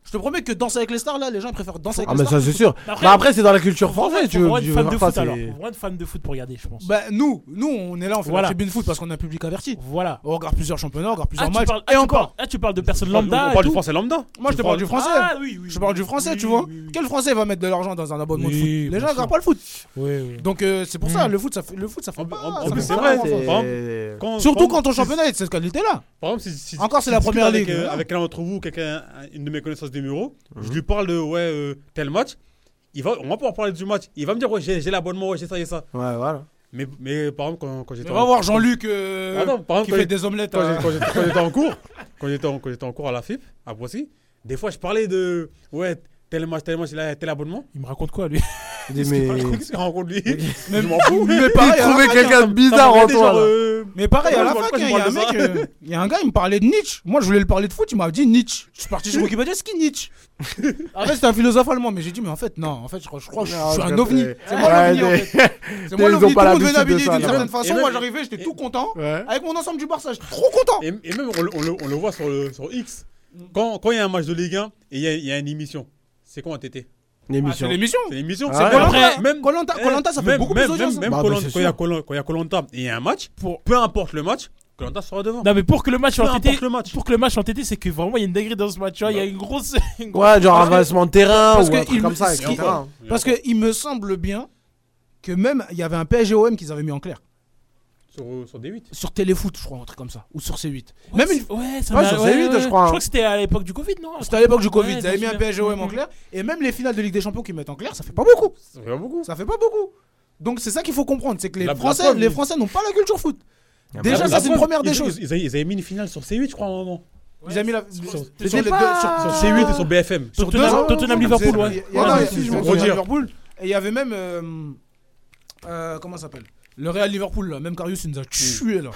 Je te promets que Danse avec les stars, là, les gens ils préfèrent Danse avec Ah, les mais stars. ça, c'est sûr. Après- Bah, après, c'est dans la culture je- Faut française, tu veux. vraiment tu être veux fan voir de ça, foot alors. c'est- Faut vraiment être fan de foot pour regarder, je pense. Bah, nous, nous, on est là, on fait Voilà. la tribune foot parce qu'on a un public averti. Voilà. On regarde plusieurs championnats, on regarde Ah, plusieurs tu matchs. parles- ah, et tu encore, parles- Ah, tu parles de personnes On lambda. parle et du tout. français lambda. moi je te parle du français. Ah, oui, oui. Je parle du français, tu vois. Quel français va mettre de l'argent dans un abonnement de foot Oui, Les bien gens sûr. regardent pas le foot. Oui, oui. Donc euh, c'est pour ça, Mm. le foot, ça fait, le foot, ça fait En- pas- en- en Ah, ça fait plus, c'est pas vrai, grand-chose. c'est- Par Surtout quand ton on championnat est de cette qualité-là. Par exemple, si, si- Encore, si c'est la tu discutes première avec, ligue, Mhm. euh, ouais. avec l'un d'entre vous, quelqu'un, une de mes connaissances de de Muro, je lui parle de ouais, euh, tel match. Il va, on va pouvoir parler du match. Il va me dire, ouais, j'ai j'ai l'abonnement, ouais, j'ai ça, j'ai ça. Ouais, voilà. Mais, mais par exemple, quand, quand j'étais. On va voir Jean-Luc euh, Attends, par qui exemple, quand fait j'ai- des omelettes. Quand hein. j'ai- quand j'étais quand j'étais [laughs] en cours, quand j'étais en, quand j'étais en cours à la FIP, à Boissy, des fois, je parlais de ouais, tel match, tel match, il a tel abonnement. Il me raconte quoi, lui [laughs] Qu'est-ce qu'il raconte Qu'est-ce qu'il raconte, lui Je m'en fous. Mais pareil, à la fac, hein. euh, Mais pareil, à la Pourquoi fac, tu il y parles a un de mec, ça euh, il y a un gars, il me parlait de Nietzsche. Moi, je voulais le parler de foot, il m'a dit Nietzsche. Je [laughs] suis parti sur Wikipédia, c'est qui Nietzsche En fait, c'était un philosophe allemand, mais j'ai dit, mais en fait, non, en fait, je crois je crois que je Non, suis je un ovni. sais. C'est moi Ouais, l'ovni, en des- fait. [laughs] C'est moi Ils ont l'ovni, tout pas le monde l'habitude venait de habillé ça, d'une là. certaine Et façon. même- Moi, j'arrivais, j'étais tout content. Ouais. Avec mon ensemble du Barça, j'étais trop content. Et, et même, on le, on le- on le voit sur, le, sur X. Quand quand il y a un match de Ligue 1 et il y a- il y, a une émission, c'est quoi un TT L'émission. C'est l'émission. Ah c'est ouais. quoi Après, Même- eh, Colanta, Colanta, ça fait même- beaucoup même- plus d'audience. Même, même Bah, bah, Koh-Lanta- c'est quand il y a sûr. Koh-Lan- quand il y a Colanta et il y a un match, peu importe le match, Colanta sera devant. Non, mais pour que le match Peu soit entêté, importe le match. pour que le match soit entêté, c'est que vraiment il y a une dinguerie dans ce match. tu vois, Il y a une grosse. [laughs] une grosse- Ouais, genre un avancement de terrain parce ou que un truc il- comme ça, ce qui- etc. Parce que il me semble bien que même, il y avait un PSGOM qu'ils avaient mis en clair. Sur, euh, sur D8. Sur Téléfoot, je crois, un truc comme ça. Ou sur C8. Ouais, Même c'est- une Ouais, ça Ouais, m'a- sur ouais, C8, ouais, je crois, Je hein. crois que c'était à l'époque du Covid, non C'était à l'époque du Covid, Ouais, Mm-hmm. ils avaient je mis me un PSGOM en souviens. clair, et même les finales de Ligue des Champions qui mettent en clair, ça fait pas beaucoup. Ça fait pas beaucoup. Ça fait pas beaucoup. Donc c'est ça qu'il faut comprendre, c'est que les La- la Français, preuve, les ils- Français n'ont pas la culture foot. Ah, bah Déjà, La- ça Ah, la c'est une preuve, première des ils- choses. Ils, ils avaient, ils avaient mis une finale sur C8, je crois, à un moment. Ils avaient mis la sur, sur les deux- sur- Sur C8 et sur BFM. sur Tottenham- deux ans, Tottenham, c'est- Liverpool, c'est- ouais. il y- il y Ouais, en a, c'est- si, je c'est- me c'est- souviens, dire. Liverpool. Et il y avait même euh, euh, comment ça s'appelle Le Real Liverpool là, même Karius il nous a tué là.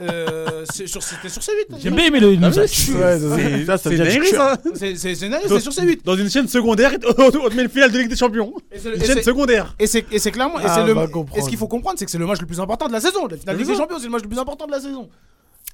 Euh, c'est sur- C'était sur hein. C8. J'ai bien aimé le. Ah nous a oui, tué. Ouais, ça, C'est ça, c'est ça vient de dinguerie, tuer. ça. C'est c'est- Ah, c'est une année, c'est sur C8. Dans une chaîne secondaire, [laughs] on te met une finale de Ligue des Champions. Et c'est- Une et chaîne c'est- secondaire. Et c'est et c'est clairement. Et, Ah, c'est on va le, comprendre. et ce qu'il faut comprendre, c'est que c'est le match le plus important de la saison. La finale de Ligue des Champions, c'est le match le plus important de la saison.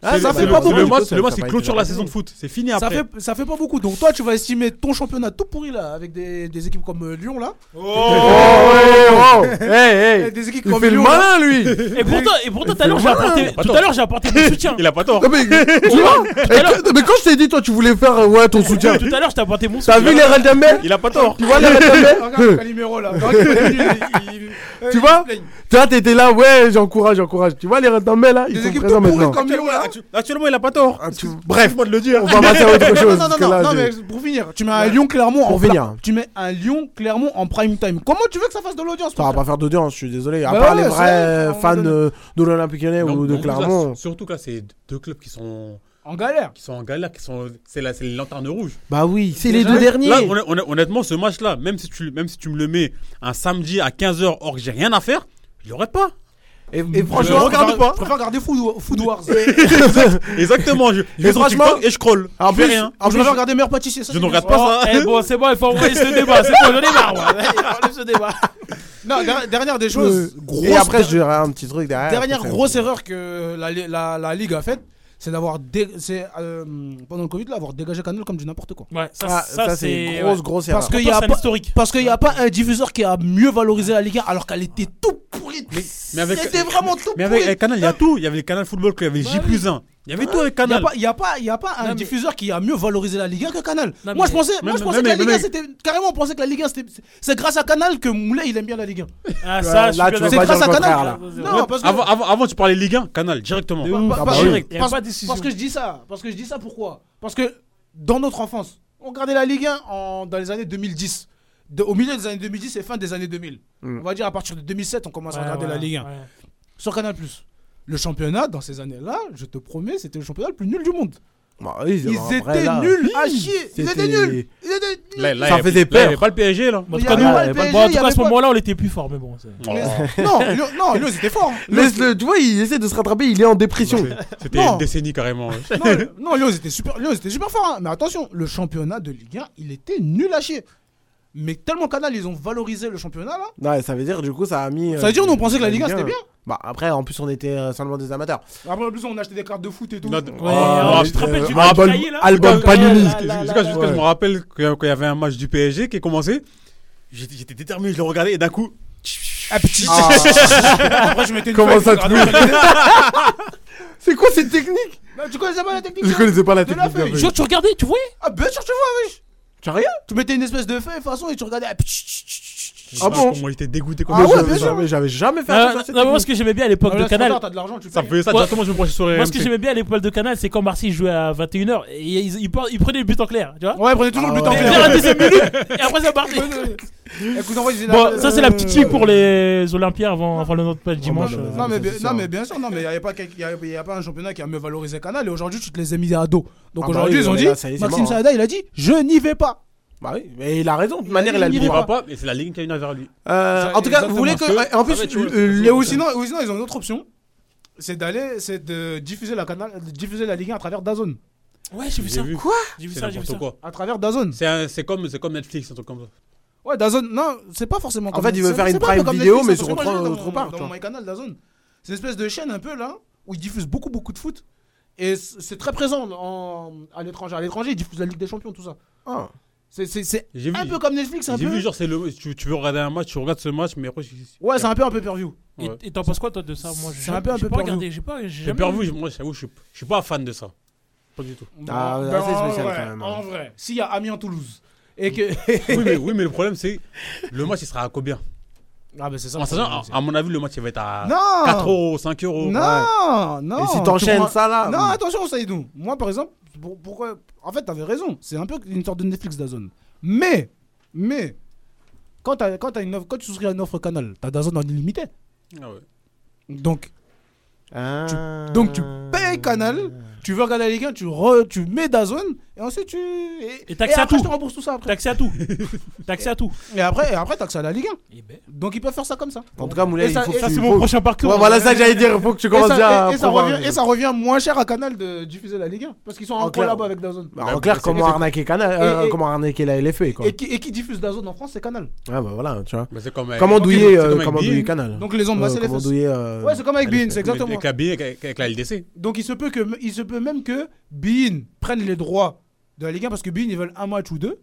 Ah, C'est- ça c'est fait le- pas c'est beaucoup. Le match, Ça le fait match, pas c'est une clôture la dernière. saison de foot. C'est fini Ça après. fait, ça fait pas beaucoup. Donc toi, tu vas estimer ton championnat tout pourri là, avec des, des équipes comme euh, Lyon là. [laughs] Oh, oh, oh, oh. Hey, Avec hey. Des équipes Il comme fait le Lyon. là. malin, lui. Et pourtant, et pourtant, tout à l'heure, j'ai apporté, tout à l'heure, j'ai apporté mon soutien. Il a pas [laughs] [laughs] tort. Non, Ah, mais, tu vois Et que- Mais quand je t'ai dit, toi, tu voulais faire euh, [laughs] ouais, ton soutien. Tout à l'heure, je t'ai apporté mon T'as soutien. vu les Raldemel Il a pas tort. Tu vois les Regarde Raldemel Calimero là. Regarde, il- il- il- Tu il- vois il plaigne. Tu vois, t'étais là, ouais, j'encourage, j'encourage. Tu vois les Raldemel là Ils Des sont équipes présents tout pourries maintenant. comme Lyon là. Actu- Actuellement, il a pas tort. Ah, tu- Bref, Moi de [laughs] le dire. on va passer à autre [laughs] Non, chose. non, parce non, que non, là, non, j'ai- mais pour finir, tu mets un Lyon Clermont en Pour plat. finir. Tu mets un Lyon Clermont en prime time. Comment tu veux que ça fasse de l'audience Ça mon va frère pas faire d'audience, je suis désolé. À Bah part ouais, les c'est vrais vrai, fans on va euh, de l'Olympique Lyonnais Non, ou de non, déjà, Clermont. Surtout que là, c'est deux clubs qui sont En galère. qui sont en galère, qui sont c'est la c'est les lanternes rouges. Bah oui, c'est Déjà, les deux derniers. Là, honn- honn- honnêtement, ce match-là, même si tu même si tu me le mets un samedi à 15h or que j'ai rien à faire, il y aurait pas. Et, et Je franchement, [laughs] regarde regarde pas. Je préfère regarder Food Food Wars. Exactement, je, je vais sur franchement, TikTok et je scroll. en je fais plus- rien. Je préfère regarder Meilleur Pâtissier. ça, Je c'est ne bien. regarde pas ça. Oh, Eh bon, c'est bon, il faut envoyer ce débat. C'est bon, j'en ai marre, moi. Non, der- dernière des euh, choses. Grosse et après, je dirais un petit truc derrière. Dernière après, c'est- grosse erreur que la, li- la- la Ligue a faite, c'est d'avoir dé- c'est, euh, pendant le Covid là, avoir dégagé Canal comme du n'importe quoi. Ouais, ça, Ah, ça, c'est c'est. une grosse, ouais. grosse erreur. Parce qu'il Pour n'y toi, a, c'est un pas- historique. parce qu'il y a pas un diffuseur qui a mieux valorisé la Ligue 1 alors qu'elle était tout pourrie. mais avec- C'était vraiment tout Mais pourri. avec, avec Canal, il y a tout. Il y avait le Canal Football Club, il y avait J plus 1. Il y avait tout avec Il n'y a Canal. pas, il y a pas, il y a pas un mais- diffuseur qui a mieux valorisé la Ligue 1 que Canal. moi, Non, mais- je pensais, moi, mais- je pensais mais- que la mais- Ligue 1, c'était. Carrément, on pensait que la Ligue 1, c'était. C'est grâce à Canal que Moulay, il aime bien la Ligue 1. Là, Ah, ça, je suis tu bien veux C'est pas d'accord. grâce dire à le contraire, Canal. là. Non, parce que. Avant, avant, avant, tu parlais Ligue 1, Canal, directement. De ouf. Pas- Ah pas- bah direct. oui. Il y a Parce- pas de décision. Parce que je dis ça, parce que je dis ça pourquoi Parce que dans notre enfance, on regardait la Ligue 1 en- dans les années 2010. De- au milieu des années 2010 et fin des années 2000. Mm. On va dire à partir de 2007, on commence à Ouais, regarder voilà, la Ligue 1 ouais. sur Canal+. Le championnat dans ces années-là, je te promets, c'était le championnat le plus nul du monde. Bah oui, Ils en vrai, étaient là, nuls à chier. Ils étaient c'était- nuls. Ils étaient nuls. Là, là, Ça il y avait- faisait là, Il peur. n'y avait pas le PSG, Bon, là. en Il tout y cas, avait nous- pas le bon, en PSG, il y tout cas, à avait ce pas- moment-là, on était plus fort, mais bon. c'est- Non, Lyon, non, Lyon, ils étaient forts. Laisse-le, tu vois, il essaie de se rattraper, il est en dépression. C'était Non. une décennie carrément. ouais. Non, le- non, Lyon, ils étaient super, Lyon, ils étaient super forts. hein. Mais attention, le championnat de Ligue 1, il était nul à chier. Mais tellement Canal, ils ont valorisé le championnat là. Non, et ça veut dire, du coup, ça a mis. Ça veut dire, nous, on pensait que la Ligue 1, c'était bien. Bah après, en plus, on était euh, seulement des amateurs. Après, en plus, on achetait des cartes de foot et tout. Non, non, Ouais, ah, je te rappelle, euh, j'ai album- album Putain, Panini. là, là, là, Jusqu'à jusqu'à- Ouais. je me rappelle que- qu'il y avait un match du PSG qui commençait. J'étais j'étais déterminé, je le regardais et d'un coup. Ah, petit. Ah. Après, je mettais une Comment ça feuille, je te regardais. [laughs] C'est quoi cette technique Non, Tu connaissais pas la technique Je ça connaissais pas la De la technique. bien feuille. joué. Tu vois, tu regardais, tu voyais Ah, bien sûr, tu vois, oui. Tu as rien Tu mettais une espèce de feuille de toute façon et tu regardais. ah, ptch, tch, tch, tch, tch. Je sais pas comment j'étais dégoûté comme Moi, ça. j'avais jamais- J'avais jamais fait Ah, un truc non, dans cette non, mais moi émission. ce que j'aimais bien à l'époque Ah, de là, Canal. standard, t'as de l'argent, tu le Ça me faisait ça, Moi- directement, je me branchais sur Moi ce RMC. que j'aimais bien à l'époque de Canal, c'est quand Marseille jouait à 21h, et ils, ils pre- ils prenaient le but en clair, tu vois. Ah, Ouais, ils prenaient toujours le Ah but en Dès- clair. dès la [laughs] deuxième minute, et après ça partait. Écoute, en vrai, ils étaient là, Bon, ça c'est la petite chic pour les Olympiens avant, avant le notre match dimanche. Non, mais- euh, Ah, bah, non, mais, ça, bien- c'est non, ça. mais bien sûr, non, mais il n'y a, pas quelque- y a- y a pas un championnat qui a mieux valorisé Canal et aujourd'hui tu te les as mis à dos. Donc Ah bah aujourd'hui oui, ils ont mais dit, là, ça y est, c'est Maxime mort, hein. Saada il a dit, je n'y vais pas. Bah oui, mais il a raison. De toute manière, dit, il a le il Il y pouvoir. va pas, et c'est la ligne qui a une vers lui. Euh, en tout cas, vous voulez que. Exactement. En plus, Ah ouais, tu vois, euh, c'est- les ou aussi. sinon, ou sinon, ils ont une autre option. C'est d'aller, c'est de diffuser la canal, de diffuser la Ligue 1 à travers DAZN. Ouais, j'ai vu J'ai ça. vu. Quoi J'ai vu C'est ça, j'ai vu n'importe ça. quoi. À travers DAZN. C'est un- C'est comme, c'est comme Netflix, un truc comme ça. Ouais, DAZN. Non, c'est pas forcément. En fait, il veut faire une prime vidéo, mais sur autre- autre part, tu Dans vois. mon canal DAZN, c'est une espèce de chaîne un peu là où ils diffusent beaucoup beaucoup de foot et c- c'est très présent en- à l'étranger. À l'étranger, ils diffusent la Ligue des Champions, tout ça. Ah. C'est c'est- c'est J'ai vu. un peu comme Netflix, un J'ai vu, peu. genre, c'est le, tu, tu veux regarder un match, tu regardes ce match, mais après, Ouais, c'est un peu un peu per-view. Et- Ouais. Et t'en penses quoi toi de ça Moi j'ai C'est un peu- un j'ai peu pas perdu. regardé, j'ai pas. j'ai j'ai jamais- perdu, moi, j'avoue, je suis, je suis pas fan de ça. Pas du tout. Ah, Ben, assez en spécial vrai, quand même. hein. En vrai, s'il y a Amiens Toulouse et que oui, mais, oui, mais le problème, c'est le match, il sera à combien ah ben c'est ça. En le sachant, problème, à- à, mon avis, le match, il va être à Non 4 euros, 5 euros. [laughs] Non, non. Et si tu t'enchaînes prends- ça, là, Non, hum. attention, Saïdou. Moi, par exemple, pour- pourquoi En fait, t'avais raison. C'est un peu une sorte de Netflix d'Azone. Mais, mais, quand, t'as- quand, t'as une offre- quand tu souscris à une offre canal, t'as d'Azone en illimité. Ah ouais. Donc, Ah. donc tu payes canal, tu veux regarder la Ligue 1, tu, re- tu mets d'Azone, et ensuite tu. Et, Et t'accès à après, tout. je te rembourse tout ça après. T'as accès [laughs] à tout. T'as accès à tout. Et après, et après t'as accès à la Ligue 1. Eh ben, Donc, ils peuvent faire ça comme ça. En tout cas, Moulay, Et il ça- faut et que ça, tu- c'est mon faut- prochain parcours. Ouais, voilà ça que j'allais dire. Faut que tu Et commences ça- déjà à. et- et ça prévoir revient- les et choses. ça revient moins cher à Canal de diffuser la Ligue 1 parce qu'ils sont En en clair. collabo avec Dazone. Bah, en clair, comment c'est- arnaquer Canal, euh, et- et- comment arnaquer la LFE quoi. Et qui, et qui diffuse Dazone en France, c'est Canal. Ouais, bah voilà, tu vois. Mais c'est comme. Comment douiller, euh, comme comment avec douiller Bein, Canal. Donc les ont Euh, massé les comment fesses. douiller, euh, Ouais, c'est comme avec Bean, c'est LFE. mais- mais exactement. Avec la BI, avec, avec la LDC. Donc il se peut que il se peut même que Bean prenne les droits de la Ligue 1 parce que Bean ils veulent un match ou deux.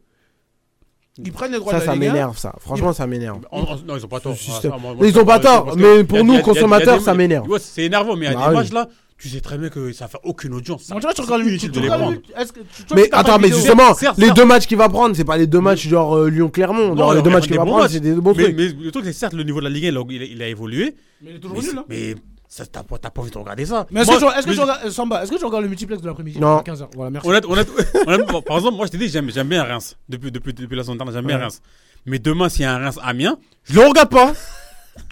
Ils prennent les droits Ça, de la ça Ligue Bah, 1. m'énerve, ça. Franchement, ça m'énerve. On- on- non, ils ont pas tort. Ce Ah, système. ça, moi- Mais moi, ils ça ont pas me dérange tort, parce mais que pour y a- nous, y a- y a- y a des consommateurs, matchs- ça m'énerve. Ouais, c'est énervant, mais il y a Bah des oui. matchs là, tu sais très bien que ça fait aucune audience. En tout cas, tu regardes C'est le tu inutile de les regardes le- prendre. est-ce que tu- toi, Mais tu t'as pas attends, de mais vidéo justement, certes, les certes. deux matchs qu'il va prendre, c'est pas les deux matchs genre euh, Lyon-Clermont. Genre, Non, les deux on matchs qu'il des va bons prendre, matchs. c'est des bons mais, trucs. mais le truc, c'est certes, le niveau de la Ligue 1, il a, il a- il a évolué. Mais il est Mais, toujours nul. hein. mais ça, t'as pas t'as pas envie de regarder ça. Mais est-ce que Moi, tu est-ce que mais- tu regardes euh, Samba, est-ce que tu regardes le multiplex de l'après-midi Non. à 15h Voilà, merci. Honnête- [laughs] honnête- honnêtement, par exemple, moi je t'ai dit, j'aime, j'aime bien Reims. Depuis, depuis, depuis la semaine dernière, j'aime bien Reims. Mais demain, s'il y a un Reims Amiens, je le regarde pas.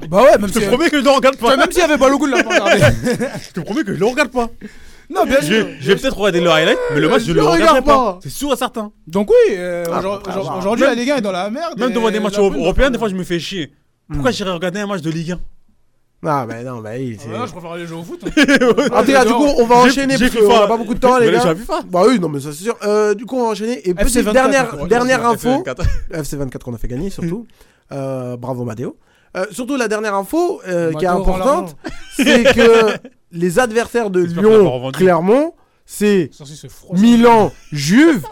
Bah ouais, même si Je te promets que je le regarde pas. Toi, même s'il y avait Balogun [laughs] là pour regarder. Je te promets que je le regarde pas. Non, bien Je, sûr. je vais peut-être regarder le highlight, mais le match, je, Je le le regarderai regarde pas. pas. C'est sûr et certain. Donc oui, euh, Ah, aujourd'hui- bah, aujourd'hui bah. aujourd'hui, la Ligue 1 est dans la merde. Même et devant des la matchs Ligue 1, européens, des fois, je me fais chier. Pourquoi j'irais regarder un match de Ligue 1 Ah, bah non, bah oui, c'est. Ah ouais, je préfère aller jouer au foot. [laughs] [laughs] En tout cas, du coup, on va hein. J'ai- enchaîner j'ai parce qu'on FIFA. a pas beaucoup de temps, Je vais les aller gars. sur FIFA. Bah oui, non, mais ça c'est sûr. Euh, Du coup, on va enchaîner. Et petite 24, dernière, ouais, dernière FC info. 24. FC24 qu'on a fait gagner [laughs] surtout. Euh, bravo Madeo. Euh, surtout la dernière info euh, qui est Mateo rend importante, [laughs] c'est [laughs] que les adversaires de J'espère qu'on l'a pas Lyon, revendu. Clermont, c'est Sorti ce froid. Milan, Juve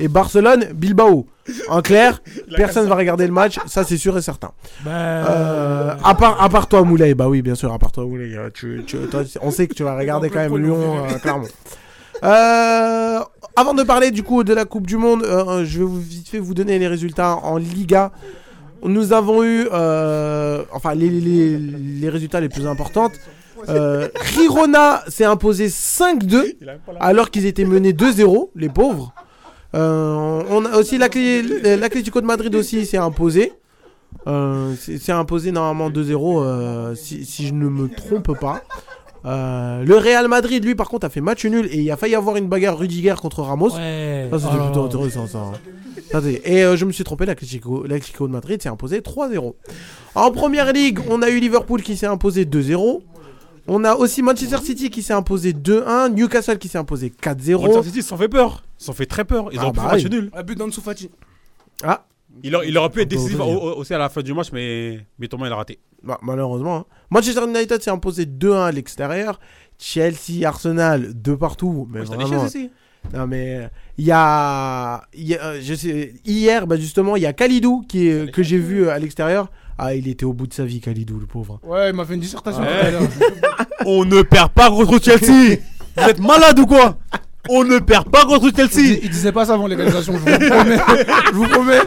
et Barcelone, Bilbao. En clair, personne va regarder le match, ça c'est sûr et certain. Bah, Euh, à part à part toi Moulay, bah oui bien sûr, à part toi Moulay, euh, tu, tu- toi, on sait que tu vas regarder quand même Lyon, euh, Clermont. Euh, avant de parler du coup de la Coupe du Monde, euh, je vais vous, vite fait vous donner les résultats en Liga. Nous avons eu, euh, enfin les, les, les résultats les plus importants. Euh, Girona s'est imposé 5-2 alors qu'ils étaient menés 2-0, les pauvres. Euh, on a aussi l'Athlé- l'Atlético de Madrid aussi s'est imposé. Euh, c'est c'est imposé normalement 2-0 euh, si, si je ne me trompe pas. Euh, le Real Madrid, lui, par contre, a fait match nul et il a failli avoir une bagarre Rudiger contre Ramos. Ouais. Ça, c'était Oh. plutôt intéressant, ça. hein. Attendez, Et euh, je me suis trompé, l'Atlético l'Atlético de Madrid s'est imposé 3-0. En première ligue, on a eu Liverpool qui s'est imposé 2-0. On a aussi Manchester City qui s'est imposé 2-1. Newcastle qui s'est imposé 4-0. Manchester City s'en fait peur. Ils s'en fait très peur. Ils Ah ont pris bah un match oui. nul. Un but d'Ansu Fati. Il, a- il aurait pu être peut décisif revenir. au- au- aussi à la fin du match, mais, mais Thomas, il a raté. Bah, malheureusement. hein. Manchester United s'est imposé 2-1 à l'extérieur. Chelsea, Arsenal, deux partout. Mais Moi, j'étais vraiment. déchiré aussi. Non mais euh, il y a, il y a- euh, je sais, hier bah justement il y a Kalidou qui est- que j'ai vu euh, à l'extérieur. Ah il était au bout de sa vie Kalidou le pauvre. hein. [laughs] Ouais, il m'a fait une dissertation. Ouais. tout à l'heure. [laughs] On ne perd pas [laughs] contre Chelsea. Vous êtes malade ou quoi On ne perd pas contre Il, dis- Chelsea. il disait pas ça avant l'égalisation, je vous promets. je vous promets.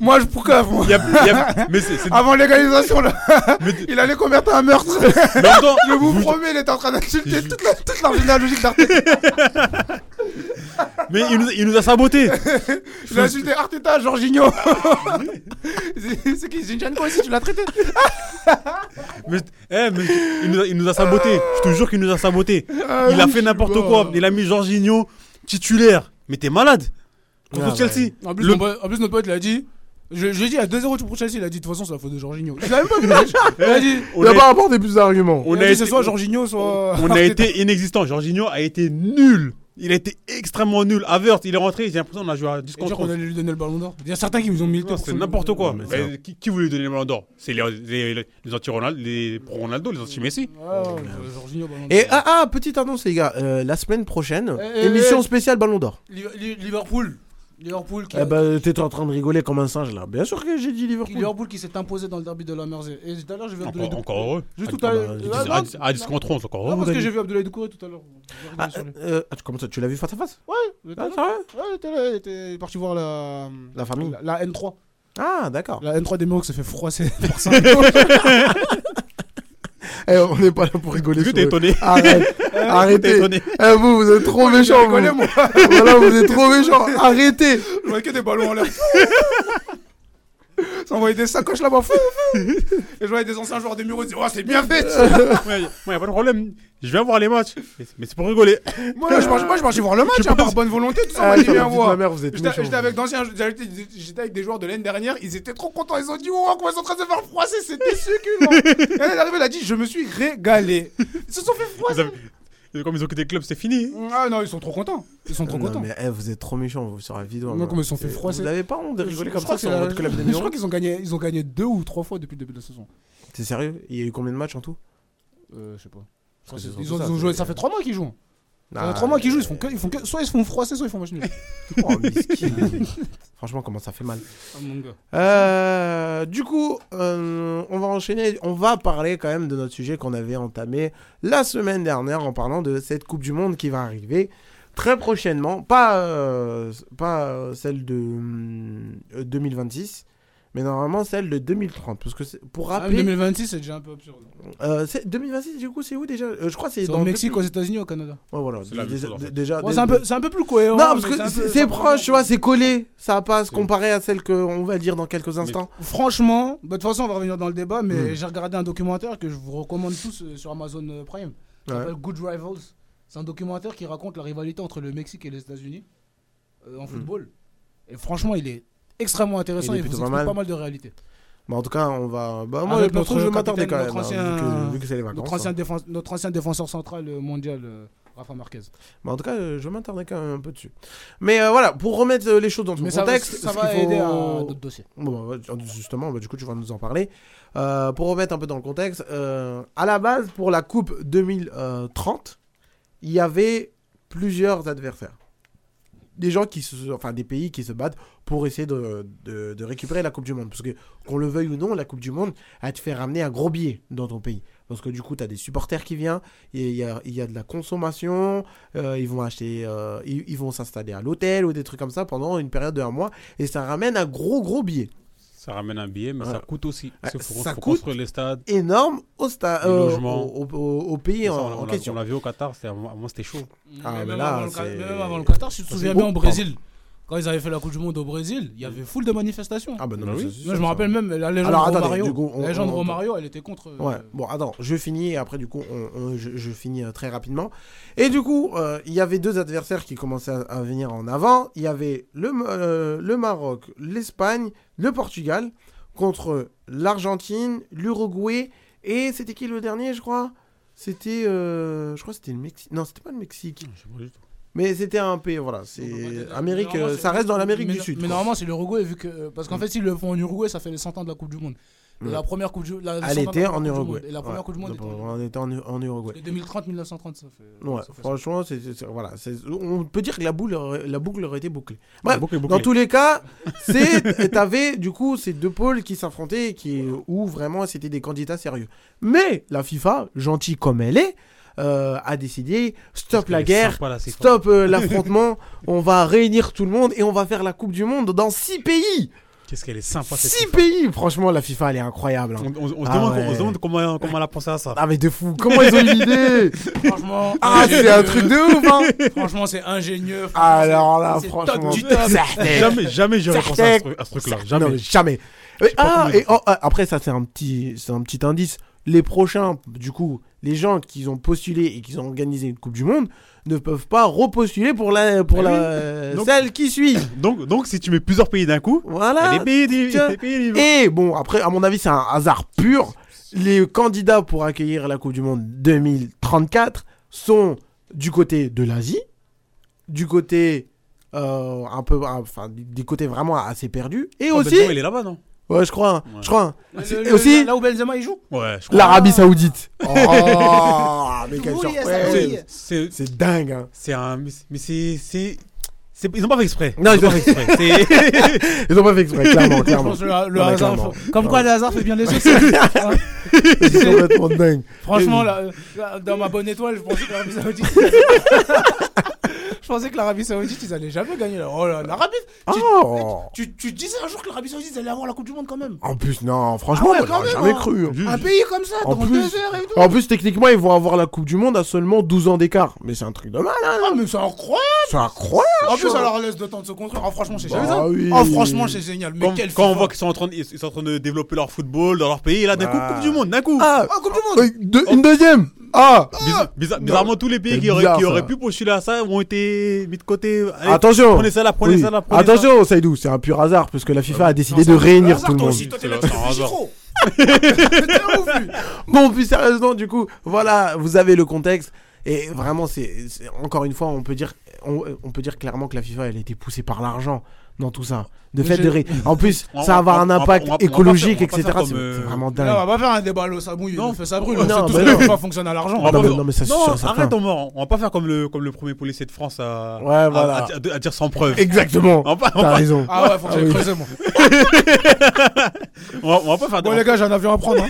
Moi, je poucave, moi. Y a- y a- mais c'est- [laughs] c'est- Avant l'égalisation, là, il allait convertir un meurtre. Mais attends, [laughs] je vous, vous- promets, il était en train d'insulter toute la- toute l'origine logique d'Arteta. [laughs] Mais il nous, il nous a saboté. [laughs] Il a insulté Arteta, [laughs] Jorginho. [laughs] C'est- C'est qui Zinchenko aussi, tu l'as traité Mais, eh, mais il, nous a, il nous a saboté. Je te jure qu'il nous a saboté. Ah, Il a oui, fait je n'importe sais pas. quoi. Il a mis Jorginho titulaire. Mais t'es malade. Contre Ah, Chelsea. ouais. En plus, Le- mon pote- en plus, notre pote, il a dit. Je, je lui ai dit à 2-0 pour Chelsea, il a dit de toute façon c'est la faute de Jorginho. Il a même pas vu le match. Il a dit On a- apporté plus d'arguments. On a dit, c'est soit Jorginho, soit. [laughs] On a été inexistant. Jorginho a été nul. Il a été extrêmement nul. Avert, il est rentré. J'ai l'impression qu'on a joué à 10 Et dire contre qu'on 11. allait lui donner le ballon d'or. Il y a euh, certains qui nous ont milité. Non, pour C'est ce- n'importe quoi. Ouais, Mais qui, qui voulait lui donner le ballon d'or C'est les, les, les, les anti-Ronaldo, les pro-Ronaldo, les anti-Messi. ouais, Jorginho, ballon d'or. Et ah, ah, petite annonce, les gars. euh, la semaine prochaine, Eh, eh, émission eh. spéciale Ballon d'Or. Li- Li- Liverpool. Liverpool qui, Eh ben, t'étais en train de rigoler comme un singe là. Bien sûr que j'ai dit Liverpool. Liverpool qui s'est imposé dans le derby de la Mersey. Et tout à l'heure, j'ai vu Abdoulaye Encore, Doucouré. encore heureux. Juste Ah, tout à l'heure. bah, Ah, dix- non, à dix- À 10 contre 11, encore non, heureux. parce que Dani. j'ai vu Abdoulaye Doucouré tout à l'heure. Ah, euh, ah, tu- comment ça Tu l'as vu face à face Ouais, il était Ah, là. ça va Ouais, il était là, il était parti voir la, La famille. la, la N3. Ah, d'accord. La N3 des Mohawks s'est fait froisser par ça. [laughs] Eh, on n'est pas là pour rigoler. Est-ce que sur t'es eux. étonné Arrête, T'es arrêtez. étonné Eh, vous, vous êtes trop méchants. Vous. rigolé, moi. [laughs] voilà, vous êtes trop méchants. Arrêtez. Je voyais que des [laughs] ballons en l'air. Ça envoyait des sacoches là-bas. fou, fou. Et je voyais des anciens joueurs des Mureaux dire Oh, c'est [laughs] bien fait [laughs] Ouais, Moi, y a pas de problème. Je viens voir les matchs. Mais c'est- Mais c'est pour rigoler. Moi, là, je marche, moi, je marchais voir le match, hein, par bonne volonté, tout ça. Ah, Euh, moi, j'ai comme bien dit voir. ma mère, vous êtes J'étais méchants, j'étais avec d'anciens, j'étais j'étais avec des joueurs de l'année dernière, ils étaient trop contents, ils ont dit Oh, comment ils sont en train de se faire froisser, [laughs] c'était succulent. Et elle est arrivée, elle a dit Je me suis régalé. Ils se sont fait Ils froisser. avaient- Comme ils ont quitté le club, c'est fini. Ah non, ils sont trop contents. Ils sont trop Non, contents. mais eh, vous êtes trop méchants vous, sur la vidéo. Non, moi. comme ils sont fait C'est- froisser. Vous n'avez pas honte de Je- rigoler je comme crois ça que sur c'est la- votre club des [laughs] Je Mureaux crois qu'ils ont gagné, ils ont gagné deux ou trois fois depuis le début de la saison. T'es sérieux Il y a eu combien de matchs en tout Euh, je sais pas. Parce que c'est Ils surtout ont, ça, ils ont c'est- joué, ça fait trois mois qu'ils jouent. Ça Ah, fait trois mois qu'ils jouent, ils euh, font que, ils font que, soit ils se font froisser, soit ils font [laughs] match nul. Oh, miskin. [laughs] Franchement, comment ça fait mal. Ah, mon gars. Euh, du coup, euh, on va enchaîner. On va parler quand même de notre sujet qu'on avait entamé la semaine dernière en parlant de cette Coupe du Monde qui va arriver très prochainement. Pas, euh, pas euh, celle de hum, euh, 2026, mais normalement celle de 2030. Parce que c'est- pour Ah, rappeler, 2026, c'est déjà un peu absurde. euh, c'est- 2026, du coup, c'est où déjà Euh, Je crois que c'est C'est dans au le Mexique, aux États-Unis, au Canada. Ouais, voilà. C'est la même Déjà- chose, en fait. déjà- Ouais, c'est un peu, c'est un peu plus cohérent. Non, parce mais que un peu- c'est- c'est un peu- proche, tu vois, c'est collé. Ça va pas se comparer à celle qu'on va dire dans quelques instants. Franchement, bah, de toute façon, on va revenir dans le débat, mais Mm. j'ai regardé un documentaire que je vous recommande tous euh, sur Amazon euh, Prime. Ça Ouais. s'appelle Good Rivals. C'est un documentaire qui raconte la rivalité entre le Mexique et les États-Unis euh, Hmm. en football. Et franchement, il est extrêmement intéressant Il est et il vous plutôt pas explique mal. pas mal de réalités. Bah, en tout cas, on va. Bah, moi, Avec je me notre trouve, je vais capitaine, m'attarder quand même. notre hein, ancien- vu que- vu que c'est les vacances. Notre ancien, hein. défense- notre ancien défenseur central euh, mondial, euh, Rafa Marquez. Bah, en tout cas, euh, je vais m'attarder quand même un peu dessus. Mais euh, voilà, pour remettre euh, les choses dans son Mais ça, contexte. ça ce va qu'il faut- aider à d'autres dossiers. Bon, bah, ouais, justement, bah, du coup, tu vas nous en parler. Euh, pour remettre un peu dans le contexte, euh, à la base, pour la Coupe 2030, il y avait plusieurs adversaires. Des gens qui se, enfin des pays qui se battent pour essayer de, de- de récupérer la Coupe du Monde. Parce que, qu'on le veuille ou non, la Coupe du Monde, elle te fait ramener un gros billet dans ton pays. Parce que du coup, tu as des supporters qui viennent, il y a, il y a de la consommation, euh, ils vont acheter, euh, ils, ils vont s'installer à l'hôtel ou des trucs comme ça pendant une période de un mois. Et ça ramène un gros, gros billet. Ça ramène un billet, mais ça Ouais. coûte aussi. Parce qu'il faut, Ça faut coûte. construire les stades. énorme au, sta- Les euh, logements. au, au- au- au pays Ça, en, on l'a- en on l'a- question. on l'a vu au Qatar, c'était- moi c'était chaud. Ah, Mais mais même là, avant le Qatar- c'est- mais même avant le Qatar, si tu te Ça, souviens c'est bien, beau, au Brésil, quand ils avaient fait la Coupe du Monde au Brésil, il y avait foule de manifestations. Ah bah non, Bah mais ça, oui. c'est Moi, sûr, je me ça. rappelle même la légende Alors, de attendez, Romario. du coup, on- la légende on- Romario, elle était contre. euh, Ouais. Bon, attends, je finis et après, du coup, on- on- je, je finis euh, très rapidement. Et du coup, euh, il y avait deux adversaires qui commençaient à, à venir en avant. Il y avait le, Ma- euh, le Maroc, l'Espagne, le Portugal contre l'Argentine, l'Uruguay et c'était qui le dernier, je crois C'était, euh, je crois, que c'était le Mexique. Non, c'était pas le Mexique. Je sais pas du tout. Mais c'était un pays, voilà, on peut pas c'est dire- Amérique. mais euh, bah, normalement, Ça c'est- reste dans l'Amérique mais du no- Sud. Mais quoi. normalement, c'est l'Uruguay, vu que. euh, Parce qu'en fait, s'ils le font en Uruguay, ça fait les 100 ans de la Coupe du Monde. Et Ouais. la première Coupe du la- les 100 ans Elle de la était Coupe en du Monde. Uruguay. Et la première Ouais, Coupe du Monde était en Uruguay. Elle était en, en Uruguay. De 2030-1930, ça fait. Ouais, ça fait ça. franchement, c'est c'est- c'est- voilà, c'est- on peut dire que la, boule aurait- la boucle aurait été bouclée. Bref, Bouclé, bouclé. dans tous les [laughs] cas, c'est- t'avais du coup ces deux pôles qui s'affrontaient, et qui où vraiment c'était des candidats sérieux. Mais la FIFA, gentille comme elle est, euh, a décidé Parce stop qu'elle la est guerre, sympa, la [laughs] FIFA. stop euh, l'affrontement, on va réunir tout le monde et on va faire la Coupe du Monde dans six pays. Qu'est-ce qu'elle est sympa cette Six FIFA. pays, franchement, la FIFA, elle est incroyable. hein. On, on- on se Ah demande, ouais. on se demande comment, comment elle a pensé à ça. Ah mais de fou, [laughs] comment ils ont eu l'idée Franchement. Ah c'est [laughs] un truc de ouf hein Ah, Franchement, c'est ingénieux. Alors là c'est top franchement... du top. Zartek. Jamais, jamais j'aurais Zartek. pensé à ce truc- à ce truc-là, Zartek. jamais. Non, jamais. Je sais pas Ah, comment et oh, ah, après ça c'est un petit c'est un petit indice. Les prochains, du coup, les gens qui ont postulé et qui ont organisé une Coupe du Monde ne peuvent pas repostuler pour la pour Eh la oui. euh, Donc- celle qui suit. Donc, donc, si tu mets plusieurs pays d'un coup, Voilà. les pays, les- Tiens. les pays, les- Et bon, après, à mon avis, c'est un hasard pur. Les candidats pour accueillir la Coupe du Monde 2034 sont du côté de l'Asie, du côté euh, un peu, enfin, des côtés vraiment assez perdus, et Oh, aussi. Benzema, il est là-bas, non Ouais, je crois. hein, Ouais. Je crois. hein. Le- C'est- le- et aussi Là où Benzema il joue Ouais, je crois. l'Arabie Saoudite. Oh, [laughs] mais Tout quelle roulé à surprise. Saoudi. C'est c'est dingue. hein. C'est un. mais c'est- Mais c'est. c'est- c'est- Ils ont pas fait exprès. Non, ils ont fait [laughs] C'est- Ils ont pas fait exprès, clairement, Je clairement. pense que le, le Non, mais hasard. clairement. faut- Comme quoi, Ouais. le hasard fait bien [laughs] les choses. Hein. C'est complètement dingue. Franchement, là, là, dans ma bonne étoile, je pensais que [laughs] l'Arabie Saoudite. je pensais que l'Arabie Saoudite, ils allaient jamais gagner. là. Oh là, l'Arabie. Tu, Oh. tu, tu disais un jour que l'Arabie Saoudite allait avoir la Coupe du Monde quand même. En plus, non, franchement, Ah ouais, on quand l'aurait même, jamais hein. cru. hein. Un pays comme ça, En dans plus- deux heures et tout. En plus, techniquement, ils vont avoir la Coupe du Monde à seulement 12 ans d'écart. Mais c'est un truc de mal, hein. Ah, mais c'est incroyable. C'est incroyable. En plus, ça leur laisse le temps de se construire. Ah, franchement, c'est Bah génial. oui. Ah, franchement, c'est génial. Mais quand, quel quand on FIFA. voit qu'ils sont en train de, ils sont en train de développer leur football dans leur pays, et là d'un Bah. coup Coupe du Monde, d'un coup. Oh, Ah, Ah, Coupe du Monde. euh, deux- une deuxième. Ah, Bizar- bizar- bizarrement tous les pays C'est qui, auraient, bizarre, qui ça. auraient pu postuler à ça ont été mis de côté. Allez, ah, attention. Prenez ça là, prenez Oui. ça là, prenez ça. Attention, Saïdou, c'est un pur hasard puisque la FIFA a décidé de réunir tout le monde. toi, t'es [laughs] C'est là, le- tu c'est un réfléchis hasard. trop. Bon, plus sérieusement, du coup, voilà, vous avez le contexte. Et vraiment, c'est c'est- encore une fois, on peut dire, on, on peut dire clairement que la FIFA, elle a été poussée par l'argent dans tout ça. De fait de ré- En [laughs] plus, On- ça va avoir on- un on- impact on va- on va pas écologique, faire- on va pas etc. faire C'est comme, euh, c'est vraiment Là, on dingue. va pas faire un débat à l'eau, ça mouille. Non. Non, fait ça brûle. Non, On sait tous bah que non. le FIFA fonctionne à [laughs] l'argent. On va Non, pas- mais- non, mais ça, c'est non, sûr et certain. arrête, on, va, on va pas faire comme le, comme le premier policier de France à, Ouais, à- voilà. à, à- à dire sans preuve. Exactement. On va, pas- on T'as va- raison. Ah ouais, faut que j'aille Ah oui. creuser, moi. [laughs] on va- on va pas faire. Bon, les gars, j'ai un avion à prendre. hein.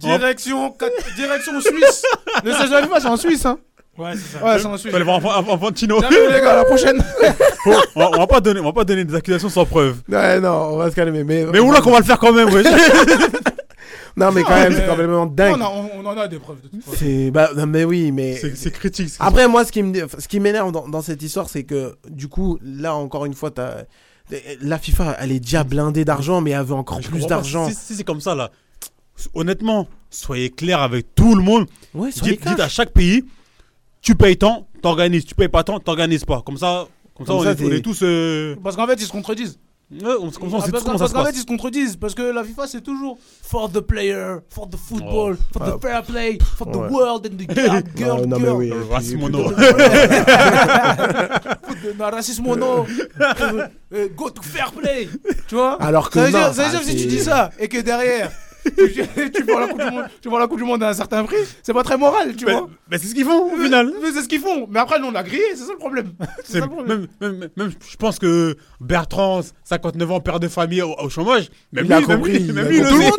Direction, quatre- direction [laughs] Suisse. Le siège de la FIFA, c'est en Suisse. Hein. Ouais, c'est ça. Ouais, c'est en Suisse. on va aller voir Infan- Infan- Infantino. J'arrive, les gars, à la [laughs] prochaine. on, va, on va pas donner, on va pas donner des accusations sans preuve. Ouais, non, on va se calmer. Mais, Mais oula qu'on va le faire quand même. wesh. [laughs] Non, mais quand même, c'est mais- complètement Non, dingue. on, a- on- on en a des preuves de toute façon. C'est bah non, mais oui, mais C'est c'est critique. c'est- après moi ce qui me ce qui m'énerve dans, dans cette histoire c'est que du coup là encore une fois t'as la FIFA elle est déjà blindée d'argent mais elle veut encore Je plus comprends pas. d'argent. Si, si c'est comme ça là, honnêtement, soyez clair avec tout le monde. Ouais, soyez Dites, dites cash. à chaque pays, tu payes tant, t'organises. Tu payes pas tant, t'organises pas. Comme ça, comme ça, Comme on, ça, est, on t'es- est tous. euh, Parce qu'en fait, ils se contredisent. ouais, on, comme ça, on Ah, sait parce tous comment ça parce se qu'en fait, passe. ils se contredisent. Parce que la FIFA, c'est toujours for the player, for the football, for the fair play, for Ouais. the world and the [laughs] girl, girl, Non, non, mais girl. oui. Euh, et puis- racisme, et puis- [laughs] non. de na- racisme ou non, euh, euh, go to fair play, tu vois Alors que ça veut, dire, non, ça veut ah, dire que si c'est- tu dis ça et que derrière tu, tu [laughs] vends la coupe du monde, tu vends la coupe du monde à un certain prix, c'est pas très moral, tu Mais, vois Euh, mais c'est ce qu'ils font au final. Mais c'est ce qu'ils font, mais après nous on l'a grillé, c'est ça le problème. C'est- Même, même, même, je pense que Bertrand, 59 ans, père de famille au, au chômage, même Il a lui, même compris, lui, il a même lui, il compris.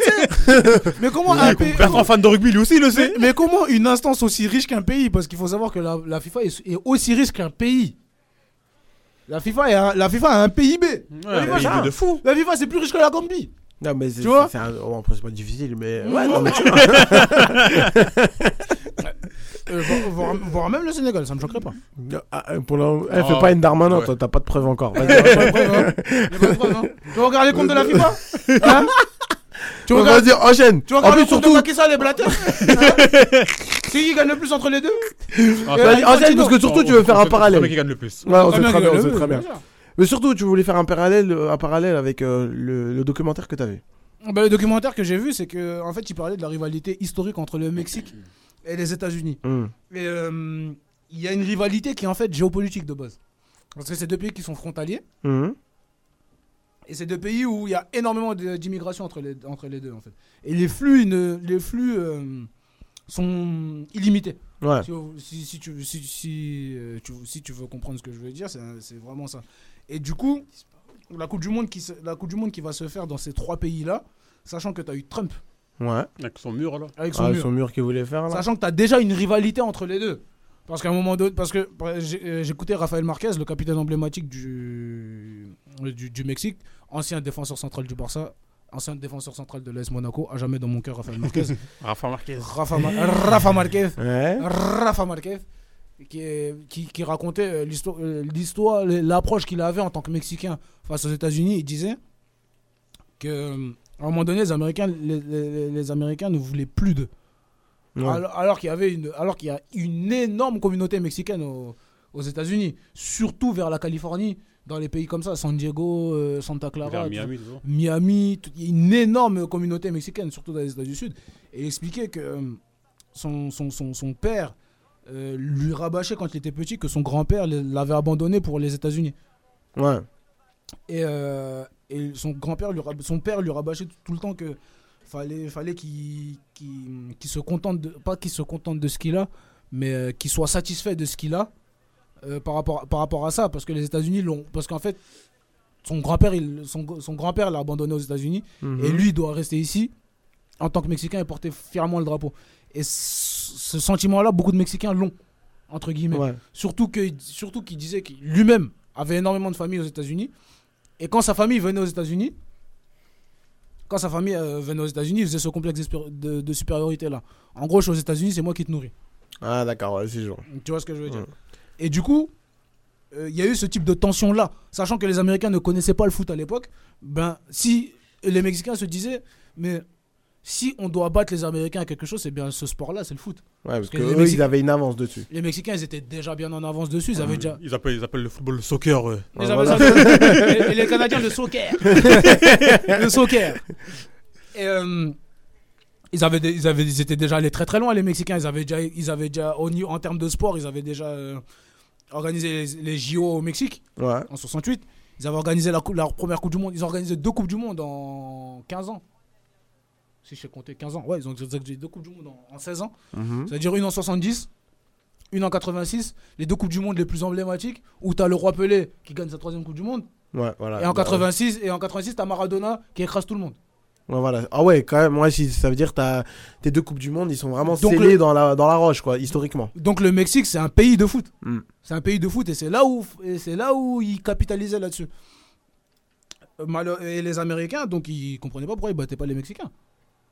le [laughs] Mais comment un pays- sait. Bertrand, fan de rugby, lui aussi, il le sait. mais, mais comment une instance aussi riche qu'un pays Parce qu'il faut savoir que la, la FIFA est, est aussi riche qu'un pays. La FIFA, est un- la FIFA a un PIB. Ouais, mais il est de fou. La FIFA c'est plus riche que la Gambie. Non mais c'est Tu vois c'est un- oh, après, c'est pas difficile Eh mais [laughs] ouais non [laughs] mais Euh, vo- voire, voire même le Sénégal, ça me choquerait pas. Ah, euh, pour le- eh, fais Oh. pas une Darmanin Ouais. toi t'as pas de preuve encore. Vas-y. hein. [laughs] Tu hein. regardes les comptes de la FIFA Hein Tu On regardes, va dire enchaîne. tu regardes en le plus compte surtout de Macky Sall [laughs] et Blatter Hein C'est qui gagne le plus entre les deux Ah, Euh, ça- vas-y, enchaîne parce que surtout tu veux faire un C'est- c'est le mec parallèle. qui gagne le plus. Ouais, on sait Très bien, très bien, gagne on le sait très bien. plus, Mais surtout tu voulais faire un parallèle un parallèle avec euh, le le documentaire que t'avais. Bah, le documentaire que j'ai vu, c'est que en fait, il parlait de la rivalité historique entre le Mexique et les États-Unis. Hum. Mais euh, il y a une rivalité qui est en fait géopolitique de base. Parce que c'est deux pays qui sont frontaliers Hum. et c'est deux pays où il y a énormément de- d'immigration entre les, entre les deux en fait. Et les flux, ils ne- les flux euh, sont illimités. Ouais. Si, si- si tu, si, si, euh, tu, si tu veux comprendre ce que je veux dire, c'est c'est vraiment ça. Et du coup, la Coupe du Monde qui, se- la coupe du monde qui va se faire dans ces trois pays-là, sachant que tu as eu Trump Ouais. Avec son mur là. avec son Ah, mur, son mur qu'il voulait faire là. sachant que tu as déjà une rivalité entre les deux. euh, Parce qu'à un moment donné, parce que bah, j'ai- euh, j'écoutais Raphaël Marquez, le capitaine emblématique du, euh, du, du Mexique, ancien défenseur central du Barça, ancien défenseur central de l'AS Monaco, à jamais dans mon cœur Rafael Marquez. [laughs] Rafa Marquez. Rafa, Ma- Rafa [laughs] Marquez. Ouais. Rafa Marquez. Qui, est- qui, qui racontait euh, l'histoire- euh, l'histoire, l'approche qu'il avait en tant que Mexicain face aux États-Unis. Il disait que euh, à un moment donné, les Américains, les, les- les Américains ne voulaient plus d'eux. Ouais. Alors, alors qu'il y avait une, alors qu'il y a une énorme communauté mexicaine aux, aux États-Unis, surtout vers la Californie, dans les pays comme ça, San Diego, euh, Santa Clara, Vers tout- Miami, toujours. Miami, tout- il y a une énorme communauté mexicaine, surtout dans les États du Sud. Et il expliquait que euh, son, son, son, son père euh, lui rabâchait quand il était petit que son grand-père l'avait abandonné pour les États-Unis. Ouais. Et, euh, et son grand-père, lui rab- son père lui rabâchait tout, tout le temps que fallait, fallait qu'il qu'il- qu'il se contente, de, pas qu'il se contente de ce qu'il a, mais euh, qu'il soit satisfait de ce qu'il a euh, par, rapport, par rapport à ça, parce que les États-Unis l'ont, parce qu'en fait, son grand-père, il- son, son grand-père l'a abandonné aux États-Unis, Mhm. et lui il doit rester ici en tant que Mexicain et porter fièrement le drapeau. Et c- ce sentiment-là, beaucoup de Mexicains l'ont entre guillemets. Ouais. Surtout que surtout qu'il disait que lui-même avait énormément de famille aux États-Unis. Et quand sa famille venait aux États-Unis, quand sa famille euh, venait aux États-Unis, il faisait ce complexe d'espér- de, de supériorité là. En gros, je suis aux États-Unis, c'est moi qui te nourris. Ah, d'accord, ouais, c'est genre. Tu vois ce que je veux dire Et du coup, euh, il y a eu ce type de tension là, sachant que les Américains ne connaissaient pas le foot à l'époque. Ben, si les Mexicains se disaient, mais si on doit battre les Américains à quelque chose, c'est bien ce sport-là, c'est le foot. Ouais, parce, que, les eux, Mexicains- ils avaient une avance dessus. les Mexicains, ils étaient déjà bien en avance dessus. Ah Ils avaient déjà. Ils appellent, ils appellent le football le soccer. eux. Ils Ah, avaient [laughs] ça- [laughs] et, et les Canadiens, le soccer. le soccer. Et, euh, ils, avaient des- ils, avaient, ils étaient déjà allés très très loin, les Mexicains. Ils avaient déjà, ils avaient déjà au niveau- en termes de sport, ils avaient déjà euh, organisé les, les JO au Mexique Ouais. en 68. Ils avaient organisé la, cou- leur première Coupe du Monde. Ils ont organisé deux Coupes du Monde en 15 ans. Si je sais compter, 15 ans. Ouais, ils ont organisé deux Coupes du Monde en, en 16 ans. Mhm. C'est-à-dire une en 70, une en 86. Les deux Coupes du Monde les plus emblématiques où tu as le roi Pelé qui gagne sa troisième Coupe du Monde. Ouais, voilà. Et en Bah, 86, et en 86, t'as Maradona qui écrase tout le monde. Ouais, voilà. Ah ouais, quand même, ouais, si- ça veut dire que t'as- tes deux Coupes du Monde, ils sont vraiment Donc scellés le- dans, la, dans la roche, quoi, historiquement. Donc le Mexique, c'est un pays de foot. Mm. C'est un pays de foot et c'est là où et c'est là où ils capitalisaient là-dessus. Euh, malo- Et les Américains, donc ils comprenaient pas pourquoi ils battaient pas les Mexicains.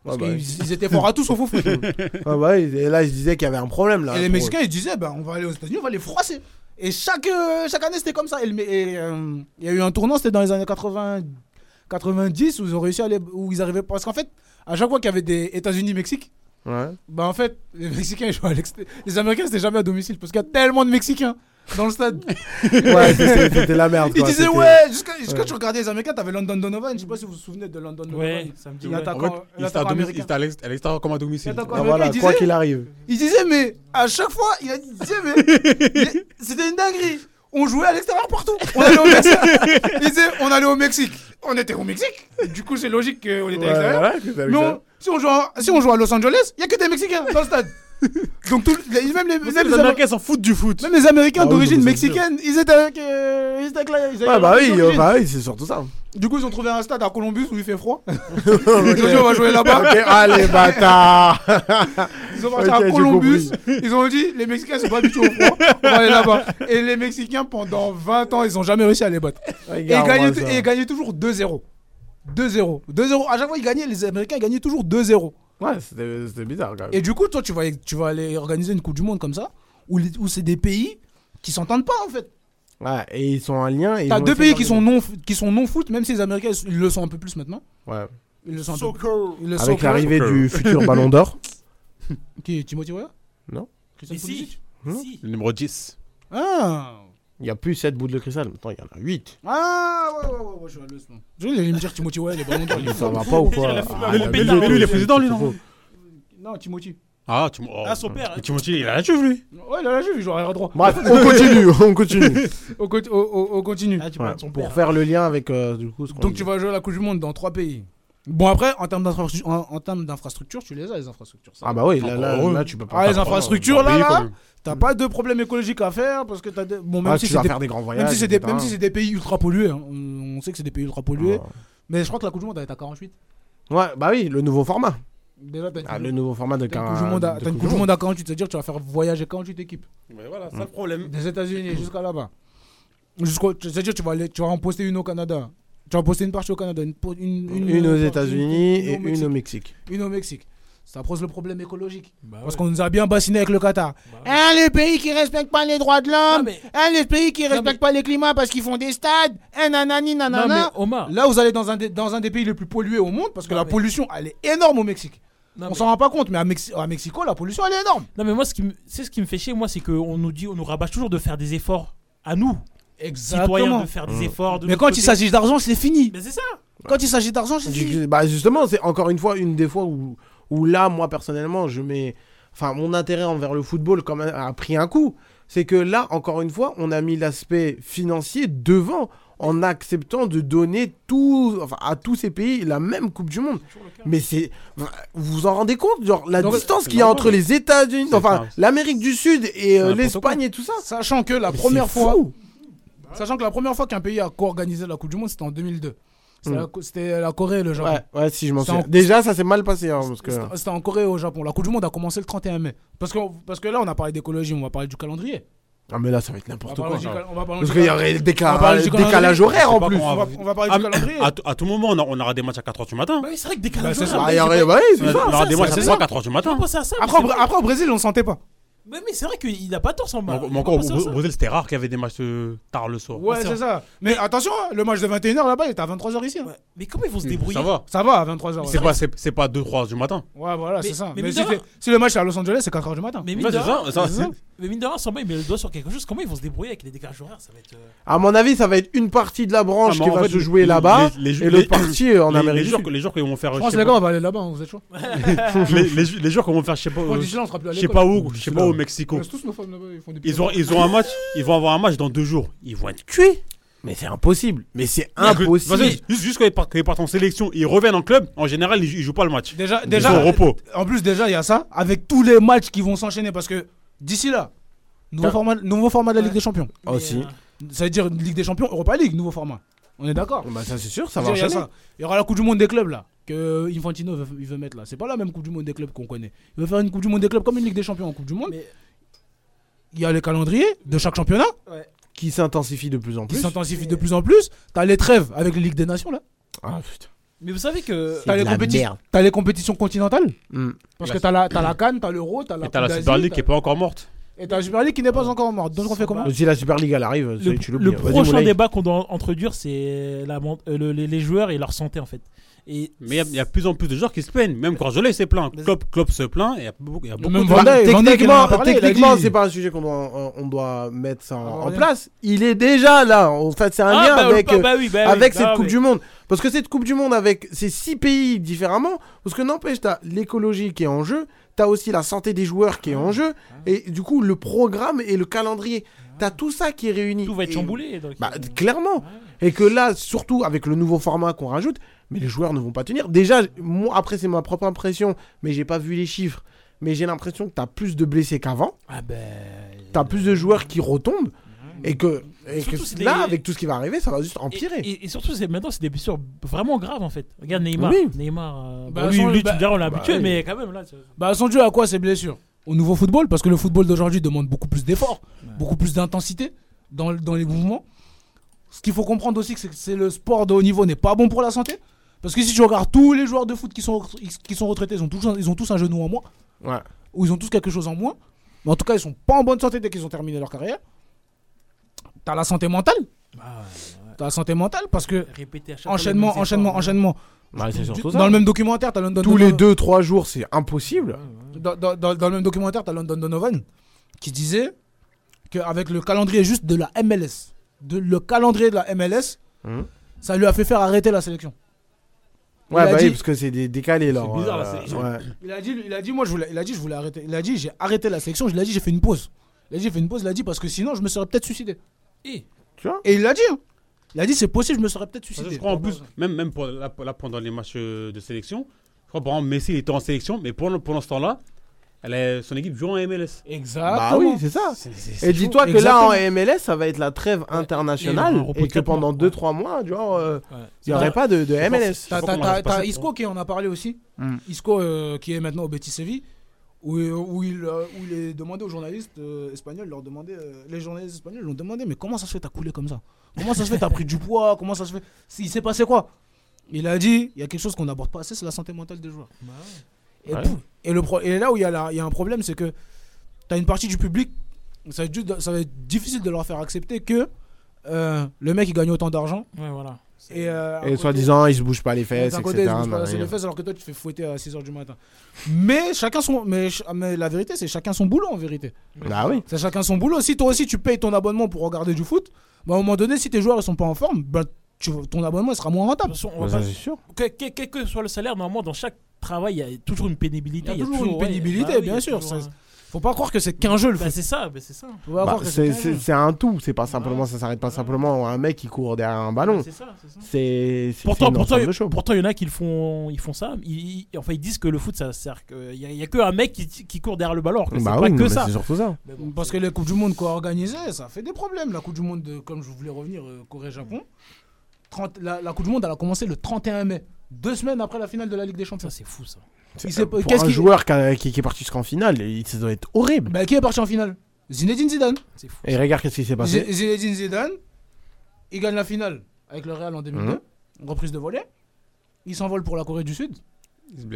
Parce Ouais, bah, qu'ils ils étaient forts à tous sauf au [laughs] foot. [laughs] ouais, bah, et là, ils se disaient qu'il y avait un problème, là. et les pour Mexicains, eux. ils disaient, ben, on va aller aux États-Unis, on va les froisser. Et chaque, euh, chaque année, c'était comme ça. Et le- et, euh, Il y a eu un tournant, c'était dans les années 80, 90, où ils ont réussi à aller, où ils arrivaient. Parce qu'en fait, à chaque fois qu'il y avait des États-Unis-Mexique, Ouais. bah en fait, les Mexicains ils jouaient à l'extérieur. Les Américains c'était jamais à domicile parce qu'il y a tellement de Mexicains dans le stade. [laughs] Ouais, c'était- c'était la merde, Ils quoi, disaient c'était- ouais, jusqu'à jusqu'à Ouais. tu regardais les Américains, t'avais London Donovan. Je sais pas si vous vous souvenez de London Donovan. L'attaquant- En fait, il était à l'attaquant domi- américain. il était à l'ex- à l'extérieur comme à domicile. L'attaquant Ah, américain, voilà, il disait- quoi qu'il arrive. Il disait, mais à chaque fois, il a dit, il disait, [laughs] mais il- c'était une dinguerie. On jouait à l'extérieur partout. On allait [laughs] au Mexique. Il disait, on allait au Mexique. On était au Mexique. Du coup, c'est logique qu'on était Ouais, à l'extérieur. ouais, que t'as vu mais on- ça. si, on joue en- si on joue à Los Angeles, il n'y a que des Mexicains dans le [laughs] stade. Donc, tout, les- même les, même les Américains s'en foutent du foot. Même les Américains Ah oui, d'origine ça, c'est sûr. mexicaine, ils étaient avec. euh, ils étaient avec la- ils étaient Ouais, avec bah leur oui, euh, origine. bah oui, c'est surtout [laughs] ça. Du coup, ils ont trouvé un stade à Columbus où il fait froid. [laughs] Aujourd'hui, on va jouer là-bas. Ok, [laughs] allez, bâtard Ils ont marché Ok, à j'ai Columbus. compris. Ils ont dit les Mexicains sont pas habitués au froid. On va aller là-bas. Et les Mexicains, pendant 20 ans, ils ont jamais réussi à les battre. Et ils Regarde-moi gagnaient, ça. et ils gagnaient toujours 2-0. 2-0. 2-0. À chaque fois, ils gagnaient. Les Américains gagnaient toujours 2-0. Ouais, c'était c'était bizarre, quand même. Et du coup, toi, tu vas, tu vas aller organiser une Coupe du Monde comme ça, où, les- où c'est des pays qui s'entendent pas en fait. Ouais, et ils sont en lien. et ils T'as ont deux essayé pays qui sont, non, qui sont non foot, même si les Américains ils le sont un peu plus maintenant. Ouais. Ils le sont un peu plus. Ils le sont un Avec peu- l'arrivée du futur Ballon d'Or. Qui est Timothy Weah Non. Christian Mais si. Pulisic Le numéro 10. Hmm. Ah Il n'y a plus 7 bouts de cristal. Maintenant, il y en a 8. Ah ouais, ouais, ouais, ouais, je suis à l'os, moi. Je vais aller me dire Timothy, ouais, [laughs] les ballons d'or. il est Ça fou. va pas ou quoi Il a fait- Ah, mais il a lui, bien lui, joué, il est c'est- président, lui, c'est non faux. Non, Timothy. Ah, tu oh. Ah, son père, Mais Timothy, il a la juve, lui. Ouais, là, là, je vais jouer arrière droit. Bref, [laughs] on continue, on continue. on, co- on- on- on continue. Ouais, pour faire le lien avec euh, du coup ce qu'on Donc, dit. tu vas jouer à la Coupe du Monde dans trois pays. Bon, après, en termes d'infrastructure, en, en termes d'infrastructure, tu les as, les infrastructures. ça Ah, va. bah oui, là, là, Encore là, heureux. tu peux pas. Ah, les faire- infrastructures, là, Pays, quand là, même. t'as pas de problème écologique à faire parce que t'as des. Bon, même Ah, si tu c'est vas des- faire des grands voyages. Même si c'est des, etc. même si c'est des pays ultra pollués, hein. on on sait que c'est des pays ultra pollués. Ah. Mais je crois que la Coupe du Monde elle est à 48. Ouais, bah oui, le nouveau format. Déjà, t'as une Ah, Coupe le du- nouveau format de t'as une car- Coupe du Monde à- de t'as une Coupe du Monde à 48, c'est-à-dire que tu vas faire voyager 48 équipes. Mais voilà, ça le problème. Des États-Unis jusqu'à là-bas. Jusqu'au- C'est-à-dire, tu vas, aller- tu vas en poster une au Canada. Tu vas en poster une partie au Canada. Une, po- une, Une aux partie- États-Unis et au une au Mexique. Une au Mexique. Ça pose le problème écologique. Parce ouais. qu'on nous a bien bassiné avec le Qatar. Hein, Eh, le pays qui respecte pas les droits de l'homme. Hein, le pays qui respecte pas les climats parce qu'ils font des stades. Hein, nanani, Ah, nanana. Eh, Nanana. Là, vous allez dans un, des, dans un des pays les plus pollués au monde parce que la pollution, elle est énorme au Mexique. on s'en rend pas compte, mais à, Mexi- à Mexico, la pollution, elle est énorme. Non, mais moi, ce qui me- c'est ce qui me fait chier, moi, c'est qu'on nous dit, on nous rabâche toujours de faire des efforts à nous. Citoyens, de faire des efforts. de mais notre quand côté. il s'agit d'argent, c'est fini. Mais c'est ça. Quand il s'agit d'argent, c'est Du- fini. Bah justement, c'est encore une fois une des fois où, où là, moi personnellement, je mets. Enfin, mon intérêt envers le football quand même, a pris un coup. C'est que là, encore une fois, on a mis l'aspect financier devant en acceptant de donner tout, enfin, à tous ces pays la même Coupe du Monde. Mais c'est. enfin, Vous vous en rendez compte genre, La Donc, distance c'est qu'il y a normal. entre les États-Unis, enfin, l'Amérique du Sud et euh, n'importe l'Espagne et tout ça. Sachant que la Mais première c'est fois. fou. Sachant que la première fois qu'un pays a co-organisé la Coupe du Monde, c'était en 2002. C'était Mm. la Co- C'était la Corée et le Japon. Ouais, ouais, si je m'en C'était en- souviens. Déjà, ça s'est mal passé. hein, parce que... C'était- C'était en Corée et au Japon. La Coupe du Monde a commencé le 31 mai. Parce que, parce que là, on a parlé d'écologie, on va parler du calendrier. Ah, mais là, ça va être n'importe On va quoi. parler du cal- on va parler Parce du qu'il y cal- aurait le on va décalage, parler du calendrier. décalage horaire en C'est pas plus. on va- on va parler du Ah, calendrier. À, tout- à tout moment, on, a- on aura des matchs à 4h du matin. Bah, c'est vrai que des calendriers, c'est ça. on a- Ah, y aurait- ouais, c'est On ça, aura ça, des ça, matchs à c'est 3 ça. 4h du matin. On pense à ça, mais Après, c'est au Bra- vrai. après, au Brésil, on ne sentait pas. Mais, mais c'est vrai qu'il n'a pas tort sans Mais mal. encore- mais encore, au Br- au Brésil, c'était rare qu'il y avait des matchs euh, tard le soir. Ouais, c'est ça. Mais attention, hein, le match de 21h là-bas, il était à 23h ici. hein. Mais comment ils vont se débrouiller Ça va. Ça va à 23h. C'est pas, c'est, c'est pas 2-3 du matin. Ouais, voilà, Mais- c'est ça. mais Mais, mine si, de rien. c'est- si le match est à Los Angeles, c'est 4h du matin. Mais mine, Ouais, de c'est ça, rien, ça, [laughs] mais c'est- mine de rien, sans mal, il met le doigt sur quelque chose. Comment ils vont se débrouiller avec les décalages horaires Ça va être. euh, À mon avis, ça va être une partie de la branche Ah, mais qui en va fait, se jouer les- là-bas les- les- Ah, et l'autre les- partie euh, en les- Amérique les du jours, Sud. que- les jours qu'ils vont faire. Je je pense, sais les pas- gars, on va aller là-bas, hein, vous [laughs] êtes chaud. les, les, les joueurs qu'on va faire, je sais pas. Bon, euh, d'ici là, on sera plus à je sais l'école. pas où, je sais pas où au On Mexico. laisse tous nos femmes là-bas, ils font des Ils ont, ils ont un match, ils vont avoir un match dans deux jours. Ils vont être cuits. Mais c'est impossible. Mais c'est Parce que impossible. Juste, juste quand, ils partent, quand ils partent en sélection, ils reviennent en club. En général, ils, ils jouent pas le match. Déjà, ils déjà sont au repos. En plus, déjà, il y a ça, avec tous les matchs qui vont s'enchaîner, parce que d'ici là, nouveau T'as- format, nouveau format de la Ligue des Champions. Bah. Ah, Aussi. Ça veut dire Ligue des Champions, Europa League, nouveau format. On est d'accord Bah, ça, c'est sûr, ça va Il y a enchaîner. ça. Il y aura la Coupe du Monde des clubs là, que Infantino veut, il veut mettre là. C'est pas la même Coupe du Monde des clubs qu'on connaît. Il veut faire une Coupe du Monde des clubs comme une Ligue des Champions en Coupe du Monde. Il y a les calendriers de chaque championnat Qui s'intensifie de plus en qui plus. s'intensifient de plus en plus. T'as les trêves avec les Ligues des Nations là. Ah putain. Mais vous savez que. T'as les, compéti- t'as les compétitions continentales. Mm. Parce Là, que t'as la, t'as la Cannes, t'as l'Euro, t'as la. Bah, Et t'as la Coupe Super d'Asie, League qui est pas encore morte. t'as- Et t'as la Super League qui n'est pas encore morte. Donc on fait Bah, comment Si la Super League elle arrive, ça y Le, est, tu le l'oublies. hein. Vas-y, prochain Moulay. débat qu'on doit introduire, c'est la man- euh, le- les, les joueurs et leur santé en fait. Et Mais il y a- il y, a de plus en plus de joueurs qui se plaignent. Même Corjolet s'est plaint. Klopp, Klopp se plaint. et Il y a beaucoup, il y a beaucoup Même de Van Dijk, Van Dijk, il en Techniquement, a parlé, il a techniquement, dit- Ah, c'est pas un sujet qu'on doit, euh, on doit mettre ça en, en rien. place. Il est déjà là. En fait, c'est un Ah, lien bah, avec, bah, euh, bah oui, bah oui. avec cette Non, Coupe mais- du Monde. Parce que cette Coupe du Monde avec ces six pays différemment, parce que n'empêche, t'as l'écologie qui est en jeu, t'as aussi la santé des joueurs qui est Ah. en jeu, et du coup, le programme et le calendrier. T'as tout ça qui est réuni. tout va être Et- chamboulé. donc, bah, euh, clairement. Et que là, surtout avec le nouveau format qu'on rajoute, mais les joueurs ne vont pas tenir. Déjà, moi, après, c'est ma propre impression, mais j'ai pas vu les chiffres. Mais j'ai l'impression que t'as plus de blessés qu'avant. Ah ben. T'as plus de joueurs qui retombent. Et que, et Surtout, que c'est là, des- avec tout ce qui va arriver, ça va juste empirer. Et, et surtout, c'est maintenant, c'est des blessures vraiment graves en fait. Regarde Neymar. Oui. Neymar, euh, Bah, bon, lui, sans- lui, bah, tu me diras, on l'a bah, habitué, oui. mais quand même là. c'est- Bah, sont dues à quoi ces blessures Au nouveau football, parce que le football d'aujourd'hui demande beaucoup plus d'efforts, beaucoup plus d'intensité dans, dans les mouvements. Ce qu'il faut comprendre aussi, c'est que c'est le sport de haut niveau n'est pas bon pour la santé. Parce que si tu regardes tous les joueurs de foot qui sont, qui sont retraités, ils ont, tous, un- ils ont tous un genou en moins, Ouais. ou ils ont tous quelque chose en moins. Mais en tout cas, ils sont pas en bonne santé dès qu'ils ont terminé leur carrière. T'as la santé mentale. T'as la santé mentale parce que Répéter à chaque fois les mêmes enchaînement, efforts, enchaînement, ouais. enchaînement. Ouais, Bah, c'est surtout Dans ça. le même documentaire, t'as London Tous les 2-3 jours, c'est impossible. dans, dans- dans- dans le même documentaire, tu as London Donovan qui disait qu'avec le calendrier juste de la MLS, de, le calendrier de la MLS, Mhm. ça lui a fait faire arrêter la sélection. Il Ouais, a bah dit- oui, parce que c'est des décalés là. bizarre, la euh, sélection. ouais. Il a dit, il a dit, moi, je voulais, il a dit, je voulais arrêter. Il a dit, j'ai arrêté la sélection. Je l'ai dit, j'ai fait une pause. Il a dit, j'ai fait une pause. Il a dit parce que sinon, je me serais peut-être suicidé. Et Tu vois Et il l'a dit. hein. Il a dit, c'est possible, je me serais peut-être Parce que suicidé. je crois en plus, même, même pour, là, pour- là, pendant les matchs euh, de sélection, je crois par exemple Messi il était en sélection, mais pendant, pendant ce temps-là, elle est- son équipe joue en MLS. Exactement. Bah oui, c'est ça. Et dis-toi que là en MLS, ça va être la trêve Et internationale on repose et que quatre pendant mois, 2-3 mois, genre, euh, il Ouais. n'y Bah, aurait pas de, de MLS. T'as- pas T'as comment on va t'as- se passer t'as pour Isco qui en a parlé aussi. Mm. Isco euh, qui est maintenant au Betis Séville. où, où il, euh, où il est demandé aux journalistes euh, espagnols, leur demander, euh, les journalistes espagnols l'ont demandé, mais comment ça se fait t'as coulé comme ça Comment ça se fait t'as pris du poids Comment ça se fait Il s'est passé quoi Il a dit, il y a quelque chose qu'on n'aborde pas assez, c'est la santé mentale des joueurs. Bah Et, Ouais. pouf, et le pro- et là où il y, a la- il y a un problème, c'est que t'as une partie du public, ça va, être juste- ça va être difficile de leur faire accepter que euh, le mec il gagne autant d'argent. Ouais, voilà. Et, euh, Et soi-disant, il se bouge pas les fesses, d'un etc. côté, ils bougent pas nan, assez nan, les nan. fesses alors que toi tu te fais fouetter à 6h du matin. Mais chacun son mais, ch- mais la vérité c'est chacun son boulot en vérité. Bah oui. C'est chacun son boulot. Si toi aussi tu payes ton abonnement pour regarder du foot, bah, à un moment donné si tes joueurs ils sont pas en forme, bah, tu- ton abonnement il sera moins rentable. on va Bah, ça, pas- c'est sûr. Que- que- Quel que soit le salaire, normalement, dans chaque travail, il y a toujours une pénibilité. Il y a toujours une ouais, pénibilité, bah oui, il y bien a sûr. toujours ça- un- Faut pas croire que c'est qu'un jeu le Bah, foot. c'est ça, bah, c'est ça. Faut pas Bah, croire que c'est- qu'un jeu. c'est c'est un tout, c'est pas simplement, ça s'arrête pas simplement à un mec qui court derrière un ballon. c'est ça, c'est ça. C'est c'est- c'est Pourtant, une pourtant, ensemble de choses. pourtant, il y en a qui le font, ils font ça. Ils, ils- enfin, ils disent que le foot, ça sert. que- Il y, a- il y a que un mec qui, qui court derrière le ballon. alors que Bah c'est oui, pas non, que mais ça. c'est surtout ça. Parce que les Coupes du Monde co-organisées, ça fait des problèmes. La Coupe du Monde, de- comme je voulais revenir, euh, Corée-Japon, 30 la, la Coupe du Monde, elle a commencé le 31 mai, deux semaines après la finale de la Ligue des Champions. c'est fou ça. Il s'est- euh, Pour qu'est-ce un qui- joueur qui, a- qui- qui est parti jusqu'en finale, il- ça doit être horrible. Bah, qui est parti en finale Zinedine Zidane. Et regarde qu'est-ce qui s'est Zi- passé. Zinedine Zidane, il gagne la finale avec le Real en 2002, Mhm. reprise de volet. Il s'envole pour la Corée du Sud.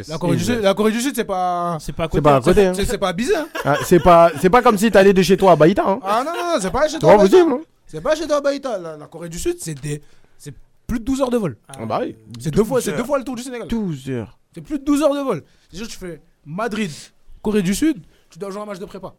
La Corée, Il du se Sud, la Corée du Sud, c'est pas. C'est pas à côté. pas à côté, hein. C'est c'est pas abusé. hein. Ah, c'est pas, c'est pas comme si t'allais de chez toi à Baïta. Hein. Ah non, non, non, c'est pas chez C'est toi. pas Baïta. possible, hein. C'est pas chez toi, Baïta. La, la Corée du Sud, c'est des... c'est plus de 12 heures de vol. Ah bah oui. C'est deux fois, c'est deux fois le tour du Sénégal. 12 heures. C'est plus de 12 heures de vol. Déjà, tu fais Madrid, Corée du Sud, tu dois jouer un match de prépa.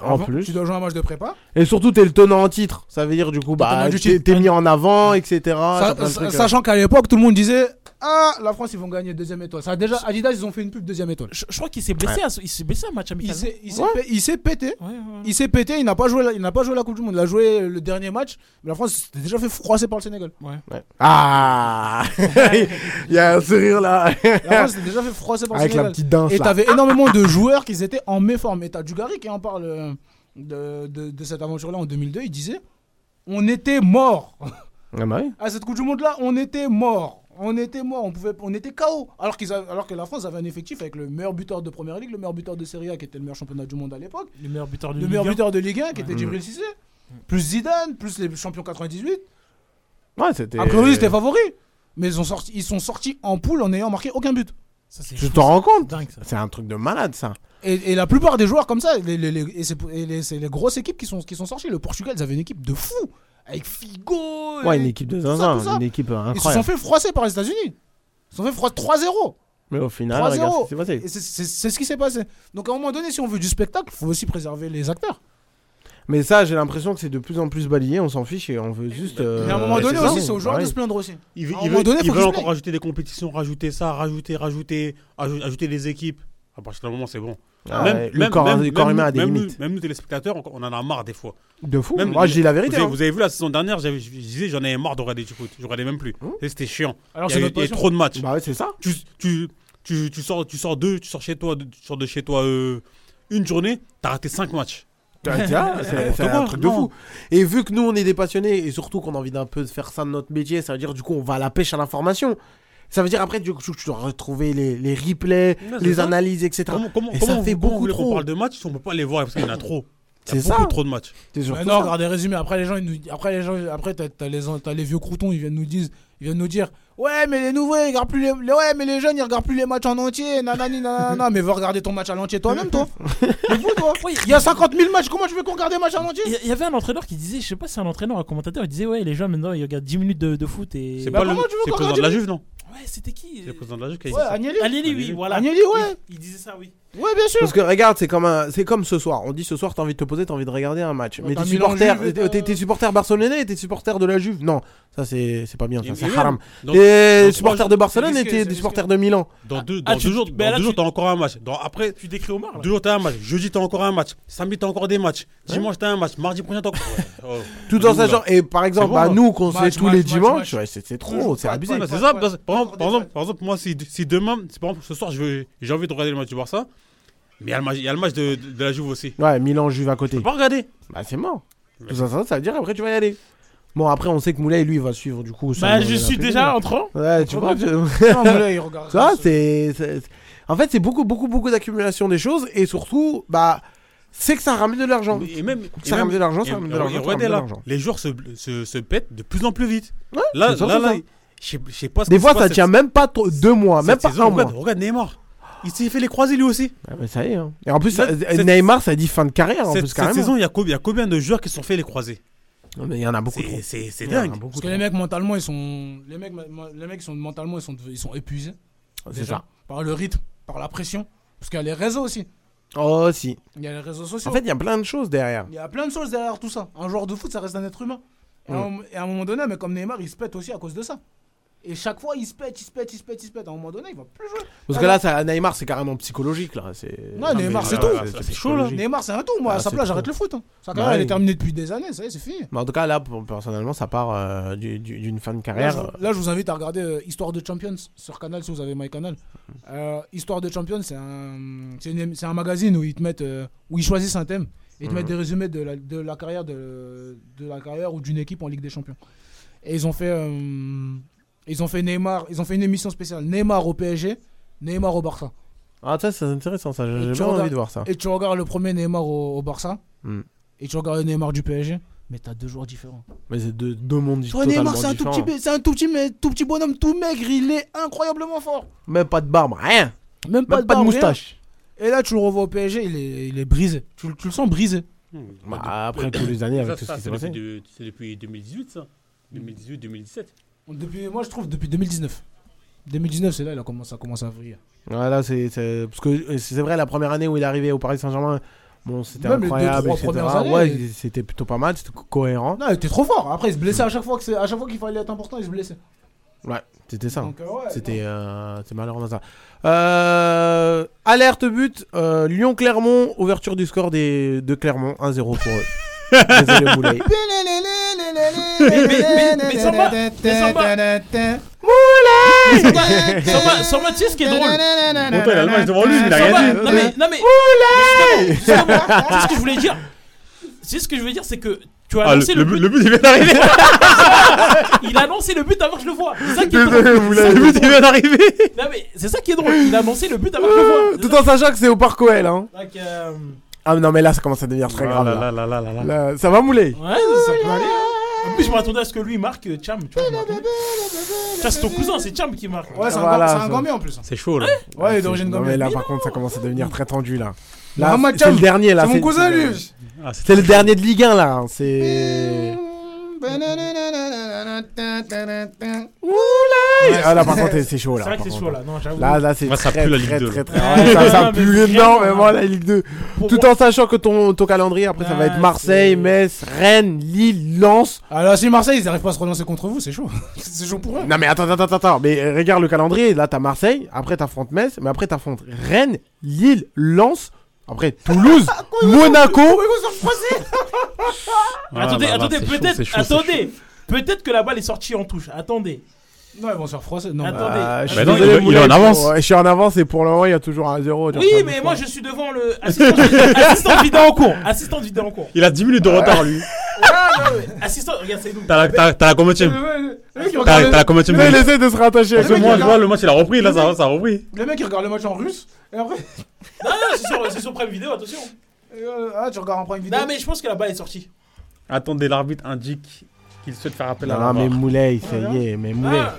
En Avant, plus. Tu dois jouer un match de prépa. Et surtout, t'es le tenant en titre. Ça veut dire, du coup, bah, tenant du t'es titre. t'es mis en avant, etc. Sa- t'as plein de sa- trucs, euh. sachant qu'à l'époque, tout le monde disait Ah, la France, ils vont gagner deuxième étoile. Ça, déjà, Adidas, ils ont fait une pub deuxième étoile. Je, crois qu'il s'est blessé, à ce- il s'est blessé à un match amical. Il s'est il s'est Ouais. pé- il s'est pété. Ouais, ouais, ouais. Il s'est pété, il n'a pas, joué la- il n'a pas joué la Coupe du Monde. Il a joué le dernier match, mais la France s'était déjà fait froisser par le Sénégal. Ouais. [laughs] Ah Il y a un sourire là. La France s'était déjà fait froisser par le Avec la Sénégal. petite danse. Et là. t'avais énormément de joueurs qui étaient en méforme. Et t'as Dugarry qui en parle euh, de, de- de cette aventure-là en 2002. Il disait On était morts. [laughs] Ah bah oui. À cette Coupe du Monde-là, on était morts. On était morts. On, pouvait, on était KO. Alors, qu'ils avaient- alors que la France avait un effectif avec le meilleur buteur de première ligue, le meilleur buteur de Serie A qui était le meilleur championnat du monde à l'époque, Le meilleur buteur du le meilleur Ligue un. Mm. buteur de Ligue 1 qui était Ouais. Djibril Cissé, plus Zidane, plus les champions 98. Ouais, c'était. euh, A priori, c'était favori. Mais ils, ont sorti, ils sont sortis en poule en n'ayant marqué aucun but. Ça, [laughs] c'est Tu fou, t'en rends c'est compte dingue ça. C'est un truc de malade ça. Et, et la plupart des joueurs comme ça, les- les- les- et c'est et les, c'est les grosses équipes qui sont, qui sont sorties. Le Portugal, ils avaient une équipe de fou. Avec Figo. Ouais, et- une équipe de tout ça, zinzin, tout ça. une équipe euh, Ils se sont incroyable. fait froisser par les États-Unis. Ils se sont fait froisser 3-0. Mais au final, Ah, regarde ce qui s'est 3-0. passé. Et c'est- c'est c'est ce qui s'est passé. Donc à un moment donné, si on veut du spectacle, il faut aussi préserver les acteurs. Mais ça, j'ai l'impression que c'est de plus en plus balayé, on s'en fiche et on veut juste. euh, Mais à un moment ouais, donné c'est ça. aussi, c'est aux joueurs Ouais. de se plaindre aussi. Ils, À veulent- un ils moment veulent, donné, ils faut veulent qu'ils se encore plaignent. rajouter des compétitions, rajouter ça, rajouter, rajouter, aj- ajouter des équipes. À partir d'un moment, c'est bon. Ah ouais, le corps- le corps humain a des même limites. Nous, même nous, téléspectateurs, on on en a marre des fois. De fou. Même- Moi, je dis la vérité. Vous avez, hein. vous avez vu la saison dernière, j'avais- je disais j'en avais marre de regarder du foot. Je regardais même plus. Et C'était chiant. Alors, il c'est y a eu- notre il y a eu passion. trop de matchs. Hein Bah ouais, c'est ça. tu, tu, tu, tu sors, tu sors deux, tu sors chez toi, tu sors de chez toi euh, une journée, t'as raté cinq matchs. [laughs] Bah, tiens, C'est c'est un Comment truc de Non. fou. Et vu que nous, on est des passionnés et surtout qu'on a envie d'un peu de faire ça de notre métier, ça veut dire du coup, on va à la pêche à l'information. Ça veut dire après, du coup, tu dois retrouver les, les replays, Ouais, c'est les ça. analyses, etc. Comment, comment, et comment ça vous- fait comment vous beaucoup voulez qu'on trop. parle de matchs si on peut pas les voir parce qu'il y en a trop Il y a C'est beaucoup ça. trop de matchs. C'est surtout Maintenant, ça. regardez résumé. Après, les gens, ils nous, après, les gens, après, t'as, t'as les, t'as les vieux croutons, ils viennent nous dire, ils viennent nous dire, ouais, mais les nouveaux, ils regardent plus les, les- ouais, mais les jeunes, ils regardent plus les matchs en entier, nanani, nanana, [laughs] mais va regarder ton match à l'entier [laughs] toi-même, toi. Mais vous, toi. Il y a 50 000 matchs, comment tu veux qu'on regarde les matchs à l'entier Il y- il y avait un entraîneur qui disait, je sais pas si c'est un entraîneur, un commentateur, il disait ouais, les gens maintenant ils regardent 10 minutes de, de foot et. C'est Bah, pas le, comment tu veux c'est le qu'on président regarde de la les- Juve, non Ouais, c'était qui euh, C'est le président de la Juve qui a dit Ouais, ça. Agnelli. Agnelli, oui, Agnelli. voilà. Bah, Agnelli, ouais. Il, il disait ça, oui. Bah, Ouais, bien sûr. Parce que regarde, c'est comme, un- c'est comme ce soir. On dit ce soir, t'as envie de te poser, t'as envie de regarder un match. mais t'as t'es Milan supporter, Juve et t'es- t'as- t'es supporter barcelonais et t'es supporter de la Juve. Non, ça c'est c'est pas bien, ça Et- c'est et haram. même, dans- T'es dans supporter trois- de Barcelone c'est et risqué, t'es c'est des risqué. supporters de Milan. Dans deux, dans Ah, deux tu- jours, bah, dans là, deux jours, tu- t'as encore un match. Dans, après, Tu décris Omar là. deux jours, t'as un match. Jeudi, t'as encore un match. Samedi, t'as encore des matchs. Dimanche, t'as un match. Mardi prochain, t'as encore. Ouais, oh. Tout dans Oula. sa genre. Et par exemple, bon, à moi. nous qu'on se Match, fait tous match, les match, dimanches, match. ouais, c'est c'est trop, c'est abusé. Ouais, Bah, c'est ouais, ça, ouais. parce- par, exemple, Encore par, des exemple, par exemple, moi, si, si demain, c'est par exemple, ce soir, je veux- j'ai envie de regarder le match du Barça, mais il y a le match, il y a le match de, de- de la Juve aussi. Ouais, Milan Juve à Je côté. peux pas regarder. Bah c'est mort. Tout ça, ça, ça veut dire après tu vas y aller. Bon après on sait que Moulay lui il va suivre du coup. ça, Bah, on je en a suis plus déjà dit. entrant. [laughs] Ouais tu vois. tu- Non, mais là, ils regardent Ça c'est. c'est- En fait, c'est beaucoup, beaucoup, beaucoup d'accumulation des choses et surtout, bah, c'est que ça ramène de l'argent. Et même, et ça ramène même- de l'argent, et- ça ramène de et l'argent. ça ramène regardez de là, l'argent. Les joueurs se, se, se pètent de plus en plus vite. c'est là, surtout là, là, ça. je sais- je sais pas ce Des qui se fois, passe ça cette- tient même pas trop- deux mois, cette même pas saison. un mois. regarde, regarde Neymar. Il s'est fait les croisés lui aussi. Ah bah, ça y est. hein. Et en plus, Là, ça- cette- Neymar, ça dit fin de carrière. en cette, plus, cette carrément. saison, il y, a co- il y a combien de joueurs qui se sont fait les croisés Non, mais il y en a beaucoup C'est- trop. C'est c'est Il y en a dingue. beaucoup Parce que les mecs mentalement ils sont les mecs ma- ma- les mecs sont mentalement ils sont ils sont épuisés. C'est Déjà. ça. Par le rythme, par la pression parce qu'il y a les réseaux aussi. Oh, si. Il y a les réseaux sociaux. En fait, il y a plein de choses derrière. Il y a plein de choses derrière tout ça. Un joueur de foot ça reste un être humain. Et, Mm. à un- et à un moment donné mais comme Neymar il se pète aussi à cause de ça. Et chaque fois il se pète, il se pète, il se pète, il se pète. À un moment donné il va plus jouer. Ah Parce que là, ça, Neymar, c'est carrément psychologique. Là. C'est... Non, Neymar, mais c'est là, tout. c'est psychologique. Neymar, c'est un tout. Moi, Ah, à sa c'est place, trop. j'arrête le foot. hein. Sa Bah carrière, elle oui. est terminée [laughs] depuis des années. Ça y est, c'est fini. Mais en tout cas, là, pour- personnellement, ça part euh, du- du- d'une fin de Là carrière. je, là, je vous invite à regarder euh, Histoire de Champions sur Canal si vous avez MyCanal. Hum. Euh, Histoire de Champions, c'est un, c'est une- c'est un magazine où ils te mettent, euh, où ils choisissent un thème et ils te Mhm. mettent des résumés de la, de la carrière de, de la carrière ou d'une équipe en Ligue des Champions. Et ils ont fait, euh, ils ont fait Neymar, ils ont fait une émission spéciale Neymar au PSG, Neymar au Barça. Ah, ça, c'est intéressant, ça. J'ai Et j'ai tu bien envie regardes- de voir ça. Et tu regardes le premier Neymar au, au Barça Mm. et tu regardes le Neymar du PSG, mais t'as deux joueurs différents. Mais c'est deux, deux mondes Tu vois, totalement Neymar, c'est un, tout différents. petit, bé- c'est un tout petit, mais- tout petit bonhomme, tout maigre, il est incroyablement fort. Même pas de barbe, rien. Même pas, Même de, pas de barbe, moustache. rien. Et là, tu le revois au PSG, il est, il est brisé. Tu, le- tu le sens brisé. Bah, après tous les années, avec tout ce qui s'est passé. C'est depuis 2018, ça. 2018-2017. Depuis, moi, je trouve depuis 2019. 2019, c'est là, il a commencé, ça commence à vriller. Ouais, là, c'est, c'est- Parce que euh, c'est vrai, la première année où il est arrivé au Paris Saint-Germain, bon, c'était Même les deux, incroyable, trois etc. premières années, ouais, il- c'était plutôt pas mal, c'était co- cohérent. Non, il était trop fort. Après, il se blessait à chaque fois que c'est- à chaque fois qu'il fallait être important, il se blessait. Ouais, c'était ça. Donc, euh, ouais, c'était euh, c'est malheureusement ça. Euh, alerte but, euh, Lyon-Clermont, ouverture du score des, de Clermont, 1-0 pour eux. Désolé, Moulay. mais- mais Samba- mais Samba, Samba, tu sais ce qui est drôle Bon, toi, l'Allemand est devant lui, mais il a Samba, rien dit. Non mais, non mais, justement, [laughs] justement, tu sais ce que je voulais dire C'est ce que je veux dire, c'est que tu as Ah, annoncé le, le, but, but. le but, il vient d'arriver. [laughs] Il a annoncé le but avant que je le vois. C'est ça qui est drôle. Désolé, Moulay. le but, il vient d'arriver. Non mais, c'est ça qui est drôle. Il a annoncé le but avant que je le vois. Tout en sachant que c'est au Parc OL, hein. Donc, euh, Ah, mais non, mais là, ça commence à devenir très grave. là. là, là, là, là. Là, ça va, Moulay Ouais, ça peut aller. hein. En plus, je m'attendais à ce que lui marque euh, Cham. Tu vois, je m'attendais. Ça, c'est ton cousin, c'est Cham qui marque. Ouais, c'est un, Voilà, grand- c'est un ça. Gambien en plus. hein. C'est chaud, là. Ouais, il est d'origine Ah, Non, mais Gambien. là, par contre, ça commence à devenir très tendu, là. Mais Là, Ramadan, c'est le dernier, là. C'est mon cousin lui. Ah, c'est C'est le dernier de Ligue 1, là. hein, C'est. Ah, là, par contre, c'est chaud, là. C'est vrai que par c'est contre. chaud là, non, j'avoue. Là, là, c'est Moi, ça très, pue la très, Ligue très, 2, très, ouais, ça, Ouais, ça non, mais pue vraiment, énormément hein. la Ligue 2. Pour Tout moi- en sachant que ton, ton calendrier, après, ça va être Ah, Marseille, c'est- Metz, Rennes, Lille, Lens. Alors, Ah, si Marseille, ils n'arrivent pas à se relancer contre vous, c'est chaud. [laughs] c'est chaud pour eux. Non, mais attends, attends, attends, attends. Mais euh, regarde le calendrier. Là, t'as Marseille, après, t'affrontes Metz, mais après, t'affrontes Rennes, Lille, Lens, après, [laughs] Toulouse, Monaco. [laughs] Ah, attendez, là, là, attendez, c'est chaud, peut-être, c'est chaud, c'est chaud. attendez. Peut-être que la balle est sortie en touche. Attendez. Non, ils vont se faire froisser. Non, Attends. Ah, je suis Bah non, désolé, il est- il est Moulay, en je- avance. ouais, Je suis en avance et pour le moment, il y a toujours un 0. tu Oui, vois, mais je moi je suis devant le assistant, [laughs] assistant vidéo en cours. Assistant vidéo en cours. Il a 10 minutes de retard, lui. Assistant, regarde, c'est nous. T'as la, t'as, t'as la combien mais- T'as, le mec, il t'as regarde la combien Mais il essaie de se rattacher à Parce que mec, moi, il regarde- je vois, le match, il a repris. Là, ça, ça a repris. le- le mec, il regarde le match en russe. Et après. [laughs] Non, non, c'est sur, c'est sur Prime Vidéo, attention. Euh, ah, tu regardes en prime vidéo. Non, mais je pense que la balle est sortie. Attendez, l'arbitre indique qu'il souhaite faire appel à la Non, mais VAR. Moulay, ça y est, mais Moulay. Ah,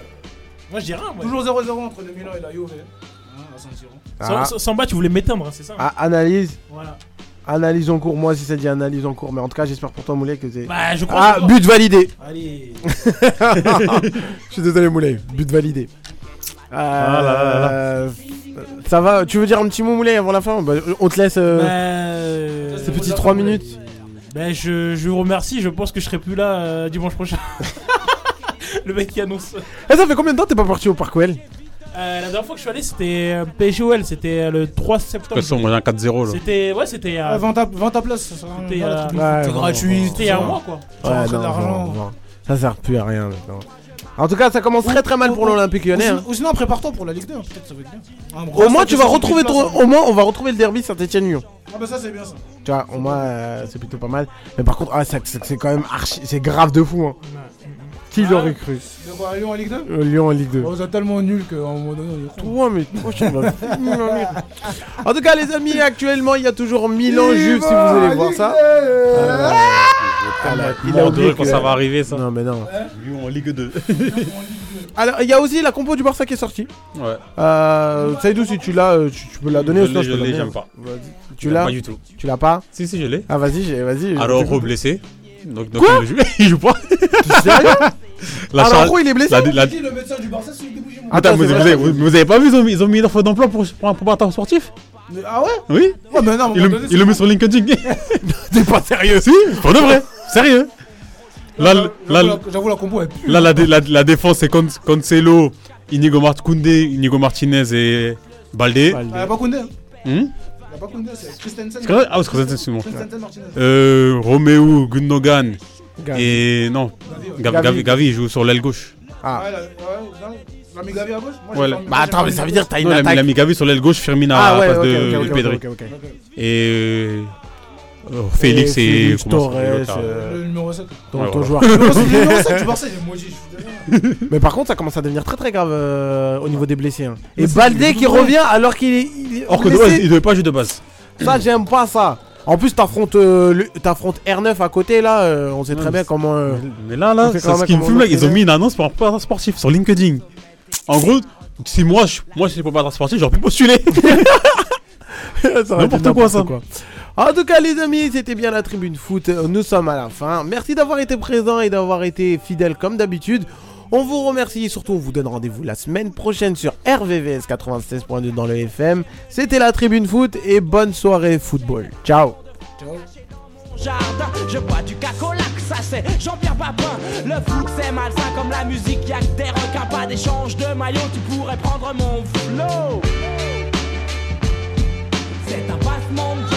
moi je dis rien. Moi. Toujours 0-0 entre le Milan et la Juve. hein, à San Siro. Ah, Sans, Samba, tu voulais m'éteindre, hein, c'est ça ah, analyse, Voilà. analyse en cours. Moi, si ça dit analyse en cours, mais en tout cas, j'espère pour toi, Moulay, que c'est. Bah, je crois. Ah, que- but validé. [laughs] Allez. [laughs] Je suis désolé, Moulay. But validé. Euh, Ah là là là. euh, Ça va Tu veux dire un petit mot, Moulay, avant la fin Bah, On te laisse euh, Bah, Euh, ces petits 3 minutes. Ben je, je vous remercie, je pense que je serai plus là euh, dimanche prochain. [laughs] Bah, Le mec qui annonce. Eh, ça fait combien de temps t'es pas parti au Parc OL Euh, la dernière fois que je suis allé, c'était euh, PSGOL, c'était euh, le 3 De toute septembre. façon, moi, j'ai un 4-0, là. C'était ouais, c'était euh, Ah, vends ta- Vends ta place, ça sert à rien. T'es, Voilà, euh, truc de ouais, foot, c'est vraiment, gratuit. c'était il y a un mois quoi. rentres de non, l'argent. non, non. Ça sert plus à rien. maintenant. En tout cas, ça commence très très mal pour l'Olympique Ou lyonnais. hein. sinon- Ou sinon, prépare-toi pour la Ligue 2, hein, peut-être ça va être bien. Un Au gros moins, stade tu de vas 60 000 retrouver places, ton... hein. Au moins, on va retrouver le derby Saint-Etienne-Lyon. Ah, bah ça, c'est bien ça. Tu vois, au moins, euh, c'est plutôt pas mal. Mais par contre, ah, ça- ça- c'est quand même archi. C'est grave de fou. hein. Qui l'aurait cru De voir Lyon en Ligue 2 Euh, Lyon en Ligue 2. On est tellement nuls qu'à un moment donné, on est Trois, mais trois, je suis mal fini, ma mère. En tout cas, les amis, actuellement, il y a toujours Milan Il Juve si vous va, allez voir ça. Euh, ah là, il a oublié quand que- ça va arriver, ça. Non, mais non. Lyon en Ligue 2. Alors, il y a aussi la compo du Barça qui est sortie. Ouais. Euh, Saïdou, si tu l'as, euh, tu, tu peux la donner Je sinon l'ai, je je peux la l'ai, donner. j'aime pas. Vas-y. Tu Je l'as l'ai pas du tout. Tu l'as pas Si, si, je l'ai. Ah, vas-y, j'ai- vas-y. Araujo je- blessé. Donc, donc il joue, il joue pas. [laughs] Sérieux [laughs] Ah, La Araujo, charge- il est blessé la- la- Le médecin du Barça, c'est débouché. Attends, Attends, mais c'est vous, vrai. avez, vous- vous avez pas vu, ils ont mis, ils ont mis une offre d'emploi pour, pour un préparateur sportif Ah ouais Oui Ouais, mais non, à un Ils moment le, donné, ils le mettent sur LinkedIn. [laughs] T'es pas sérieux si, pour de vrai, sérieux. Là, là, c'est- là, j'avoue, la- J'avoue, la compo, elle pue. là, la, dé- la- la défense, c'est Con- Cancelo, Inigo Mart Koundé, Inigo Martinez et Baldé. Elle Ah, a pas Koundé. hein. Hmm Elle a pas Koundé, c'est Christensen. C'est quoi Ah, c'est Christensen, c'est bon. Christensen Martinez. Euh, Romeo Gundogan Gavi. et non, Gavi, Gavi. Gavi, Gavi, il joue sur l'aile gauche. Ah. Ouais, là, ouais, non, l'ami Gavi à gauche Moi, Ouais, j'ai là- pas mis- Bah, j'ai attends, pas mais mis ça veut Gavi. dire que t'as Non, une il a mis- il a attaque. mis Gavi sur l'aile gauche, Firmina à Ah, la ouais, place ok, de, ok, de ok, Pedri. ok, ok. Et euh, Félix et, Félix, comment Torres, ça s'appelle l'autre, là euh, Le numéro 7. ton- Ouais, ton voilà. [laughs] joueur. Le numéro 7 du Barça, il est maudit. je suis désolé. Mais par contre, ça commence à devenir très très grave euh, au niveau des blessés. hein. Et Mais c'est- Baldé c'est qui vrai. revient alors qu'il est, il est Or que de blessé. base, il devait pas jouer de base. Ça, j'aime pas ça. En plus, t'affrontes euh, le- t'affrontes R9 à côté là. euh, on sait Ouais, très bien mais- comment. euh, Mais là, là, On fait c'est quand ce même qui me comme fume, on là, ils ont fait. mis une annonce pour un préparateur sportif sur LinkedIn. En gros, si moi, je, moi, je suis préparateur sportif, j'aurais pu postuler. [laughs] Ça aurait été N'importe quoi, ça. En tout cas, les amis, c'était bien la tribune foot. Nous sommes à la fin. Merci d'avoir été présents et d'avoir été fidèles comme d'habitude. On vous remercie et surtout on vous donne rendez-vous la semaine prochaine sur RVVS 96.2 dans le FM. C'était la tribune foot et bonne soirée football. Ciao mon jardin. Je bois du cacolac, ça c'est Jean-Pierre Papin. Le foot c'est malsain comme la musique, y'a que des requins, pas d'échange de maillots. Tu pourrais prendre mon flow. C'est un passement de